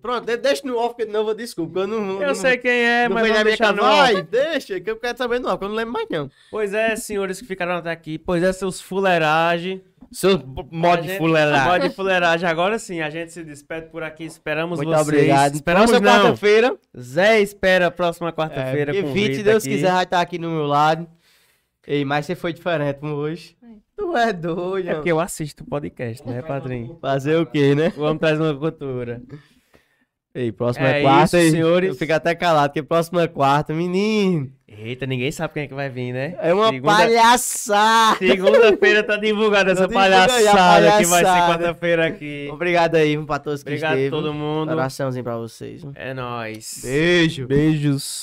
Pronto, de- deixa no off, que de novo eu desculpo. Eu não, não,
Eu sei quem é,
não
mas
foi na
vamos
minha
deixar
cabeça.
no ar.
Vai, deixa, que eu quero saber no off, eu não lembro mais não.
Pois é, senhores que ficaram até aqui. Pois é, seus fuleiragem.
Seu modo de
gente-
fulerar.
Pode fuleiragem. Agora sim, a gente se despede por aqui. Esperamos
Muito
vocês. É,
obrigado.
Esperamos
Próxima
não.
quarta-feira.
Zé espera a próxima
É,
quarta-feira
porque
com o
Vit,
Rita
se Deus
aqui.
quiser, vai estar aqui no meu lado. Ei, mas você foi diferente como hoje. Tu é doido.
É porque eu assisto o podcast, né, padrinho?
Fazer o quê, né?
Vamos trazer uma cultura.
Ei, próxima
É
quarta,
isso,
e-
senhores.
Eu fico até calado, porque próxima quarta, menino,
Eita, ninguém sabe quem é que vai vir, né?
é uma
Segunda-
palhaçada.
Segunda-feira tá divulgada
Tá
essa
divulgada aí a
palhaçada, que vai ser
palhaçada.
quarta-feira aqui.
Obrigado aí pra todos que
Obrigado a
esteve.
todo mundo.
Coraçãozinho pra vocês.
É nóis.
Beijo.
Beijos.